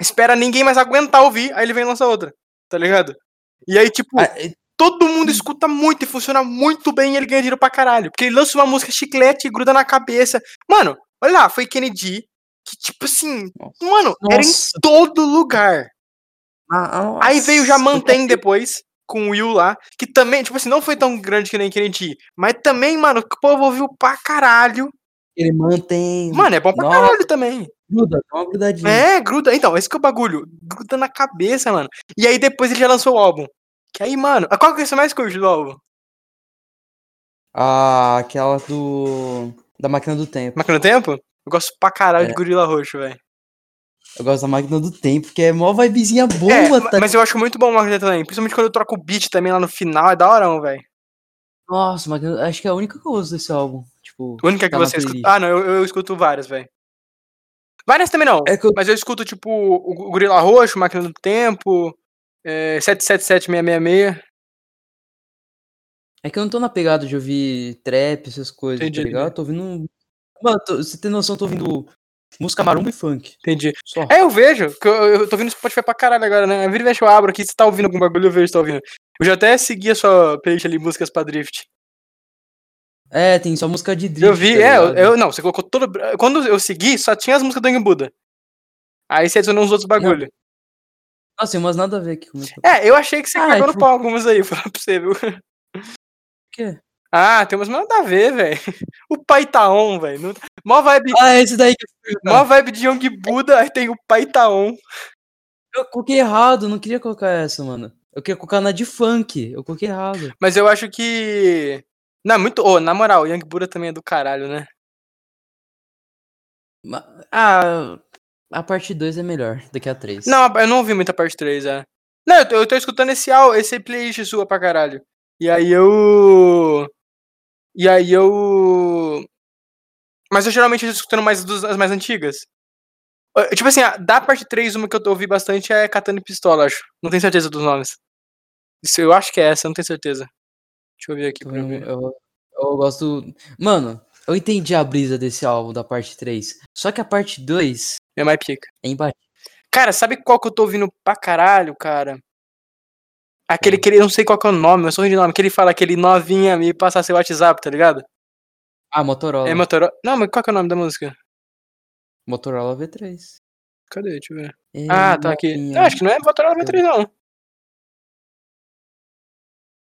S2: espera ninguém mais aguentar ouvir, aí ele vem e lança outra. Tá ligado? E aí, tipo.
S1: Ah, é-
S2: todo mundo escuta muito e funciona muito bem e ele ganha dinheiro pra caralho. Porque ele lança uma música chiclete e gruda na cabeça. Mano, olha lá, foi Kennedy. Que tipo assim,
S1: Nossa.
S2: mano, era em
S1: Nossa.
S2: todo lugar.
S1: Ah, ah,
S2: Aí veio o
S1: nossa.
S2: Jamantém depois, com o Will lá, que também, tipo assim, não foi tão grande que nem Kennedy. Mas também, mano, que o povo ouviu pra caralho.
S1: Ele mantém.
S2: Mano, é bom pra
S1: Nossa.
S2: caralho também.
S1: gruda, dá uma grudadinha.
S2: É, gruda. Então, esse que é o bagulho. Gruda na cabeça, mano. E aí depois ele já lançou o álbum. Que aí, mano. ah, Qual que você mais curte do álbum?
S1: Ah, aquela do. Da máquina do tempo.
S2: Máquina do Tempo? Eu gosto pra caralho de
S1: É.
S2: Gorila Roxo, velho.
S1: Eu gosto da máquina do tempo, que é mó vibezinha boa,
S2: É,
S1: tá?
S2: mas eu acho muito bom o Máquina do Tempo também. Principalmente quando eu troco o beat também lá no final, é da hora, velho.
S1: Nossa, máquina... acho que é a única que eu uso desse álbum. Tipo,
S2: A única que
S1: tá na
S2: você escuta.
S1: playlist.
S2: Ah, não, eu, eu escuto várias, velho. Várias também não.
S1: É que eu-
S2: Mas eu escuto, tipo, o o Gorila Roxo, Máquina do Tempo, é, 777666.
S1: É que eu não tô na pegada de ouvir trap, essas coisas,
S2: Entendi,
S1: tá ligado? Eu Tô ouvindo. Mano, tô- você tem noção, eu tô ouvindo música maromba e funk.
S2: Entendi.
S1: Só.
S2: É, eu vejo. que Eu, eu tô ouvindo Spotify pra caralho agora, né? Vira e mexe, eu abro aqui. Se tá ouvindo algum bagulho, eu vejo se tá ouvindo. Eu já até segui a sua playlist ali, músicas pra drift.
S1: É, tem só música de drift.
S2: Eu vi,
S1: tá
S2: é, eu,
S1: ligado?
S2: eu- não, você colocou todo. Quando eu segui, só tinha as músicas do Young Buda. Aí você adicionou uns outros bagulho.
S1: Nossa, tem umas nada a ver aqui com isso.
S2: É, eu achei que você
S1: Ah,
S2: cagou no
S1: tipo-
S2: pau algumas aí, falar pra você, viu?
S1: Por quê?
S2: Ah, tem umas mas nada a ver, velho. O pai tá on, velho. Não- Mó vibe,
S1: Ah, é esse daí que eu fui jogar.
S2: mó vibe de Young Buda, aí tem o pai tá on.
S1: Eu coloquei errado, não queria colocar essa, mano. Eu queria colocar na de funk. Eu coloquei errado.
S2: Mas eu acho que. Não, é muito. Ô, na moral, Young Buda também é do caralho, né?
S1: Ma- Ah, a parte 2 é melhor do que a 3.
S2: Não, eu não ouvi muita parte 3, é. Não, eu tô, eu tô escutando esse, au- esse playlist sua pra caralho. E aí eu. E aí eu. Mas eu geralmente tô escutando mais dos- as mais antigas. Ah, Tipo assim, a- da parte 3, uma que eu ouvi bastante é Catana e Pistola, acho. Não tenho certeza dos nomes. Isso, eu acho que é essa, eu não tenho certeza. Deixa eu ver aqui
S1: Eu,
S2: pra eu
S1: não-
S2: ver.
S1: eu- eu gosto. Mano, eu entendi a brisa desse álbum da parte 3. Só que a parte 2
S2: Minha mais pica.
S1: é imbatível.
S2: Cara, sabe qual que eu tô ouvindo pra caralho, cara? Aquele que ele, eu não sei qual que é o nome, eu sou ruim de nome, que ele fala aquele novinha me passar seu WhatsApp, tá ligado?
S1: Ah, Motorola.
S2: É Motorola. Não, mas qual que é o nome da música?
S1: Motorola V3.
S2: Cadê? Deixa eu ver.
S1: É,
S2: Ah, tá aqui.
S1: novinha.
S2: Ah, acho que não é Motorola V3, não.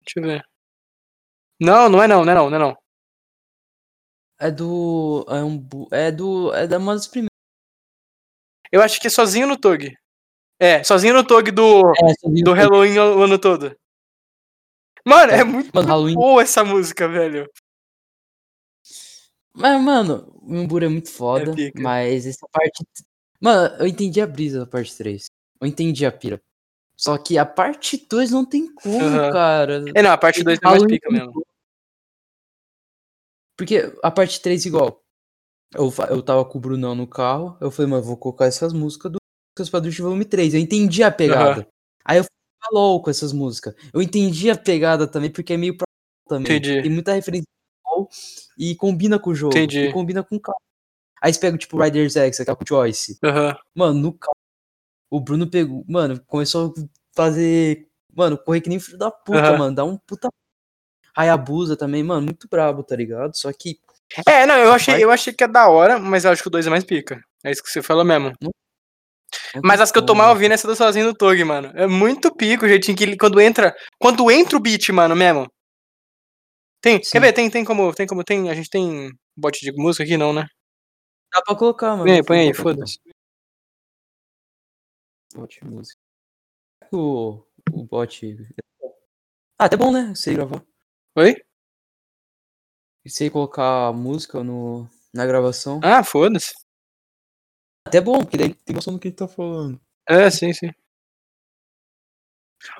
S2: Deixa eu ver. Não, não é não, não é não, não é não.
S1: É do. É, um, bu- é do. É da uma das primeiras.
S2: Eu acho que é sozinho no Tog. É, sozinho no Tog do, É, do Halloween o ano todo. Mano, é muito
S1: Mano, Halloween.
S2: boa essa música, velho.
S1: Mas, mano, o Mimbura é muito foda.
S2: pica.
S1: mas essa parte. Mano, eu entendi a brisa da parte 3. Eu entendi a pira. Só que a parte 2 não tem como,
S2: Aham.
S1: cara.
S2: É, não, a parte 2 é mais
S1: Halloween
S2: pica mesmo.
S1: Porque a parte 3, igual. Eu, fa- eu tava com o Brunão no carro. Eu falei, mano, eu vou colocar essas músicas do músicas pra Drift Volume 3. Eu entendi a pegada. Aí eu fui pra LOL com essas músicas. Eu entendi a pegada também, porque é meio pra LOL também.
S2: Entendi.
S1: Tem muita referência ao LOL e combina com o jogo.
S2: Entendi.
S1: E combina com o carro. Aí você pega, tipo, Riders X, aquela com o Joyce.
S2: Aham.
S1: Mano, no carro. O Bruno pegou. Mano, começou a fazer. Mano, correr que nem filho da puta,
S2: Aham.
S1: mano. Dá um puta. Hayabusa também, mano, muito brabo, tá ligado? Só que.
S2: É, não, eu achei,
S1: Vai.
S2: eu achei que é da hora, mas eu acho que o 2 é mais pica. É isso que você falou mesmo.
S1: não
S2: Mas
S1: tem
S2: as que eu tô
S1: como,
S2: mal
S1: mano.
S2: ouvindo é essa do sozinho do Tog, mano. É muito pico o jeitinho que ele. Quando entra. Quando entra o beat, mano, mesmo. Tem.
S1: Sim.
S2: Quer ver? Tem, tem como. Tem como. Tem. A gente tem bot de música aqui, não, né?
S1: Dá pra colocar, mano.
S2: Põe aí, põe aí,
S1: Dá pra colocar.
S2: foda-se.
S1: Bot música. O, o bot. Ah, tá bom, né? Sei gravar.
S2: Oi?
S1: Sei colocar a música no, na gravação.
S2: Ah, foda-se.
S1: Até bom, porque daí tem noção do que ele tá falando.
S2: É, sim, sim.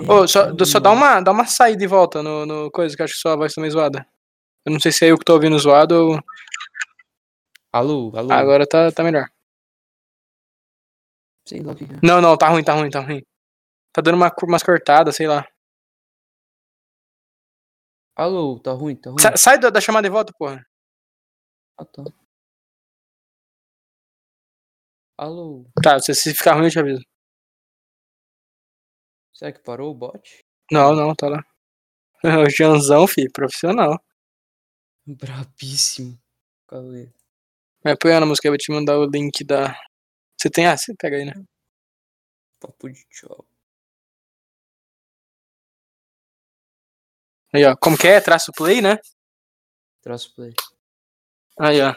S2: Ô, só,
S1: Então,
S2: só dá, uma, dá uma saída e volta no, no coisa, que eu acho que sua voz tá meio zoada. Eu não sei se é eu que tô ouvindo zoado ou.
S1: Alô, alô.
S2: Agora tá, tá melhor.
S1: Sei lá o que que é.
S2: Não, não, tá ruim, tá ruim, tá ruim. Tá dando uma, cor- umas cortadas, sei lá.
S1: Alô, tá ruim, tá ruim.
S2: Sa- sai da, da chamada e volta, porra.
S1: Ah, tá. Alô,
S2: Tá, se, se ficar ruim eu te aviso.
S1: será que parou o bot?
S2: Não, não, tá lá. O Janzão, fi, profissional.
S1: Brabíssimo. Calma aí.
S2: Me apoiando a música, eu vou te mandar o link da. Você tem? Ah, você pega aí, né?
S1: Papo de tchau.
S2: Aí, ó. Como que é? Traço play, né?
S1: Traço play.
S2: Aí, ó.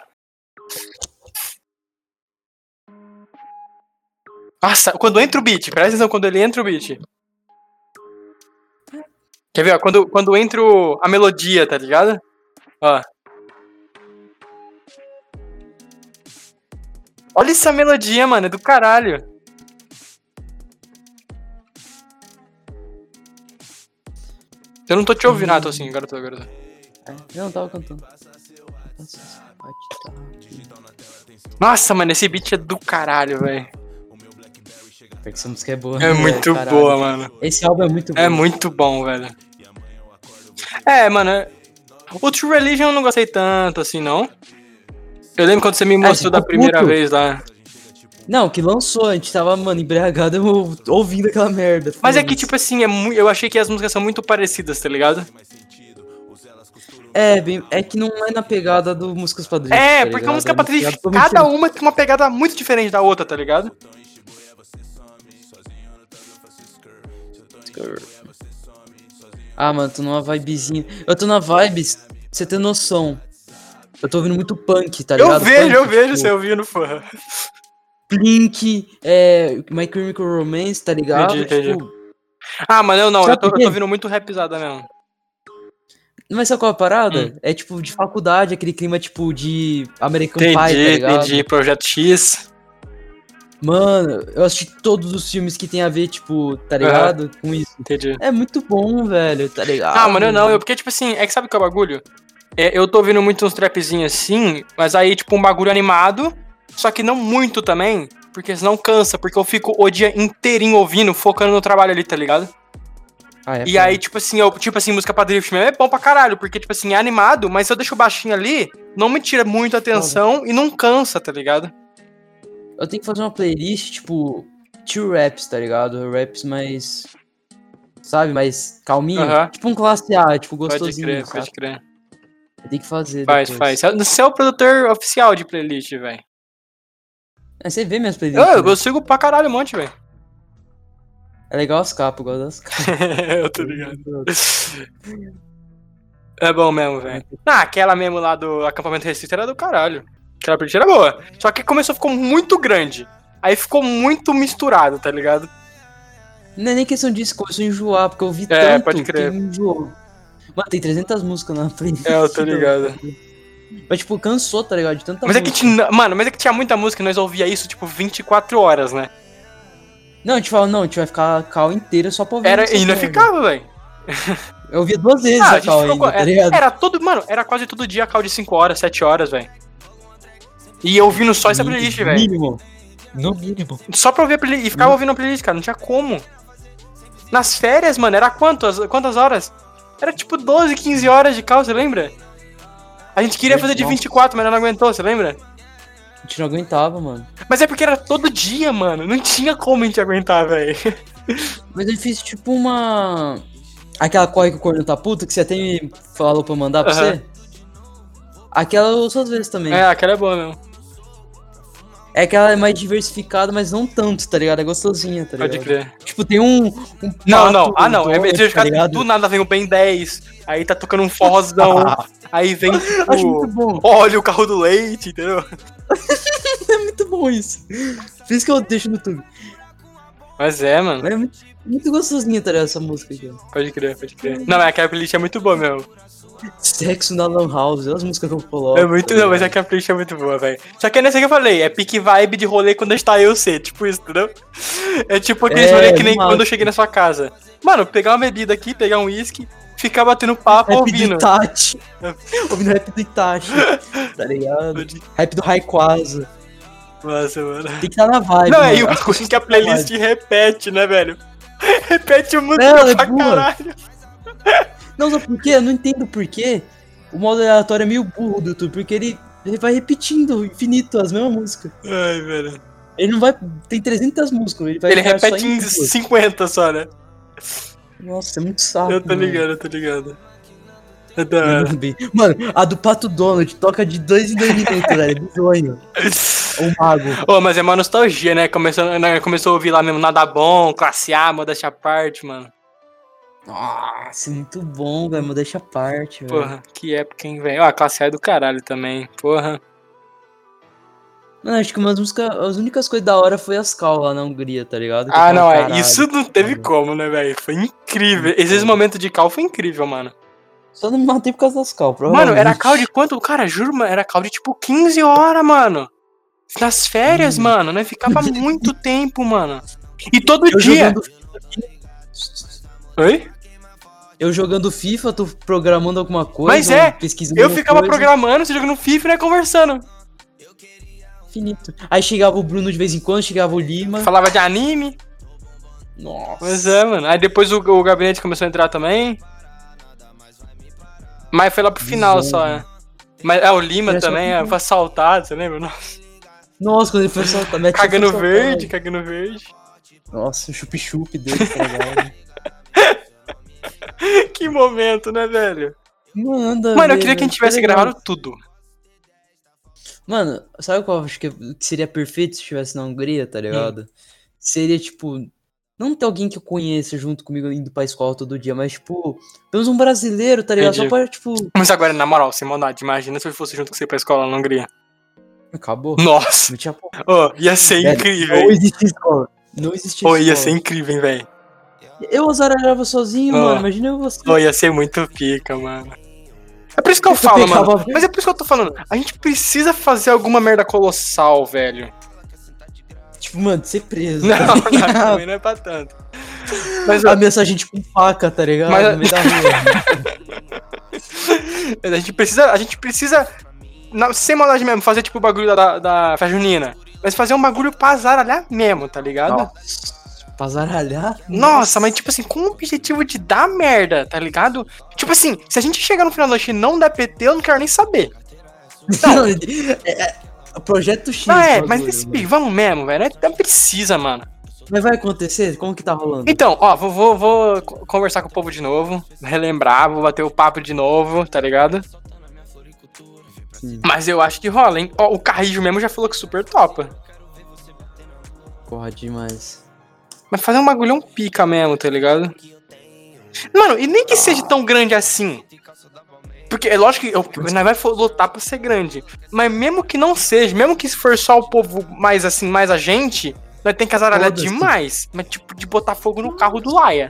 S2: Nossa, quando entra o beat, presta atenção quando ele entra o beat. Quer ver, ó? Quando, quando entra o- a melodia, tá ligado? Ó. Olha essa melodia, mano, é do caralho. Eu não tô te ouvindo, ah, tô sim, agora tô, agora tô.
S1: Eu não tava Ah, cantando.
S2: Nossa, mano, esse beat é do caralho, velho.
S1: Porque essa música é boa.
S2: É
S1: né,
S2: muito
S1: caralho?
S2: boa, mano.
S1: Esse álbum é muito bom.
S2: É muito bom, velho. É, mano. é- O True Religion eu não gostei tanto assim, não. Eu lembro quando você me
S1: você
S2: mostrou da
S1: ficou
S2: primeira
S1: puto?
S2: vez lá.
S1: Não, que lançou, a gente tava, mano, embriagado eu- ouvindo aquela merda.
S2: Mas é
S1: foda-se.
S2: que, tipo assim, é mu- eu achei que as músicas são muito parecidas, tá ligado?
S1: É, bem- é que não é na pegada do Músicas Padrinhos.
S2: É,
S1: tá
S2: porque a
S1: ligado?
S2: música
S1: É na
S2: Patrícia,
S1: pegada totalmente
S2: cada uma tem uma pegada muito diferente da outra, tá ligado?
S1: Ah, mano, tô numa vibezinha. Eu tô na vibe, pra você tem noção. Eu tô ouvindo muito punk, tá
S2: Eu
S1: ligado?
S2: vejo, eu
S1: Punk,
S2: vejo
S1: tipo,
S2: você ouvindo, porra.
S1: Blink, é, My Chemical Romance, tá ligado?
S2: Entendi, entendi.
S1: Tipo,
S2: Ah, mas eu não,
S1: Sabe
S2: eu tô,
S1: por
S2: eu
S1: quê?
S2: tô ouvindo muito rapizada mesmo.
S1: mas sabe qual é a parada?
S2: Hum.
S1: É tipo de faculdade, aquele clima tipo de American
S2: Entendi,
S1: Pie, tá ligado?
S2: entendi. Projeto X.
S1: Mano, eu assisti todos os filmes que tem a ver, tipo, tá ligado? Com isso.
S2: Entendi.
S1: É muito bom, velho, tá ligado?
S2: Ah, mano, eu não. Eu, porque, tipo assim, é que sabe qual é o bagulho? É, eu tô ouvindo muito uns trapzinhos assim, mas aí, tipo, um bagulho animado, só que não muito também, porque senão cansa, porque eu fico o dia inteirinho ouvindo, focando no trabalho ali, tá ligado?
S1: Ah, é
S2: E
S1: foda.
S2: aí, tipo assim, eu, tipo assim, música pra drift mesmo é bom pra caralho, porque, tipo assim, é animado, mas se eu deixo baixinho ali, não me tira muita atenção e não cansa, tá ligado?
S1: Eu tenho que fazer uma playlist, tipo, two raps, tá ligado? Raps mais. Sabe, mais calminho.
S2: Aham.
S1: Tipo um classe A, tipo,
S2: Pode
S1: gostosinho.
S2: crer,
S1: sabe?
S2: pode crer.
S1: Eu tenho que fazer.
S2: Faz,
S1: depois.
S2: faz. Você é o produtor oficial de playlist, velho.
S1: É, você vê minhas
S2: Eu,
S1: playlists.
S2: eu
S1: né?
S2: consigo pra caralho um monte, velho.
S1: É legal as capas, eu gosto das capas.
S2: eu tô ligado. É bom mesmo, velho. Ah, aquela mesmo lá do acampamento restrito era do caralho. Aquela playlist era boa. Só que começou, ficou muito grande. Aí ficou muito misturado, tá ligado?
S1: Não é nem questão disso, começou a enjoar, porque eu vi
S2: É,
S1: tanto
S2: pode crer.
S1: que enjoou. Mano, tem 300 músicas na playlist. então.
S2: É, eu tô ligado.
S1: Mas, tipo, cansou, tá ligado? De tanta
S2: Mas é que
S1: música.
S2: tinha, mano, mas é que tinha muita música e nós ouvia isso tipo 24 horas, né?
S1: Não, a gente fala, não, a gente vai ficar a cal inteira só pra ouvir.
S2: Era
S1: essa
S2: e não
S1: merda.
S2: ficava, velho.
S1: Eu ouvia duas vezes
S2: Ah, a
S1: a
S2: gente
S1: cal
S2: ficou
S1: ainda,
S2: co-
S1: tá
S2: era,
S1: ligado?
S2: era todo, mano, era quase todo dia a call de 5 horas, 7 horas, velho. E eu ouvindo só essa
S1: No
S2: playlist, velho.
S1: mínimo. No mínimo.
S2: Só pra ouvir a playlist. E ficava ouvindo a playlist, cara. Não tinha como. Nas férias, mano, era quantas, quantas horas? Era tipo 12, 15 horas de call, você lembra? A gente queria fazer de
S1: Nossa.
S2: 24, mas não aguentou, você lembra?
S1: A gente não aguentava, mano.
S2: Mas é porque era todo dia, mano. Não tinha como a gente aguentar, velho.
S1: Mas eu fiz tipo uma. Aquela corre que o corno tá puto, que você até me falou pra eu mandar pra
S2: Aham.
S1: você. Aquela eu ouço às vezes também.
S2: É,
S1: É.
S2: aquela é boa mesmo.
S1: que ela é mais diversificada, mas não tanto, tá ligado? É gostosinha, tá ligado?
S2: Pode crer.
S1: Tipo, tem um. um
S2: Não,
S1: pato,
S2: não. Ah, não.
S1: um
S2: É, é,
S1: dois, tá
S2: tá
S1: ligado?
S2: do nada vem o Ben 10. Aí tá tocando um forrozão. aí vem,
S1: Acho muito
S2: tipo,
S1: bom.
S2: olha o carro do leite, entendeu?
S1: É muito bom isso. Por isso que eu deixo no YouTube.
S2: Mas é, mano.
S1: Mas é muito, muito gostosinha, tá ligado? Essa música aqui. ó.
S2: Pode crer, pode crer. Não, mas aquela playlist é muito boa mesmo.
S1: Sexo na Lan House, olha as músicas que eu coloco.
S2: É muito,
S1: tá
S2: não, mas
S1: ligado?
S2: aquela playlist é muito boa, velho. Só que é nessa que eu falei, é pique vibe de rolê quando está eu sei, tipo isso, entendeu? É tipo aqueles
S1: É,
S2: rolê que nem
S1: animal.
S2: quando eu cheguei na sua casa. Mano, pegar uma bebida aqui, pegar um uísque, ficar batendo papo
S1: Rap do
S2: ouvindo.
S1: Itachi. ouvindo rap do Itachi. Tá ligado? Rap do Raikwaza.
S2: Nossa, mano.
S1: Tem que estar na vibe.
S2: Não,
S1: mano. Ah,
S2: é e o bagulho que a playlist repete, né, velho? Repete o
S1: Não, é
S2: música pra
S1: boa.
S2: caralho.
S1: Não, sabe por quê? Eu não entendo por quê. O modo aleatório é meio burro do YouTube, porque ele, ele vai repetindo infinito as mesmas músicas.
S2: Ai, velho.
S1: Ele não vai. Tem 300 músicas, ele vai.
S2: Ele
S1: ficar só
S2: repete em
S1: duas.
S2: 50 só, né?
S1: Nossa, é muito saco.
S2: eu tô
S1: mano.
S2: ligado, eu tô ligado. É da hora.
S1: Mano, bem- Mano, a do Pato Donald toca de dois em dois minutos, velho. É bizonho. O mago.
S2: Ô, mas é uma nostalgia, né? Começou, né? Começou a ouvir lá mesmo Nada Bom, Classe A, Modéstia à Parte, mano.
S1: Nossa, é muito bom, velho. Mas deixa a parte, velho.
S2: Porra, que época, hein, velho? Ó, a Classe A é do caralho também,
S1: É
S2: porra.
S1: Mano, acho que umas músicas, as únicas coisas da hora foi as cal lá na Hungria, tá ligado? Que
S2: Ah,
S1: eu
S2: não,
S1: falei,
S2: é.
S1: "Caralho".
S2: Isso não teve como, né, velho? Foi incrível. Esses momentos de cal foi incrível, mano.
S1: Só não me matei por causa das cal, provavelmente.
S2: Mano, era call de quanto? Cara, juro, mano, era call de tipo 15 horas, mano. Nas férias,
S1: Hum.
S2: mano, né? Ficava muito tempo, mano. E todo
S1: Eu
S2: dia.
S1: jogando-
S2: Oi?
S1: Eu jogando FIFA, tu programando alguma coisa. um
S2: Mas é,
S1: pesquisando
S2: Eu
S1: alguma
S2: ficava
S1: coisa.
S2: programando, você jogando FIFA e né, conversando.
S1: Finito. Aí chegava o Bruno de vez em quando, chegava o Lima.
S2: Falava de anime. Pois
S1: Nossa.
S2: é, mano. Aí depois o, o gabinete começou a entrar também. Mas foi lá pro final só, né? Mas é o Lima
S1: Parece
S2: também,
S1: um-
S2: é, foi assaltado, você lembra? Nossa,
S1: Nossa, quando ele foi soltar. mete
S2: cagando
S1: foi soltar,
S2: verde, cagando verde.
S1: Nossa, o chup-chup dele, tá ligado?
S2: que momento, né, velho?
S1: Manda.
S2: Mano, eu
S1: ver, né?
S2: queria que a
S1: velho,
S2: gente tivesse
S1: legal.
S2: gravado tudo.
S1: Mano, sabe qual eu acho que, que seria perfeito se estivesse na Hungria, tá ligado? Seria, tipo, não ter alguém que eu conheça junto comigo indo pra escola todo dia, mas, tipo, pelo menos um brasileiro, tá ligado? Só
S2: Entendi.
S1: pra, tipo.
S2: Mas agora, na moral, sem maldade, imagina se eu fosse junto com você pra escola na Hungria.
S1: Acabou.
S2: Nossa,
S1: Não tinha porra.
S2: ô, ia ser
S1: Velho,
S2: É incrível,
S1: Não
S2: hein?
S1: existe escola. Não existe
S2: Ô,
S1: escola.
S2: ia ser incrível, hein, velho?
S1: Eu azarava sozinho,
S2: Ó.
S1: mano. Imagina eu você.
S2: Ô, ia ser muito pica, mano. É por isso que eu
S1: Eu
S2: falo, mano.
S1: pegava-
S2: Mas é por isso que eu tô falando. A gente precisa fazer alguma merda colossal, velho.
S1: Tipo, mano, de ser preso.
S2: Não, não, também não é pra tanto. Ah, Mas ó,
S1: A mensagem tipo com faca, tá ligado?
S2: Mas-
S1: No meio da rua. tá
S2: a gente precisa. A gente precisa. na- sem maldade mesmo, fazer tipo o bagulho da, da festa junina. Mas fazer um bagulho pra zaralhar mesmo, tá ligado? Nossa.
S1: Nossa, pra zaralhar?
S2: mas tipo assim, com o objetivo de dar merda, tá ligado? Tipo assim, se a gente chegar no final da noite e não dar PT, eu não quero nem saber.
S1: Não, é- é- projeto X.
S2: Não é,
S1: bagulho,
S2: mas nesse
S1: mano.
S2: bicho, vamos mesmo, velho. Não é- não precisa, mano.
S1: Mas vai acontecer? Como que tá rolando?
S2: Então, ó, vou, vou- vou co- conversar com o povo de novo, relembrar, vou bater o papo de novo, tá ligado?
S1: Sim.
S2: Mas eu acho que rola, hein? Ó, o Carrijo mesmo já falou que super topa.
S1: Porra, demais.
S2: Mas fazer um bagulhão pica mesmo, tá ligado? Mano, e nem que seja tão grande assim. Porque é lógico que eu- nós vai fo- lutar pra ser grande. Mas mesmo que não seja, mesmo que se for só o povo mais assim, mais a gente, nós tem que azaralhar
S1: Foda-se.
S2: demais. Mas tipo, de botar fogo no carro do Laia.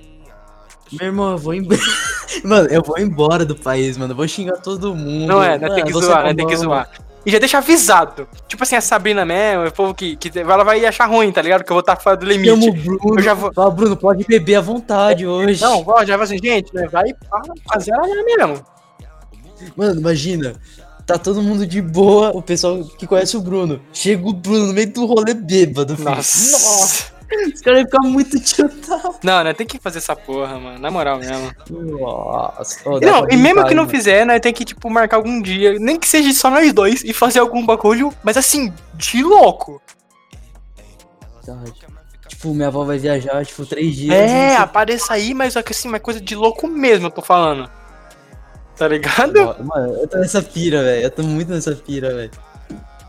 S1: Meu irmão, eu vou embora. mano, eu vou embora do país, mano. Eu vou xingar todo mundo.
S2: Não é,
S1: Mano,
S2: né? Tem que
S1: você
S2: zoar,
S1: tá
S2: né? Tem que
S1: mal.
S2: zoar. E já deixa avisado. Tipo assim, a Sabrina mesmo, o povo que, que ela vai achar ruim, tá ligado? Que eu vou estar fora do
S1: Eu amo o
S2: limite.
S1: Bruno.
S2: Eu já vou-
S1: Fala, Bruno, pode beber à vontade hoje.
S2: Não, ó, já vai assim, gente, né? Vai pra fazer ela mesmo.
S1: Mano, imagina. Tá todo mundo de boa, o pessoal que conhece o Bruno. Chega o Bruno no meio do rolê bêbado, filho. Nossa,
S2: Nossa.
S1: os caras iam ficar muito tiltados.
S2: Não, né? Tem que fazer essa porra, mano. Na moral mesmo.
S1: Nossa.
S2: Não, e mesmo que não fizer, né? Tem que, tipo, marcar algum dia. Nem que seja só nós dois e fazer algum bagulho, mas assim, de louco.
S1: Tipo, minha avó vai viajar, tipo, três dias.
S2: É, apareça aí, mas só que assim, uma coisa de louco mesmo, eu tô falando. Tá ligado?
S1: Ó, Mano, eu tô nessa pira, velho. Eu tô muito nessa pira, velho.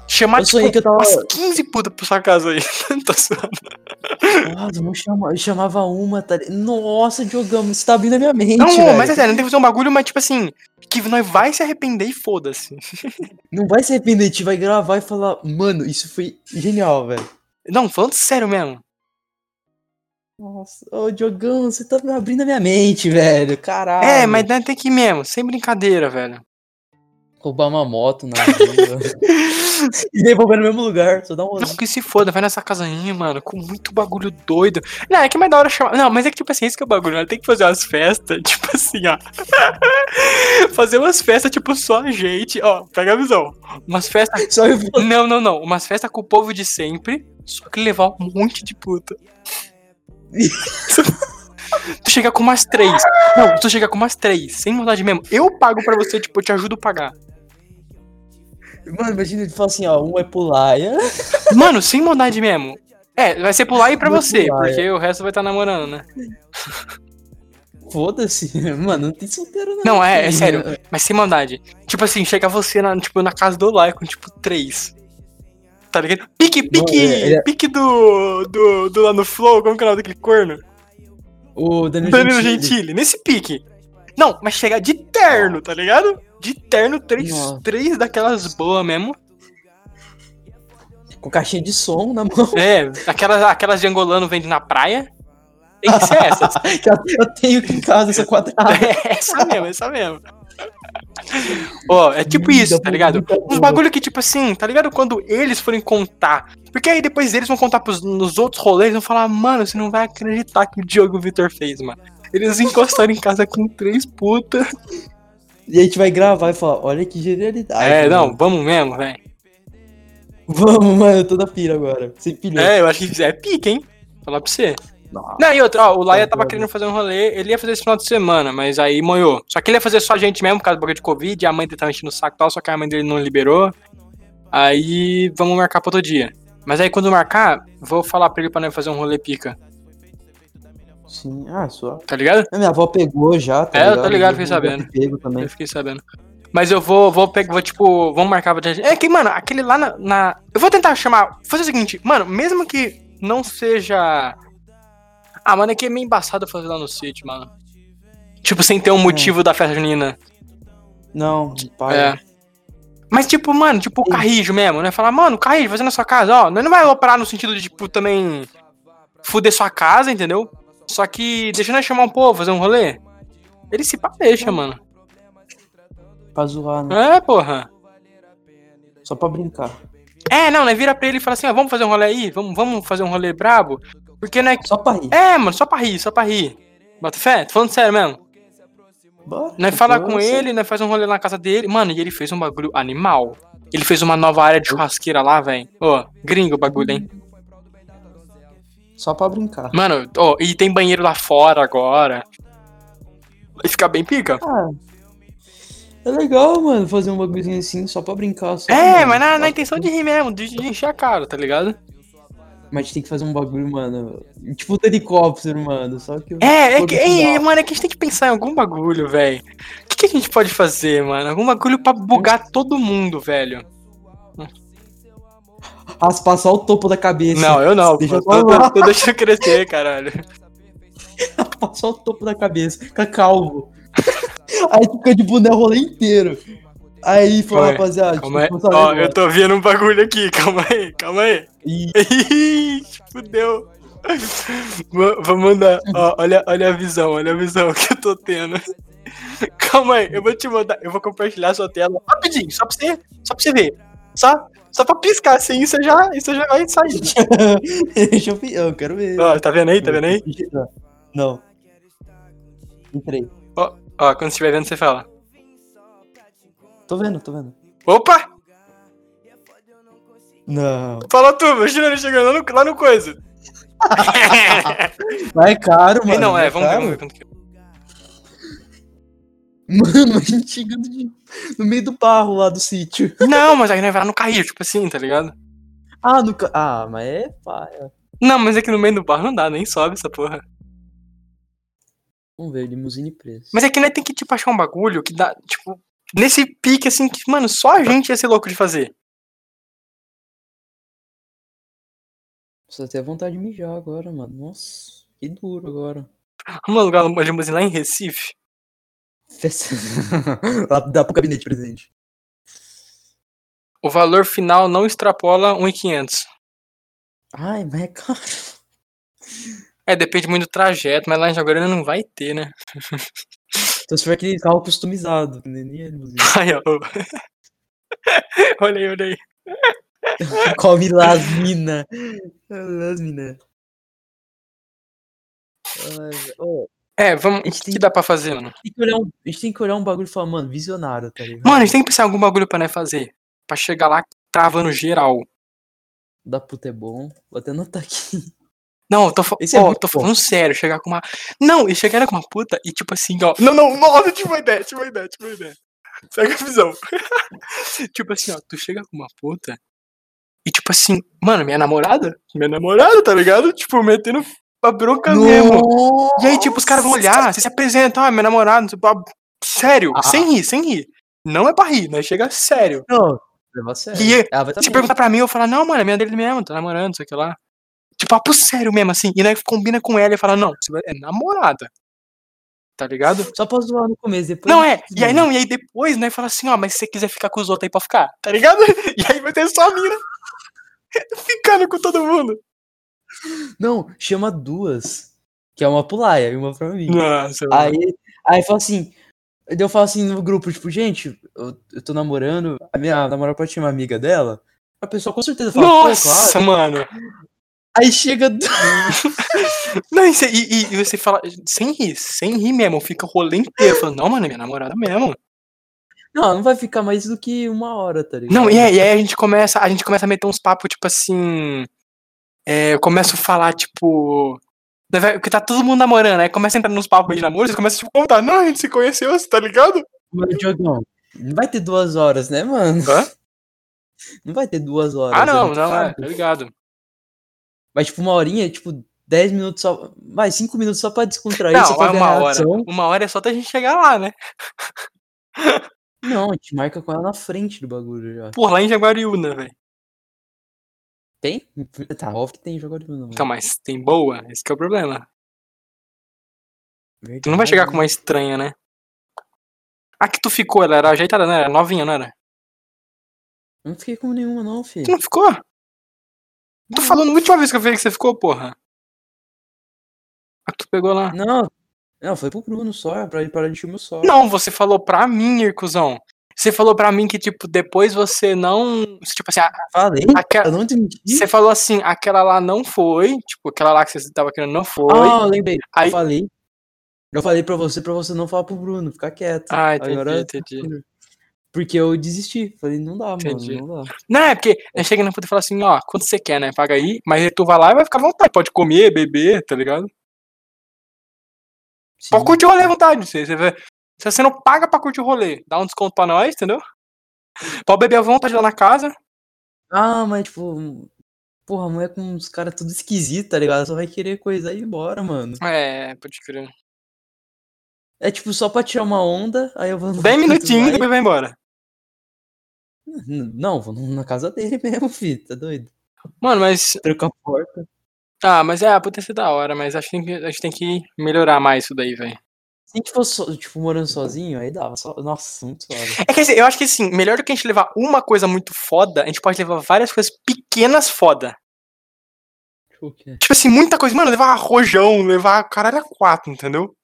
S2: Chamar,
S1: Eu sonhei
S2: tipo,
S1: que eu tava.
S2: umas 15 putas pra sua casa aí. Tô zoando.
S1: Nossa, não chama... eu chamava uma, tá ligado? Nossa, jogamos, isso tá vindo na minha mente.
S2: Não,
S1: velho.
S2: mas é sério, não tem que fazer um bagulho, mas tipo assim, que nós vai se arrepender e foda-se.
S1: Não vai se arrepender, a gente vai gravar e falar, mano, isso foi genial, velho.
S2: Não, falando sério mesmo.
S1: Nossa, ô Diogão, você tá abrindo a minha mente, velho. Caralho.
S2: é, mas nós tem que ir mesmo, sem brincadeira, velho.
S1: Roubar uma moto na rua. e devolver no mesmo lugar. Só dá um
S2: Não, que se foda, vai nessa casa aí, mano, com muito bagulho doido. Não, é que é mais da hora chamar. Não, mas é que, tipo assim, esse que é o bagulho, né? tem que fazer umas festas, tipo assim, ó. fazer umas festas, tipo, só a gente, ó, pega a visão. Umas festas.
S1: Só eu
S2: Não, não, não. Umas festas com o povo de sempre, só que levar um monte de puta. tu chega com umas três. Não, tu chega com umas três, sem maldade mesmo. Eu pago pra você, tipo, eu te ajudo a pagar.
S1: Mano, imagina ele fala assim, ó, um é pro Laia.
S2: Mano, sem maldade mesmo. É, vai ser pro lá e pra
S1: Muito
S2: você,
S1: lá,
S2: porque o resto vai estar namorando, né?
S1: Foda-se, mano, não tem solteiro não.
S2: Não, é, é sério, mas sem maldade. Tipo assim, chega você na, tipo, na casa do Lai com tipo três. Tá ligado? Pique, pique,
S1: Não, ele é-
S2: pique do, do, do lá no Flow, como que é o nome daquele corno?
S1: O Danilo,
S2: Danilo Gentili, nesse pique. Não, mas chega de terno, tá ligado? De terno, três,
S1: Nossa.
S2: três daquelas boas mesmo.
S1: Com caixinha de som na mão.
S2: É, aquelas, aquelas de angolano vende na praia. Tem que ser essas.
S1: Eu tenho aqui em casa essa quadrada.
S2: É essa mesmo, é essa mesmo. Ó, é
S1: Hum,
S2: tipo isso, tá ligado? Uns bagulho que, tipo assim, tá ligado? Quando eles forem contar. Porque aí depois eles vão contar pros, nos outros rolês e vão falar, mano, você não vai acreditar que o Diogo Vitor fez, mano. Eles encostaram em casa com três putas.
S1: E a gente vai gravar e falar, olha que genialidade.
S2: é, não,
S1: mano.
S2: vamos mesmo, velho.
S1: Vamos, mano, eu tô na pira agora. Sem pilha.
S2: É, eu acho que é pique, hein? Falar pra você. Não, e outra, ó, o Laia tava querendo fazer um rolê, ele ia fazer esse final de semana, mas aí moiou. Só que ele ia fazer só a gente mesmo, por causa do bagulho de Covid, a mãe dele tava enchendo o saco e tal, só que a mãe dele não liberou. Aí vamos marcar pra outro dia. Mas aí quando marcar, vou falar pra ele pra não fazer um rolê pica,
S1: Sim, ah, só.
S2: tá ligado?
S1: A minha avó pegou já, tá
S2: É, eu tô ligado, fiquei
S1: Minha avó
S2: sabendo.
S1: tem Pego também.
S2: Eu fiquei sabendo. Mas eu vou, vou pegar, vou tipo, vamos marcar pra gente. É que, mano, aquele lá na, na- Eu vou tentar chamar. Fazer o seguinte, mano, mesmo que não seja. Ah, mano, é que é meio embaçado fazer lá no sítio, mano. Tipo, sem ter um motivo da festa junina.
S1: Não, pai.
S2: É. Mas, tipo, mano, tipo, o carrijo mesmo, né? Falar, mano, carrijo, fazer na sua casa, ó. Nós não vai operar no sentido de, tipo, também. Fuder sua casa, entendeu? Só que deixa nós chamar um povo, fazer um rolê. Ele se pá deixa, mano.
S1: Pra zoar, né?
S2: É, porra.
S1: Só pra brincar.
S2: É, não, né? Vira pra ele e fala assim, ó, vamos fazer um rolê aí? Vamos, vamos fazer um rolê brabo? Porque, né?
S1: Só pra rir.
S2: É, mano, só pra rir, só pra rir. Bota fé? Tô falando sério mesmo.
S1: Bora.
S2: Nós Né, fala
S1: Bora,
S2: com
S1: sim.
S2: ele, nós faz um rolê na casa dele. Mano, e ele fez um bagulho animal. Ele fez uma nova área de churrasqueira lá, velho. Ô, gringo o bagulho, hein?
S1: Só pra brincar.
S2: Mano, ó, e tem banheiro lá fora agora. Vai ficar bem pica.
S1: Ah, é legal, mano, fazer um bagulhozinho assim só pra brincar. Só,
S2: É,
S1: mano.
S2: mas na, na intenção de rir mesmo, de, de encher a cara, tá ligado?
S1: Mas a gente tem que fazer um bagulho, mano. Tipo do helicóptero, mano. Só que.
S2: É, é
S1: todo
S2: que, é,
S1: mundo-
S2: mano, é que a gente tem que pensar em algum bagulho, velho. O que, que a gente pode fazer, mano? Algum bagulho pra bugar todo mundo, velho.
S1: Raspar só Ah, o topo da cabeça.
S2: Não, eu não.
S1: Deixa
S2: pô.
S1: eu
S2: Tô, tô,
S1: falar.
S2: tô deixando crescer, caralho.
S1: Raspar só o topo da cabeça. Fica calvo. Aí fica de boné o rolê inteiro. Aí fala,
S2: Calma aí,
S1: rapaziada.
S2: Calma aí.
S1: tipo, sabe,
S2: Ó,
S1: mano?
S2: eu tô vendo um bagulho aqui. Calma aí, calma aí.
S1: E
S2: Ih, Fudeu. Va- Vou mandar. Ó, olha, olha a visão, olha a visão que eu tô tendo. Calma aí, eu vou te mandar. Eu vou compartilhar sua tela rapidinho, só pra você, só pra você ver. Só, só pra piscar assim, você já, você já vai sair.
S1: deixa eu ver. Eu quero ver.
S2: Ó, tá vendo aí? Tá vendo aí?
S1: Não. Entrei.
S2: Ó, quando você estiver vendo, você fala.
S1: Tô vendo, tô vendo.
S2: Opa!
S1: Não.
S2: Fala tu, meu chegando, chegando lá no, lá no coisa.
S1: Mas é caro, mano.
S2: Ei, não, é,
S1: mas
S2: vamos ver,
S1: caro.
S2: vamos ver quanto que é.
S1: Mano, a gente chegando de- no meio do barro lá do sítio.
S2: é. Não, mas aí nós vai lá no carrinho, tipo assim, tá ligado?
S1: Ah, no... ca- ah mas é paia.
S2: Não, mas aqui no meio do bar não dá, nem sobe essa porra.
S1: Vamos ver, limusine preso.
S2: Mas é que nós tem que, tipo, achar um bagulho que dá, tipo, nesse pique assim que, mano, só a gente ia ser louco de fazer.
S1: Precisa até vontade de mijar agora, mano. Nossa, que duro agora.
S2: Vamos alugar uma limusine lá em Recife?
S1: Festa. lá dá pro gabinete, presidente.
S2: O valor final não extrapola 1,500.
S1: Ai, mas é caro.
S2: É, depende muito do trajeto, mas lá em Jaguarana não vai ter, né?
S1: Então se tiver aquele carro customizado, que nem nem é limusine.
S2: Ai, ó. olha aí, olha aí.
S1: Come lasmina. Lasmina. Ai, ô,
S2: É, vamos. O
S1: Eles
S2: que,
S1: têm-
S2: que dá pra fazer, mano?
S1: tem que olhar um- a gente tem que olhar um bagulho e falar, mano, visionário, tá ligado?
S2: Mano, a gente tem que pensar em algum bagulho pra nós fazer. Pra chegar lá travando geral.
S1: Da puta é bom. Vou até anotar aqui.
S2: Não, eu tô, fa-
S1: Esse é
S2: ó,
S1: muito
S2: tô
S1: bom.
S2: falando sério, chegar com uma. Não, e chegar com uma puta e tipo assim, ó. Não, não, nossa, tive uma ideia, tive uma ideia, tive uma ideia. Segue a visão. tipo assim, ó, tu chega com uma puta e tipo assim, mano, minha namorada? Minha namorada, tá ligado? Tipo, metendo a bronca mesmo. E aí, tipo, os caras vão olhar, você se apresenta, ah, minha namorada, tipo, ah, sério,
S1: Ah.
S2: sem rir, sem rir. Não é pra rir, né? Chega sério.
S1: Não, leva a sério.
S2: E
S1: Ela vai tá
S2: Se
S1: bem.
S2: perguntar pra mim, eu falar, não, mano, é minha dele mesmo, tá namorando, sei o que lá. Tipo, papo sério mesmo, assim. E nós combina com ela e fala, não, você vai- é namorada. Tá ligado?
S1: Só pra zoar no começo, depois.
S2: Não, é. E aí, não, e aí depois, né, fala assim, ó, mas se você quiser ficar com os outros aí pra ficar, tá ligado? E aí vai ter só a mina ficando com todo mundo.
S1: Não, chama duas. Que é uma pulaia e uma pra mim.
S2: Nossa, mano.
S1: Aí, aí fala assim. daí Eu falo assim no grupo, tipo, gente, eu, eu tô namorando, a minha namorada pode ser uma amiga dela. A pessoa com certeza fala, pô,
S2: Nossa,
S1: claro.
S2: mano.
S1: Aí chega. do-
S2: Não, e, você- e- e- e você fala, sem rir, sem rir mesmo, fica o rolê inteiro falando, não, mano, é minha namorada mesmo.
S1: Não, não vai ficar mais do que uma hora, tá ligado?
S2: Não, né? e aí, e aí a gente começa, a gente começa a meter uns papos, tipo assim. É, eu começo a falar, tipo. né, velho, Porque tá todo mundo namorando, aí começa a entrar nos papos de namoro, você começa a tipo, contar, não, a gente se conheceu, você tá ligado?
S1: Mas, Diogão, não vai ter duas horas, né, mano?
S2: Hã?
S1: Não vai ter duas horas.
S2: Ah, não,
S1: né?
S2: não, é, tá ligado.
S1: Mas, tipo, uma horinha, tipo, dez minutos só. Vai, cinco minutos só pra descontrair.
S2: Não,
S1: só pra
S2: é
S1: ver a
S2: uma hora.
S1: reação.
S2: Uma hora é só da gente chegar lá, né?
S1: Não, a gente marca com ela na frente do bagulho já.
S2: Por lá em Jaguariúna, velho.
S1: Tem? Tá, óbvio que tem jogador não.
S2: Então, mas tem boa, esse que é o problema. Tu
S1: é.
S2: não vai chegar com uma estranha, É, né? A que tu ficou, ela era ajeitada, né? Era novinha, não era?
S1: Não fiquei com nenhuma, não,
S2: Tu
S1: filho.
S2: não ficou? Tô falando a última vez que eu vi que você ficou, porra. A que tu pegou lá.
S1: Não. Não, foi pro Bruno só, é pra ele parar de encher o meu saco.
S2: Não, você falou pra mim, Ircuzão. Você falou pra mim que, tipo, depois você não. Tipo assim, a-
S1: Falei?
S2: aquela.
S1: Eu não entendi.
S2: Você falou assim, aquela lá não foi. Tipo, aquela lá que você tava querendo não foi.
S1: Ah, eu lembrei.
S2: Aí-
S1: Eu falei. Eu falei pra você, pra você não falar pro Bruno, ficar quieto.
S2: Ah, entendi,
S1: Agora-
S2: entendi.
S1: Porque eu desisti. Falei, não dá,
S2: Entendi.
S1: mano, não dá.
S2: Não, é porque a gente chega na puta e fala assim, ó, quando você quer, né? Paga aí, mas aí tu vai lá e vai ficar à vontade. Pode comer, beber, tá ligado? Pode
S1: Sim.
S2: curtir o rolê à vontade. Você, você vai- se você não paga pra curtir o rolê, dá um desconto pra nós, entendeu? Pode beber à vontade lá na casa.
S1: Ah, mas tipo. Porra, a mulher com uns caras tudo esquisito, tá ligado? Só vai querer coisa e ir embora, mano.
S2: É, pode crer.
S1: É tipo só pra tirar uma onda, aí eu vou. no
S2: 10
S1: canto,
S2: minutinhos e
S1: vai-
S2: depois vai embora.
S1: N- Não, vou na casa dele mesmo, filho. Tá doido?
S2: Mano, mas.
S1: Trocar a porta.
S2: Ah, mas é, pode ter sido da hora, mas acho que tem que- a gente tem que melhorar mais isso daí, velho.
S1: Se a gente fosse, so- tipo, morando sozinho, aí dava. Só... Nossa, muito suave.
S2: É que assim, eu acho que assim, melhor do que a gente levar uma coisa muito foda, a gente pode levar várias coisas pequenas foda.
S1: Tipo, o quê?
S2: Tipo assim, muita coisa. Mano, levar rojão, levar caralho a quatro, entendeu?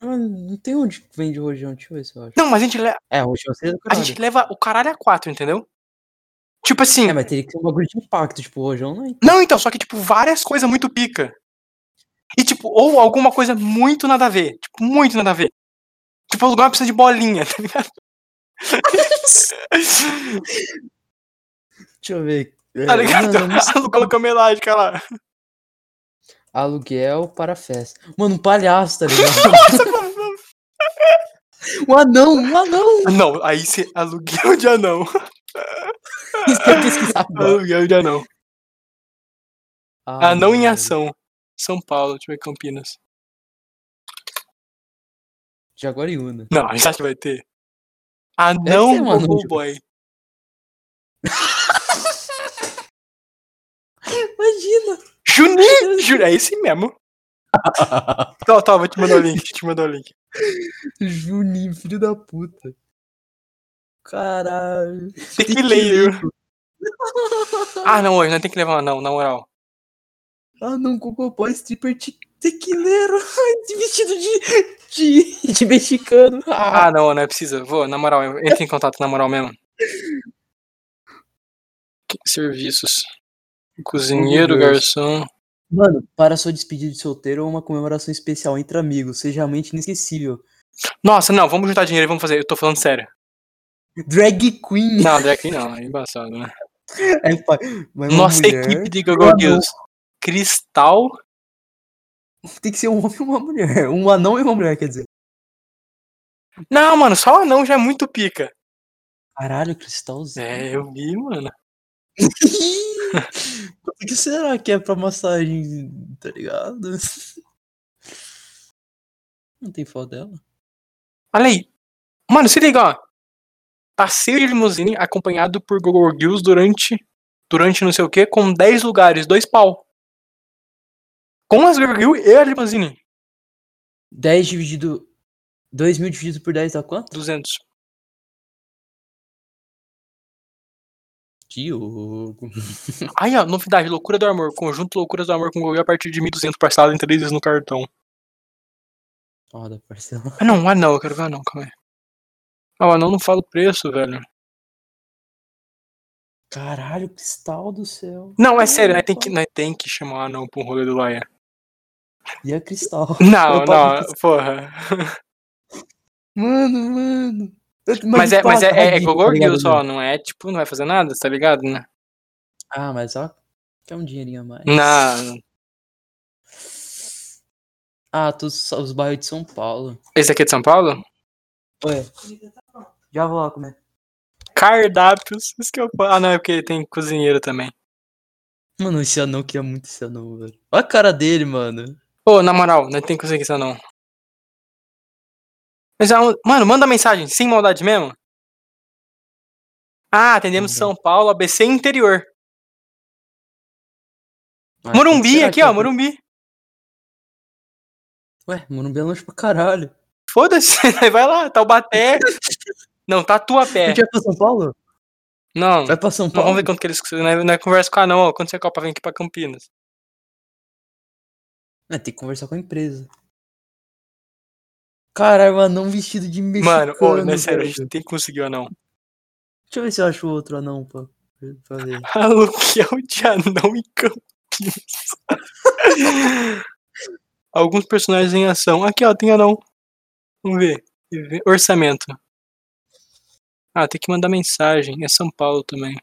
S1: Ah, não tem onde vende rojão, deixa eu ver se eu acho.
S2: Não, mas a gente, le-
S1: É, rojão seria do
S2: a
S1: caralho.
S2: gente leva o caralho a quatro, entendeu? Tipo assim.
S1: É, mas teria que ser um bagulho de impacto, tipo, rojão não é.
S2: Não, então, só que, tipo, várias coisas muito pica. E, tipo, ou alguma coisa muito nada a ver. Tipo, muito nada a ver. Tipo, o lugar precisa de bolinha, tá ligado?
S1: Deixa eu ver. É,
S2: tá ligado?
S1: mano, eu não sei.
S2: Alugou a cama elástica lá.
S1: Aluguel para festa. Mano, um palhaço, tá ligado? um anão, um anão!
S2: Não, aí você aluguel de anão.
S1: Isso que eu pesquisava.
S2: Aluguel de anão.
S1: Ah,
S2: Anão em
S1: mano.
S2: ação. São Paulo, deixa eu ver Campinas.
S1: Jaguariúna.
S2: Não, a gente acha que vai ter.
S1: ter,
S2: Anão
S1: mano.
S2: Bobo Boy.
S1: Imagina!
S2: Juninho! Ju- É esse mesmo. Tá, tá, vou te mandar o link. Te mandar o link.
S1: Juninho, filho da puta. Caralho.
S2: Tequileiro. Ah, não, hoje, não tem que levar um anão, na moral.
S1: Ah, não, Cocopó, stripper te tequileiro. Ai, de vestido de, de, de mexicano. Ah,
S2: Ah, não, não é preciso. Vou, na moral, eu- entra em contato, na moral mesmo. Que- Serviços. Cozinheiro,
S1: Meu Deus.
S2: garçom.
S1: Mano, para sua despedida de solteiro ou uma comemoração especial entre amigos, seja realmente inesquecível.
S2: Nossa, não, vamos juntar dinheiro e vamos fazer. Eu tô falando sério.
S1: Drag Queen.
S2: Não, Drake não, é embaçado, né?
S1: É, pai, mas uma
S2: Nossa
S1: mulher-
S2: equipe de
S1: um
S2: Google
S1: anão.
S2: Girls. Cristal.
S1: Tem que ser um homem e uma mulher. Um anão e uma mulher, quer dizer.
S2: Não, mano, só o anão já é muito pica.
S1: Caralho, cristalzinho.
S2: É, eu vi, mano.
S1: o que será que é pra massagem, tá ligado? Não tem foto dela?
S2: Olha aí. Mano, se liga, ó. Passeio de limusine acompanhado por Google Girls durante. Durante não sei o que, com 10 lugares, dois pau. Com as Google Girls e a limusine.
S1: 10 dividido. 2 mil dividido por 10 dá quanto?
S2: 200.
S1: Diogo.
S2: Aí, ó, novidade, Loucura do Amor. Conjunto Loucuras do Amor com Google Girls a partir de 1.200 parcelado em 3 vezes no cartão.
S1: Foda, parceiro.
S2: Ah, não, ah, não, eu quero ver, ah, não, calma aí. Ah, mas não, não fala o preço, velho.
S1: Caralho, Cristal do céu.
S2: Não, é sério, nós tem que, nós tem que chamar o anão pro rolê do Loia.
S1: E a Cristal.
S2: Não,
S1: Eu tava
S2: não,
S1: pensando.
S2: porra.
S1: Mano, mano. Eu-
S2: Mas é,
S1: tipo,
S2: mas é,
S1: ela
S2: é, é
S1: rica, tá
S2: gogorguil
S1: ligado,
S2: só,
S1: mano?
S2: não é tipo, não vai fazer nada, tá ligado? né?
S1: Ah, mas ó, quer um dinheirinho a mais.
S2: Não.
S1: Ah, todos só os bairros de São Paulo.
S2: Esse aqui é de São Paulo?
S1: Ué,
S3: Comida tá pronta.
S1: já vou lá comer.
S2: Cardápios. Isso que eu... Ah, não, é porque tem cozinheiro também.
S1: Mano, esse anão queria muito esse anão, velho. Olha a cara dele, mano.
S2: Ô, na moral, não tem que conseguir isso não. Mas, é um- mano, manda mensagem, sem maldade mesmo. Ah, atendemos
S1: Manda.
S2: São Paulo, ABC interior.
S1: Ah,
S2: Morumbi
S1: será
S2: aqui,
S1: que
S2: ó,
S1: alguém-
S2: Morumbi.
S1: Ué, Morumbi é longe pra caralho.
S2: Foda-se, vai lá, Taubaté. Não,
S1: A
S2: Tatuapé.
S1: gente vai pra São Paulo?
S2: Não,
S1: Vai pra São
S2: É. não,
S1: Paulo?
S2: vamos ver quanto que eles... Não é conversa com a não, ó, quando você copa vem aqui pra Campinas.
S1: É, tem que conversar com a empresa. Caralho, mano, anão vestido de mexicano.
S2: Mano, ô, não é sério, a
S1: velho.
S2: gente tem que conseguir o anão.
S1: Deixa eu ver se eu acho outro anão pra, pra ver.
S2: Aluguel de anão em Campinas. Alguns personagens em ação. Aqui, ó, tem anão. Vamos ver. Orçamento. Ah, tem que mandar mensagem. É São Paulo também.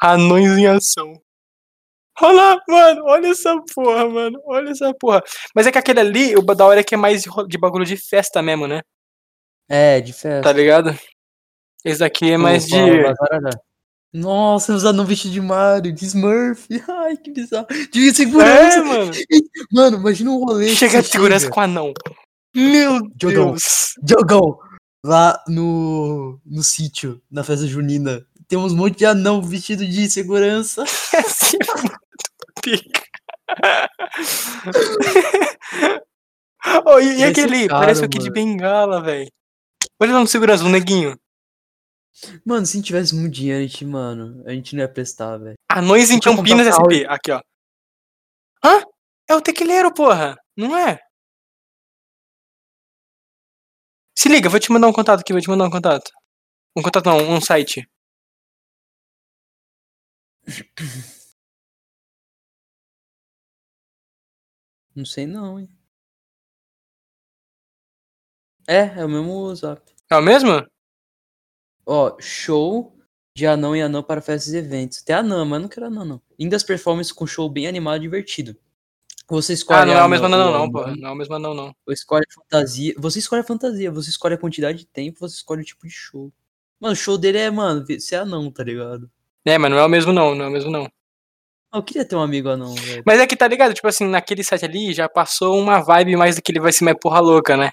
S2: Anões em ação. Olha lá, mano. Olha essa porra, mano. Olha essa porra. Mas é que aquele ali, o da hora é que é mais de ro- de bagulho de festa mesmo, né?
S1: É, de festa.
S2: Tá ligado? Esse daqui é
S1: Pô,
S2: mais de.
S1: fala, vai, vai, vai. Nossa, os anão vestido de Mario, de Smurf. Ai, que bizarro. De segurança.
S2: É, mano.
S1: Mano, imagina um rolê. que
S2: Chega
S1: você
S2: de segurança com anão. Meu
S1: Jogão.
S2: Deus.
S1: Diogão, lá no, no sítio, na festa junina, tem uns monte de anão vestido de segurança. assim,
S2: Esse é muito pica. oh, e, e
S1: Esse
S2: aquele?
S1: cara,
S2: parece o Kid
S1: mano.
S2: Bengala, velho. Olha lá no segurança, um neguinho.
S1: Mano, se a gente tivesse muito dinheiro, a gente, mano, a gente não ia prestar, velho.
S2: Anões em
S1: Deixa eu
S2: Campinas
S1: comprar um
S2: SP. Aqui, ó. Hã? É o tequileiro, porra. Não é? Se liga, vou te mandar um contato aqui, vou te mandar um contato. Um contato não, um site.
S1: Não sei não, hein. É, é o mesmo zap.
S2: É o mesmo?
S1: Ó, show de anão e anão para festas e eventos. Tem anão, mas eu não quero anão, não. Lindas performances com show bem animado e divertido. Você escolhe
S2: ah, não é o
S1: anão-
S2: mesmo anão, não,
S1: anão,
S2: porra. Não é o mesmo anão, não.
S1: Você escolhe a fantasia. Você escolhe a fantasia, você escolhe a quantidade de tempo, você escolhe o tipo de show. Mano, o show dele é, mano, você é anão, tá ligado?
S2: É, mas não é o mesmo, não. Não é o mesmo, não.
S1: Eu queria ter um amigo anão, velho.
S2: Mas é que tá ligado, tipo assim, naquele site ali já passou uma vibe mais daquele vai ser mais porra louca, né?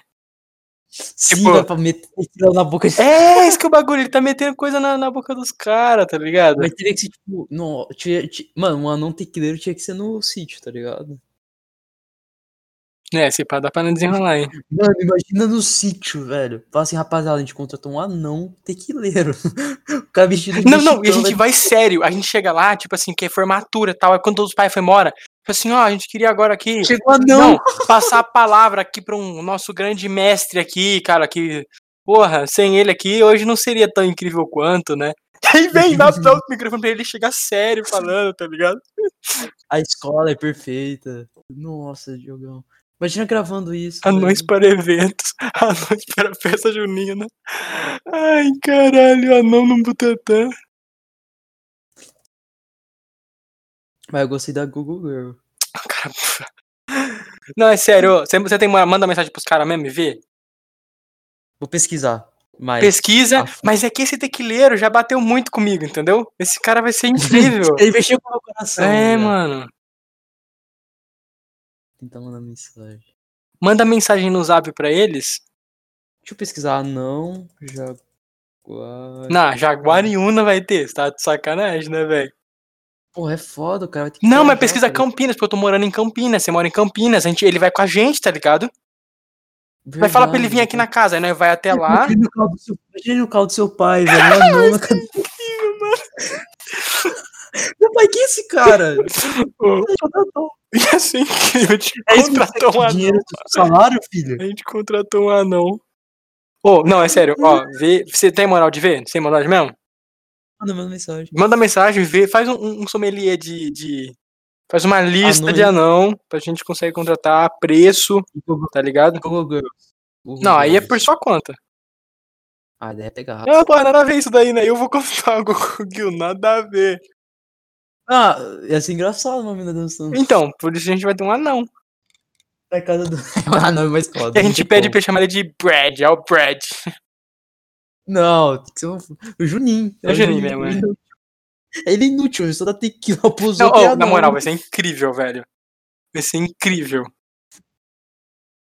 S1: Sim,
S2: tipo-
S1: dá pra meter tirando na boca de.
S2: É, isso que é o bagulho, ele tá metendo coisa na, na boca dos caras, tá ligado?
S1: Mas teria que ser, tipo. No, tinha- ti- mano, um anão tequileiro tinha que ser no sítio, tá ligado?
S2: É, se pá, dá pra não desenrolar, hein?
S1: Mano, imagina no sítio, velho. Fala assim, rapaziada, a gente contratou um anão tequileiro. o cara vestido de
S2: Não, não, e a
S1: mexicano,
S2: gente vai sério, a gente chega lá, tipo assim, que é formatura e tal, é quando todos os pais foram embora, tipo assim, ó, a gente queria agora aqui,
S1: Chegou anão.
S2: não, passar a palavra aqui pra um nosso grande mestre aqui, cara, que, porra, sem ele aqui, hoje não seria tão incrível quanto, né? Aí vem, dá dá o microfone pra ele chegar sério falando, tá ligado?
S1: A escola é perfeita. Nossa, Diogão. Imagina gravando isso. tá velho.
S2: Anões para eventos, anões para festa junina. Ai, caralho, anão no Butantan.
S1: Mas eu gostei da Google Girl.
S2: Não, é sério, ô, você você tem, uma- manda mensagem pros caras mesmo e vê?
S1: Vou pesquisar. Mas.
S2: Pesquisa,
S1: acho.
S2: mas é que esse tequileiro já bateu muito comigo, entendeu? Esse cara vai ser incrível.
S1: Ele mexeu com o meu coração.
S2: é,
S1: velho.
S2: mano.
S1: Tentar mandar Então, mensagem.
S2: Manda mensagem no zap pra eles.
S1: Deixa eu pesquisar. Ah, Não. Jaguar.
S2: Na Jaguariúna vai ter, você tá de sacanagem, né, velho?
S1: Porra, é foda, o cara. vai ter que
S2: Não, mas
S1: viajar,
S2: pesquisa
S1: cara.
S2: Campinas, porque eu tô morando em Campinas, você mora em Campinas, a gente, ele vai com a gente, tá ligado? Vai falar pra ele vir
S1: Verdade,
S2: aqui na casa, aí nós vai até
S1: cara.
S2: lá.
S1: Imagina no carro do seu- Imagina no carro do seu pai, velho. Um anão na cadeira.
S2: é
S1: Meu pai, que é esse cara?
S2: Ô, Ia ser incrível. A gente
S1: É isso que você
S2: contratou um
S1: quer de
S2: anão.
S1: dinheiro do seu salário, filho?
S2: A gente contratou um anão. Ô, não, é sério, ó, vê, você tem moral de ver? Sem maldade mesmo?
S1: Manda uma mensagem.
S2: Manda mensagem, vê, faz um, um sommelier de, de- Faz uma lista de anão pra gente conseguir contratar preço, tá ligado?
S1: Google Girls. Google
S2: Não, aí é
S1: Girls.
S2: por sua conta.
S1: Ah, deve pegar.
S2: Ah, pô, nada a ver isso daí, né? Eu vou contratar o Goku Gil, nada a ver.
S1: Ah, ia ser engraçado uma mina dançando.
S2: Então, por isso a gente vai ter um anão.
S1: Na casa do. ah, não, é mais
S2: E
S1: foda.
S2: a
S1: não
S2: gente
S1: tem
S2: pede
S1: como.
S2: pra chamar ele de Brad, é o Brad.
S1: Não, tem que ser um... o Juninho.
S2: É o Juninho mesmo, é.
S1: inútil. Ele é inútil, ele só dá tequila pros
S2: Não,
S1: outros.
S2: oh,
S1: e
S2: na
S1: anão.
S2: moral, vai ser incrível, velho. Vai ser incrível.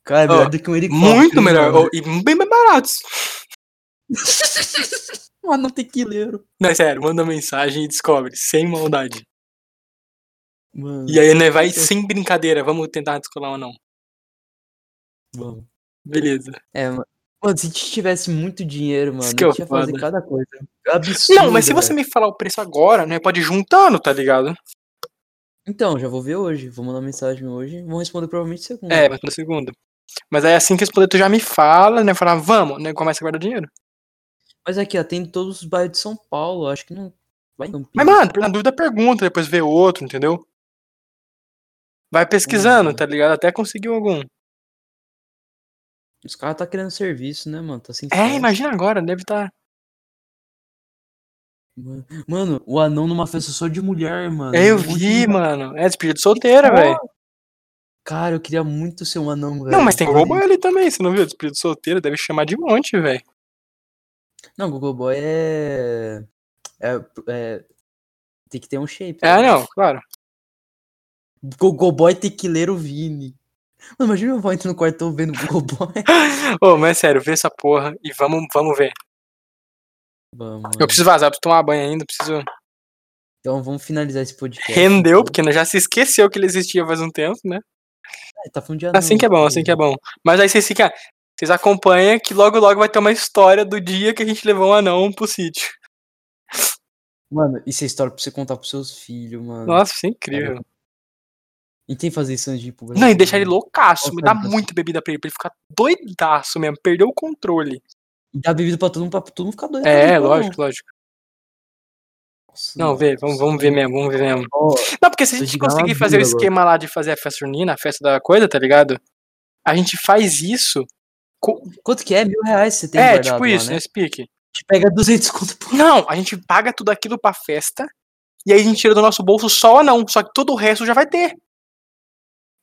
S1: Cara, é
S2: Ó,
S1: melhor do que um helicóptero.
S2: Muito melhor.
S1: mano.
S2: oh, e bem mais baratos.
S1: Mano, Ah, tequileiro.
S2: Não, é sério, manda mensagem e descobre, sem maldade.
S1: Mano,
S2: E aí, né, vai sem brincadeira, vamos tentar descolar um anão.
S1: vamos.
S2: Beleza.
S1: É, ma- mano, se a gente tivesse muito dinheiro, mano,
S2: Isso que
S1: eu
S2: é
S1: ia fazer
S2: foda.
S1: cada coisa. É um Absurdo,
S2: Não, mas se você
S1: velho.
S2: me falar o preço agora, né, pode ir juntando, tá ligado?
S1: Então, já vou ver hoje. Vou mandar mensagem hoje. Vou responder provavelmente segunda.
S2: É, mas na segunda. Mas aí assim que responder, tu já me fala, né, falar, vamos, né, começa a guardar dinheiro.
S1: Mas aqui, atende todos os bairros de São Paulo. Acho que não. Vai em Campinas.
S2: Mas, mano, na dúvida pergunta, depois vê outro, entendeu? Vai pesquisando,
S1: Uhum.
S2: tá ligado? Até conseguir algum.
S1: Os caras tá querendo serviço, né, mano? Tá sem
S2: É,
S1: fome.
S2: imagina agora, deve tá estar.
S1: Mano- Mano, o anão numa festa só de mulher, mano.
S2: É, eu
S1: Um monte
S2: vi,
S1: de-
S2: mano. É despedida de solteira, velho.
S1: Cara, eu queria muito ser um anão, velho.
S2: É. Não, mas tem
S1: Falei.
S2: Globo ali também, você não viu? Despedida de solteira, deve chamar de monte, velho.
S1: Não, Gogoboy é... é... é- Tem que ter um shape.
S2: É, não, claro.
S1: Gogoboy tequileiro Vini. Mano, imagina meu avó entrando no quartão vendo Gogoboy.
S2: Ô, mas é sério, vê essa porra e vamos, vamos ver.
S1: Vamos,
S2: Eu
S1: mano.
S2: preciso vazar, eu preciso tomar banho ainda, eu preciso.
S1: Então vamos finalizar esse podcast.
S2: Rendeu,
S1: então.
S2: porque né, já se esqueceu que ele existia faz um tempo, né?
S1: É, tá falando de anão.
S2: Assim que é bom, assim que é bom. Mas aí vocês ficam. Vocês acompanham que logo logo vai ter uma história do dia que a gente levou um anão pro sítio.
S1: Mano, isso é história pra você contar pros seus filhos, mano.
S2: Nossa, isso é é. incrível.
S1: E tem que fazer isso antes de ir pro
S2: Não, e
S1: Brasil,
S2: deixar ele
S1: mano.
S2: loucaço,
S1: Nossa,
S2: dá
S1: Deus.
S2: muita bebida pra ele, pra ele ficar doidaço mesmo, perdeu o controle.
S1: E dar bebida pra todo mundo, pra todo mundo ficar doido.
S2: É,
S1: também, pra
S2: lógico, lógico.
S1: Nossa,
S2: Não,
S1: mano.
S2: vê, vamos, vamos ver mesmo, vamos ver mesmo.
S1: Ó,
S2: Não, porque se a
S1: Tô
S2: gente
S1: de gala
S2: conseguir fazer o
S1: dura agora.
S2: esquema lá de fazer a festa junina, a festa da coisa, tá ligado? A gente faz isso. co-
S1: Quanto que é? Mil reais você tem
S2: é,
S1: guardado
S2: tipo
S1: lá,
S2: isso,
S1: né?
S2: nesse pique.
S1: gente pega 200 conto por...
S2: Não, a gente paga tudo aquilo pra festa e aí a gente tira do nosso bolso só ou não, só que todo o resto já vai ter.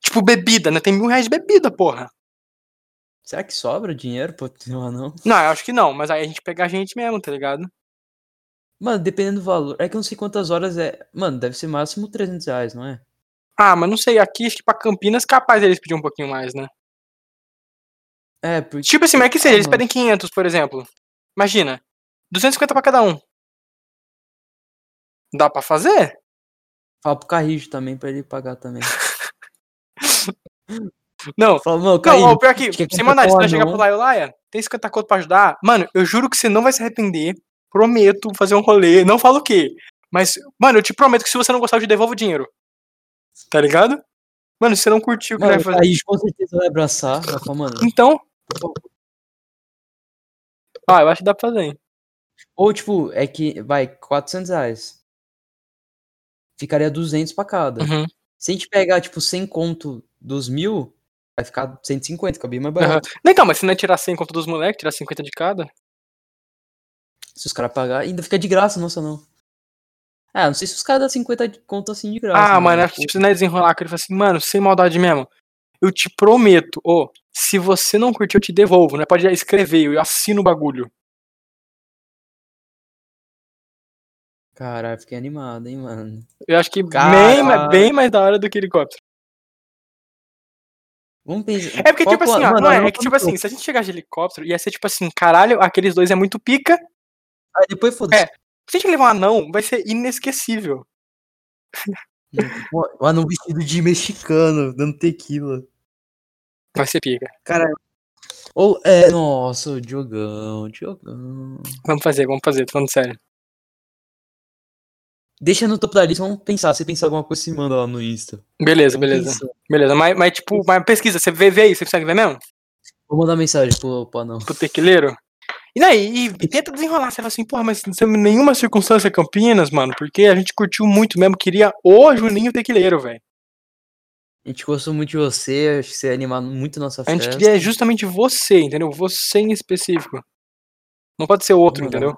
S2: Tipo, bebida, né? Tem mil reais de bebida, porra.
S1: Será que sobra dinheiro pra ter um anão?
S2: Não, eu acho que não, mas aí a gente pega a gente mesmo, tá ligado?
S1: Mano, dependendo do valor. É que eu não sei quantas horas é. Mano, deve ser máximo 300 reais, não é?
S2: Ah, mas não sei, aqui acho que pra Campinas capaz eles pedir um pouquinho mais, né?
S1: É, porque.
S2: Tipo assim, mas que seja, eles
S1: Ah,
S2: pedem 500, por exemplo. Imagina, 250 pra cada um. Dá pra fazer?
S1: Fala pro Carrijo também, pra ele pagar também.
S2: Não,
S1: Fala, mano,
S2: não, ó,
S1: Carrijo.
S2: pior que,
S1: acho que é
S2: sem mandar,
S1: contratar
S2: se
S1: um
S2: não chegar pro
S1: anão.
S2: Laia, Laia, tem 50 conto pra ajudar? Mano, eu juro que você não vai se arrepender, prometo fazer um rolê, não falo o quê. Mas, mano, eu te prometo que se você não gostar, eu te devolvo o dinheiro. Tá ligado? Mano, se você não curtiu o que
S1: Mano,
S2: vai
S1: o
S2: fazer.
S1: Carrijo com certeza vai abraçar. Vai falar, mano.
S2: Então. Ah, eu acho que dá pra fazer, hein?
S1: Ou, tipo, é que. Vai, 400 reais. Ficaria 200 pra cada.
S2: Uhum.
S1: Se a gente pegar, tipo, 100 conto dos mil, vai ficar 150, que é bem mais
S2: Aham.
S1: barato.
S2: Não, Então, mas se não é tirar 100 conto dos moleques, tirar 50 de cada.
S1: Se os caras pagar, ainda fica de graça, nossa, não. Ah, não sei se os caras dão 50 de conto assim de graça.
S2: ah, mano,
S1: né?
S2: acho que tipo, não é desenrolar que ele fala assim, mano, sem maldade mesmo. Eu te prometo, ô, se você não curtir, eu te devolvo, né? Pode escrever, eu assino o bagulho.
S1: Caralho, fiquei animado, hein, mano.
S2: Eu acho que bem,
S1: Caralho.
S2: ma- bem mais da hora do que helicóptero.
S1: Vamos pensar.
S2: É porque,
S1: qual
S2: tipo
S1: que é-
S2: assim, ó,
S1: mano,
S2: não é,
S1: eu
S2: é que, tipo assim,
S1: conto.
S2: se a gente chegar de helicóptero, ia ser tipo assim, caralho, aqueles dois é muito pica.
S1: Aí depois foda-se.
S2: É. Se a gente levar um anão, vai ser inesquecível.
S1: O anão um vestido de mexicano, dando tequila.
S2: Vai ser pica.
S1: Caralho. Ou, é, nossa, o Diogão, Diogão.
S2: Vamos fazer, vamos fazer, tô falando sério.
S1: Deixa no topo da lista, vamos pensar. Se pensar alguma coisa, se manda lá no Insta.
S2: Beleza, beleza.
S1: Pensa.
S2: Beleza, mas, mas tipo, mas pesquisa, você vê, vê aí, você consegue ver mesmo?
S1: Vou mandar mensagem pro, pro anão.
S2: Pro tequileiro? E daí, e tenta desenrolar. Você fala assim, porra, mas sem nenhuma circunstância Campinas, mano, porque a gente curtiu muito mesmo. Queria o Juninho Tequileiro, velho.
S1: A gente gostou muito de você, acho que você anima muito nossa
S2: A
S1: festa.
S2: gente queria justamente você, entendeu? Você em específico. Não pode ser outro,
S1: Não.
S2: entendeu?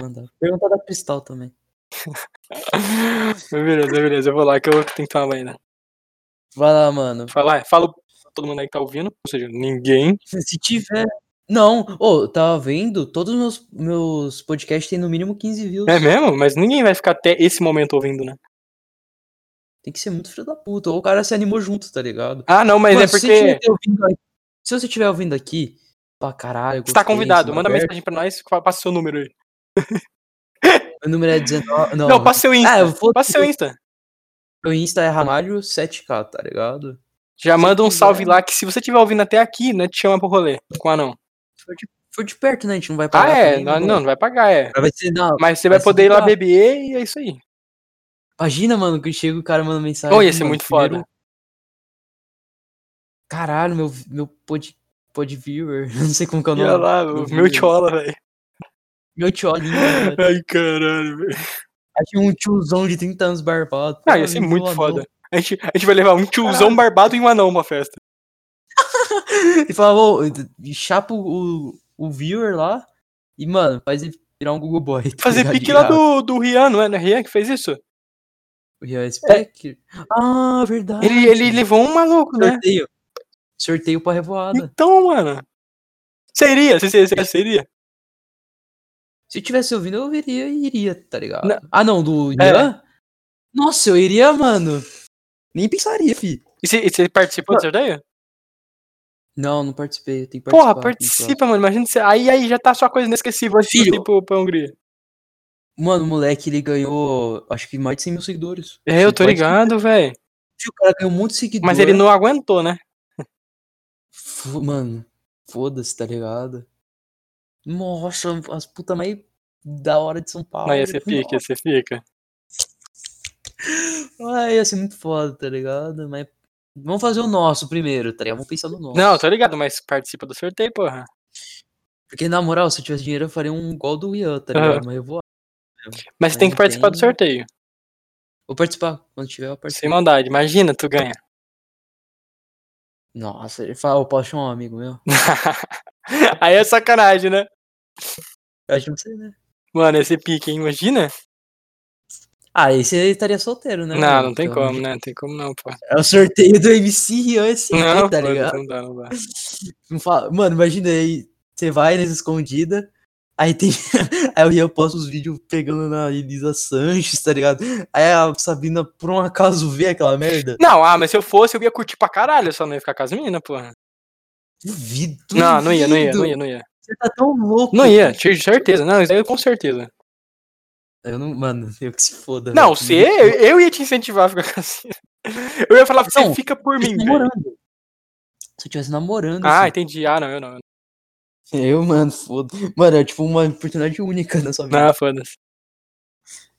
S1: Mandar. Perguntar da Cristal também.
S2: Mas beleza, beleza. Eu vou lá que eu tenho que tomar banho, né?
S1: Vai lá, mano.
S2: Fala, é, fala pra todo mundo aí que tá ouvindo. Ou seja, ninguém.
S1: Se tiver. Não, ô, eu tava vendo, todos os meus, meus podcasts têm no mínimo 15 views.
S2: É mesmo? Mas ninguém vai ficar até esse momento ouvindo, né?
S1: Tem que ser muito filho da puta. Ou o cara se animou junto, tá ligado?
S2: Ah, não, mas
S1: Mano,
S2: é
S1: se, você
S2: porque.
S1: tiver ouvindo aqui- se você estiver ouvindo aqui, pra caralho.
S2: Você tá
S1: gostei, é
S2: convidado.
S1: isso,
S2: Manda
S1: aberto.
S2: mensagem pra nós. fa- Passa seu número aí.
S1: Meu número é 19. Não,
S2: Não, passa seu Insta.
S1: Ah, eu vou.
S2: Passa seu Insta.
S1: Meu Insta é Ramalho7k, tá ligado?
S2: Já
S1: Se
S2: manda um
S1: quiser.
S2: salve lá que se você estiver ouvindo até aqui, né, te chama pro rolê com o anão.
S1: Foi de perto, né? A gente não vai
S2: Ah,
S1: pagar.
S2: é,
S1: também,
S2: não,
S1: né?
S2: não, não vai pagar, é.
S1: Vai ser na.
S2: Mas você vai
S1: Vai se
S2: poder ir lá
S1: virar.
S2: beber e é isso aí.
S1: Imagina, mano, que chega e o cara manda mensagem.
S2: Oh, ia ser
S1: mano,
S2: muito
S1: primeiro-
S2: foda.
S1: Caralho, meu, meu pod, pod viewer. Não sei como que é o
S2: Olha
S1: nome.
S2: lá,
S1: eu
S2: o
S1: vi
S2: meu
S1: isso.
S2: tchola, velho.
S1: Meu tiolinho. velho.
S2: Ai, caralho, velho.
S1: Achei né? um tiozão de 30 anos barbado.
S2: Ah, ia ser
S1: Pô,
S2: muito
S1: anão.
S2: foda. A gente, a gente vai levar um tiozão barbado e um anão pra festa.
S1: E fala, ô, e chapa o, o viewer lá. E, mano, faz ele virar um Google Boy. tá
S2: Fazer
S1: ligado?
S2: pique lá
S1: De
S2: do, do Rian, não é? Não é Rian que fez isso?
S1: O Real Spec? Ah, verdade.
S2: É. Ele, ele levou um maluco, né?
S1: Sorteio. Sorteio pra revoada.
S2: Então, mano. Seria, se- se- se- seria.
S1: Se eu tivesse ouvindo, eu viria e iria, tá ligado?
S2: Não.
S1: Ah, não, do
S2: É.
S1: Ian? Nossa, eu iria, mano. Nem pensaria, fi.
S2: E você- e você participou do sorteio?
S1: Não, não participei. Eu tenho que
S2: Porra,
S1: participar, tem que
S2: participa, mano. Imagina você. Aí, aí já tá só coisa inesquecível antes de
S1: Filho.
S2: ir pro, pra Hungria.
S1: participar. Mano, o moleque, ele ganhou, acho que mais de 100 mil seguidores.
S2: É, eu tô
S1: Pode-
S2: ligado, velho.
S1: O cara ganhou um monte de seguidores.
S2: Mas ele não aguentou, né?
S1: Fo- Mano, foda-se, tá ligado? Nossa, as putas mais da hora de São Paulo.
S2: Não, ia ser pique, ia
S1: Nossa,
S2: ser fica.
S1: ai, é, ia ser muito foda, tá ligado? Mas vamos fazer o nosso primeiro, tá ligado? Vamos pensar no nosso.
S2: Não, tô ligado, mas participa do sorteio, porra.
S1: Porque na moral, se eu tivesse dinheiro, eu faria um gol do Ian, tá
S2: Aham.
S1: ligado? Mas eu vou,
S2: Mas você tem
S1: Não
S2: que participar do
S1: É, tem-
S2: sorteio.
S1: vou participar. Quando tiver, eu participo.
S2: Sem maldade. Imagina, tu ganha.
S1: Nossa, ele fala, eu posso chamar um amigo meu?
S2: aí é sacanagem, né?
S1: Eu acho que não sei, né?
S2: Mano, esse pique, hein? Imagina?
S1: Ah, esse aí estaria solteiro, né?
S2: Não,
S1: mano?
S2: não tem
S1: Então,
S2: como, né? Não tem como não, pô.
S1: É o sorteio do MC Rian esse
S2: Não,
S1: aqui, tá
S2: pô,
S1: ligado?
S2: não dá, não dá.
S1: Não fala... Mano, imagina aí, você vai nessa escondida, aí tem. aí o Ian posta os vídeos pegando na Elisa Sanches, tá ligado? Aí a Sabina, por um acaso, vê aquela merda.
S2: Não, ah, mas se eu fosse, eu ia curtir pra caralho, eu só não ia ficar com as meninas, porra.
S1: Duvido.
S2: Não, não ia, não ia,
S1: duvido.
S2: não ia, não ia.
S1: Você tá tão louco.
S2: Não ia, tinha certeza. Não, isso aí com certeza.
S1: Eu não, mano, eu que se foda.
S2: Não,
S1: velho.
S2: você, eu, eu ia te incentivar a ficar com as Eu ia falar pra você,
S1: Não,
S2: fica por
S1: Eu
S2: mim,
S1: tô
S2: velho.
S1: namorando. Se eu tivesse namorando.
S2: Ah,
S1: assim.
S2: entendi. Ah, não, eu não. eu
S1: Eu, mano, foda. Mano, é tipo uma oportunidade única na sua vida.
S2: Não, não foda-se.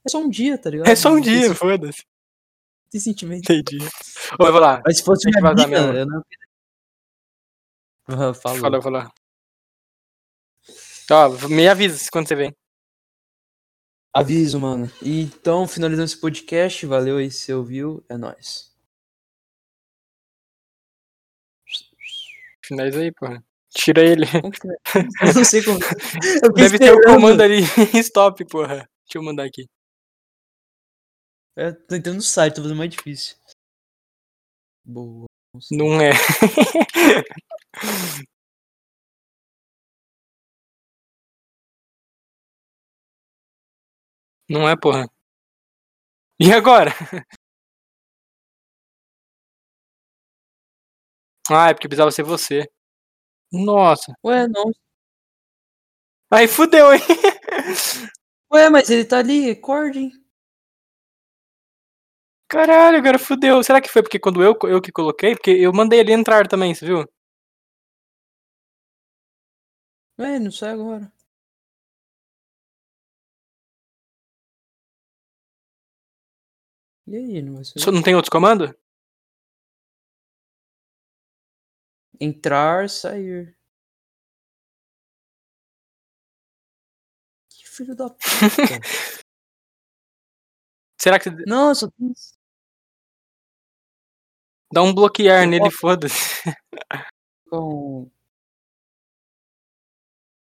S1: É só um dia, tá ligado?
S2: É só um
S1: Não tem
S2: dia,
S1: sen-
S2: foda-se.
S1: tem sentimento.
S2: Entendi. Ô, eu vou lá.
S1: Mas se fosse
S2: Tem que
S1: minha
S2: vazar
S1: amiga,
S2: mesmo.
S1: eu não. Aham, falou.
S2: Falou, falou. Ó, me avisa quando você vem.
S1: Aviso, mano. E Então, finalizando esse podcast, valeu aí se você ouviu, é nóis.
S2: Finaliza aí, porra. Tira ele.
S1: Como que- Eu não sei como. Eu fiquei
S2: Deve ter o
S1: esperando.
S2: comando ali. Stop, porra. Deixa eu mandar aqui.
S1: É, tô entrando no site, tô fazendo mais difícil. Boa.
S2: Não é. Não é, porra. E agora? Ah, é porque precisava ser você. Nossa.
S1: Ué, não.
S2: Aí fudeu, hein?
S1: Ué, mas ele tá ali, recording.
S2: Caralho, agora fudeu. Será que foi porque quando eu, eu que coloquei? Porque eu mandei ele entrar também, você viu?
S1: Ué, É, não sai agora. E aí, não vai ser?
S2: Só- Não tem outro comando?
S1: Entrar, sair. filho da puta.
S2: Será que
S1: não, só tem.
S2: dá um bloquear
S1: Eu
S2: nele,
S1: posso-
S2: foda-se?
S1: Com...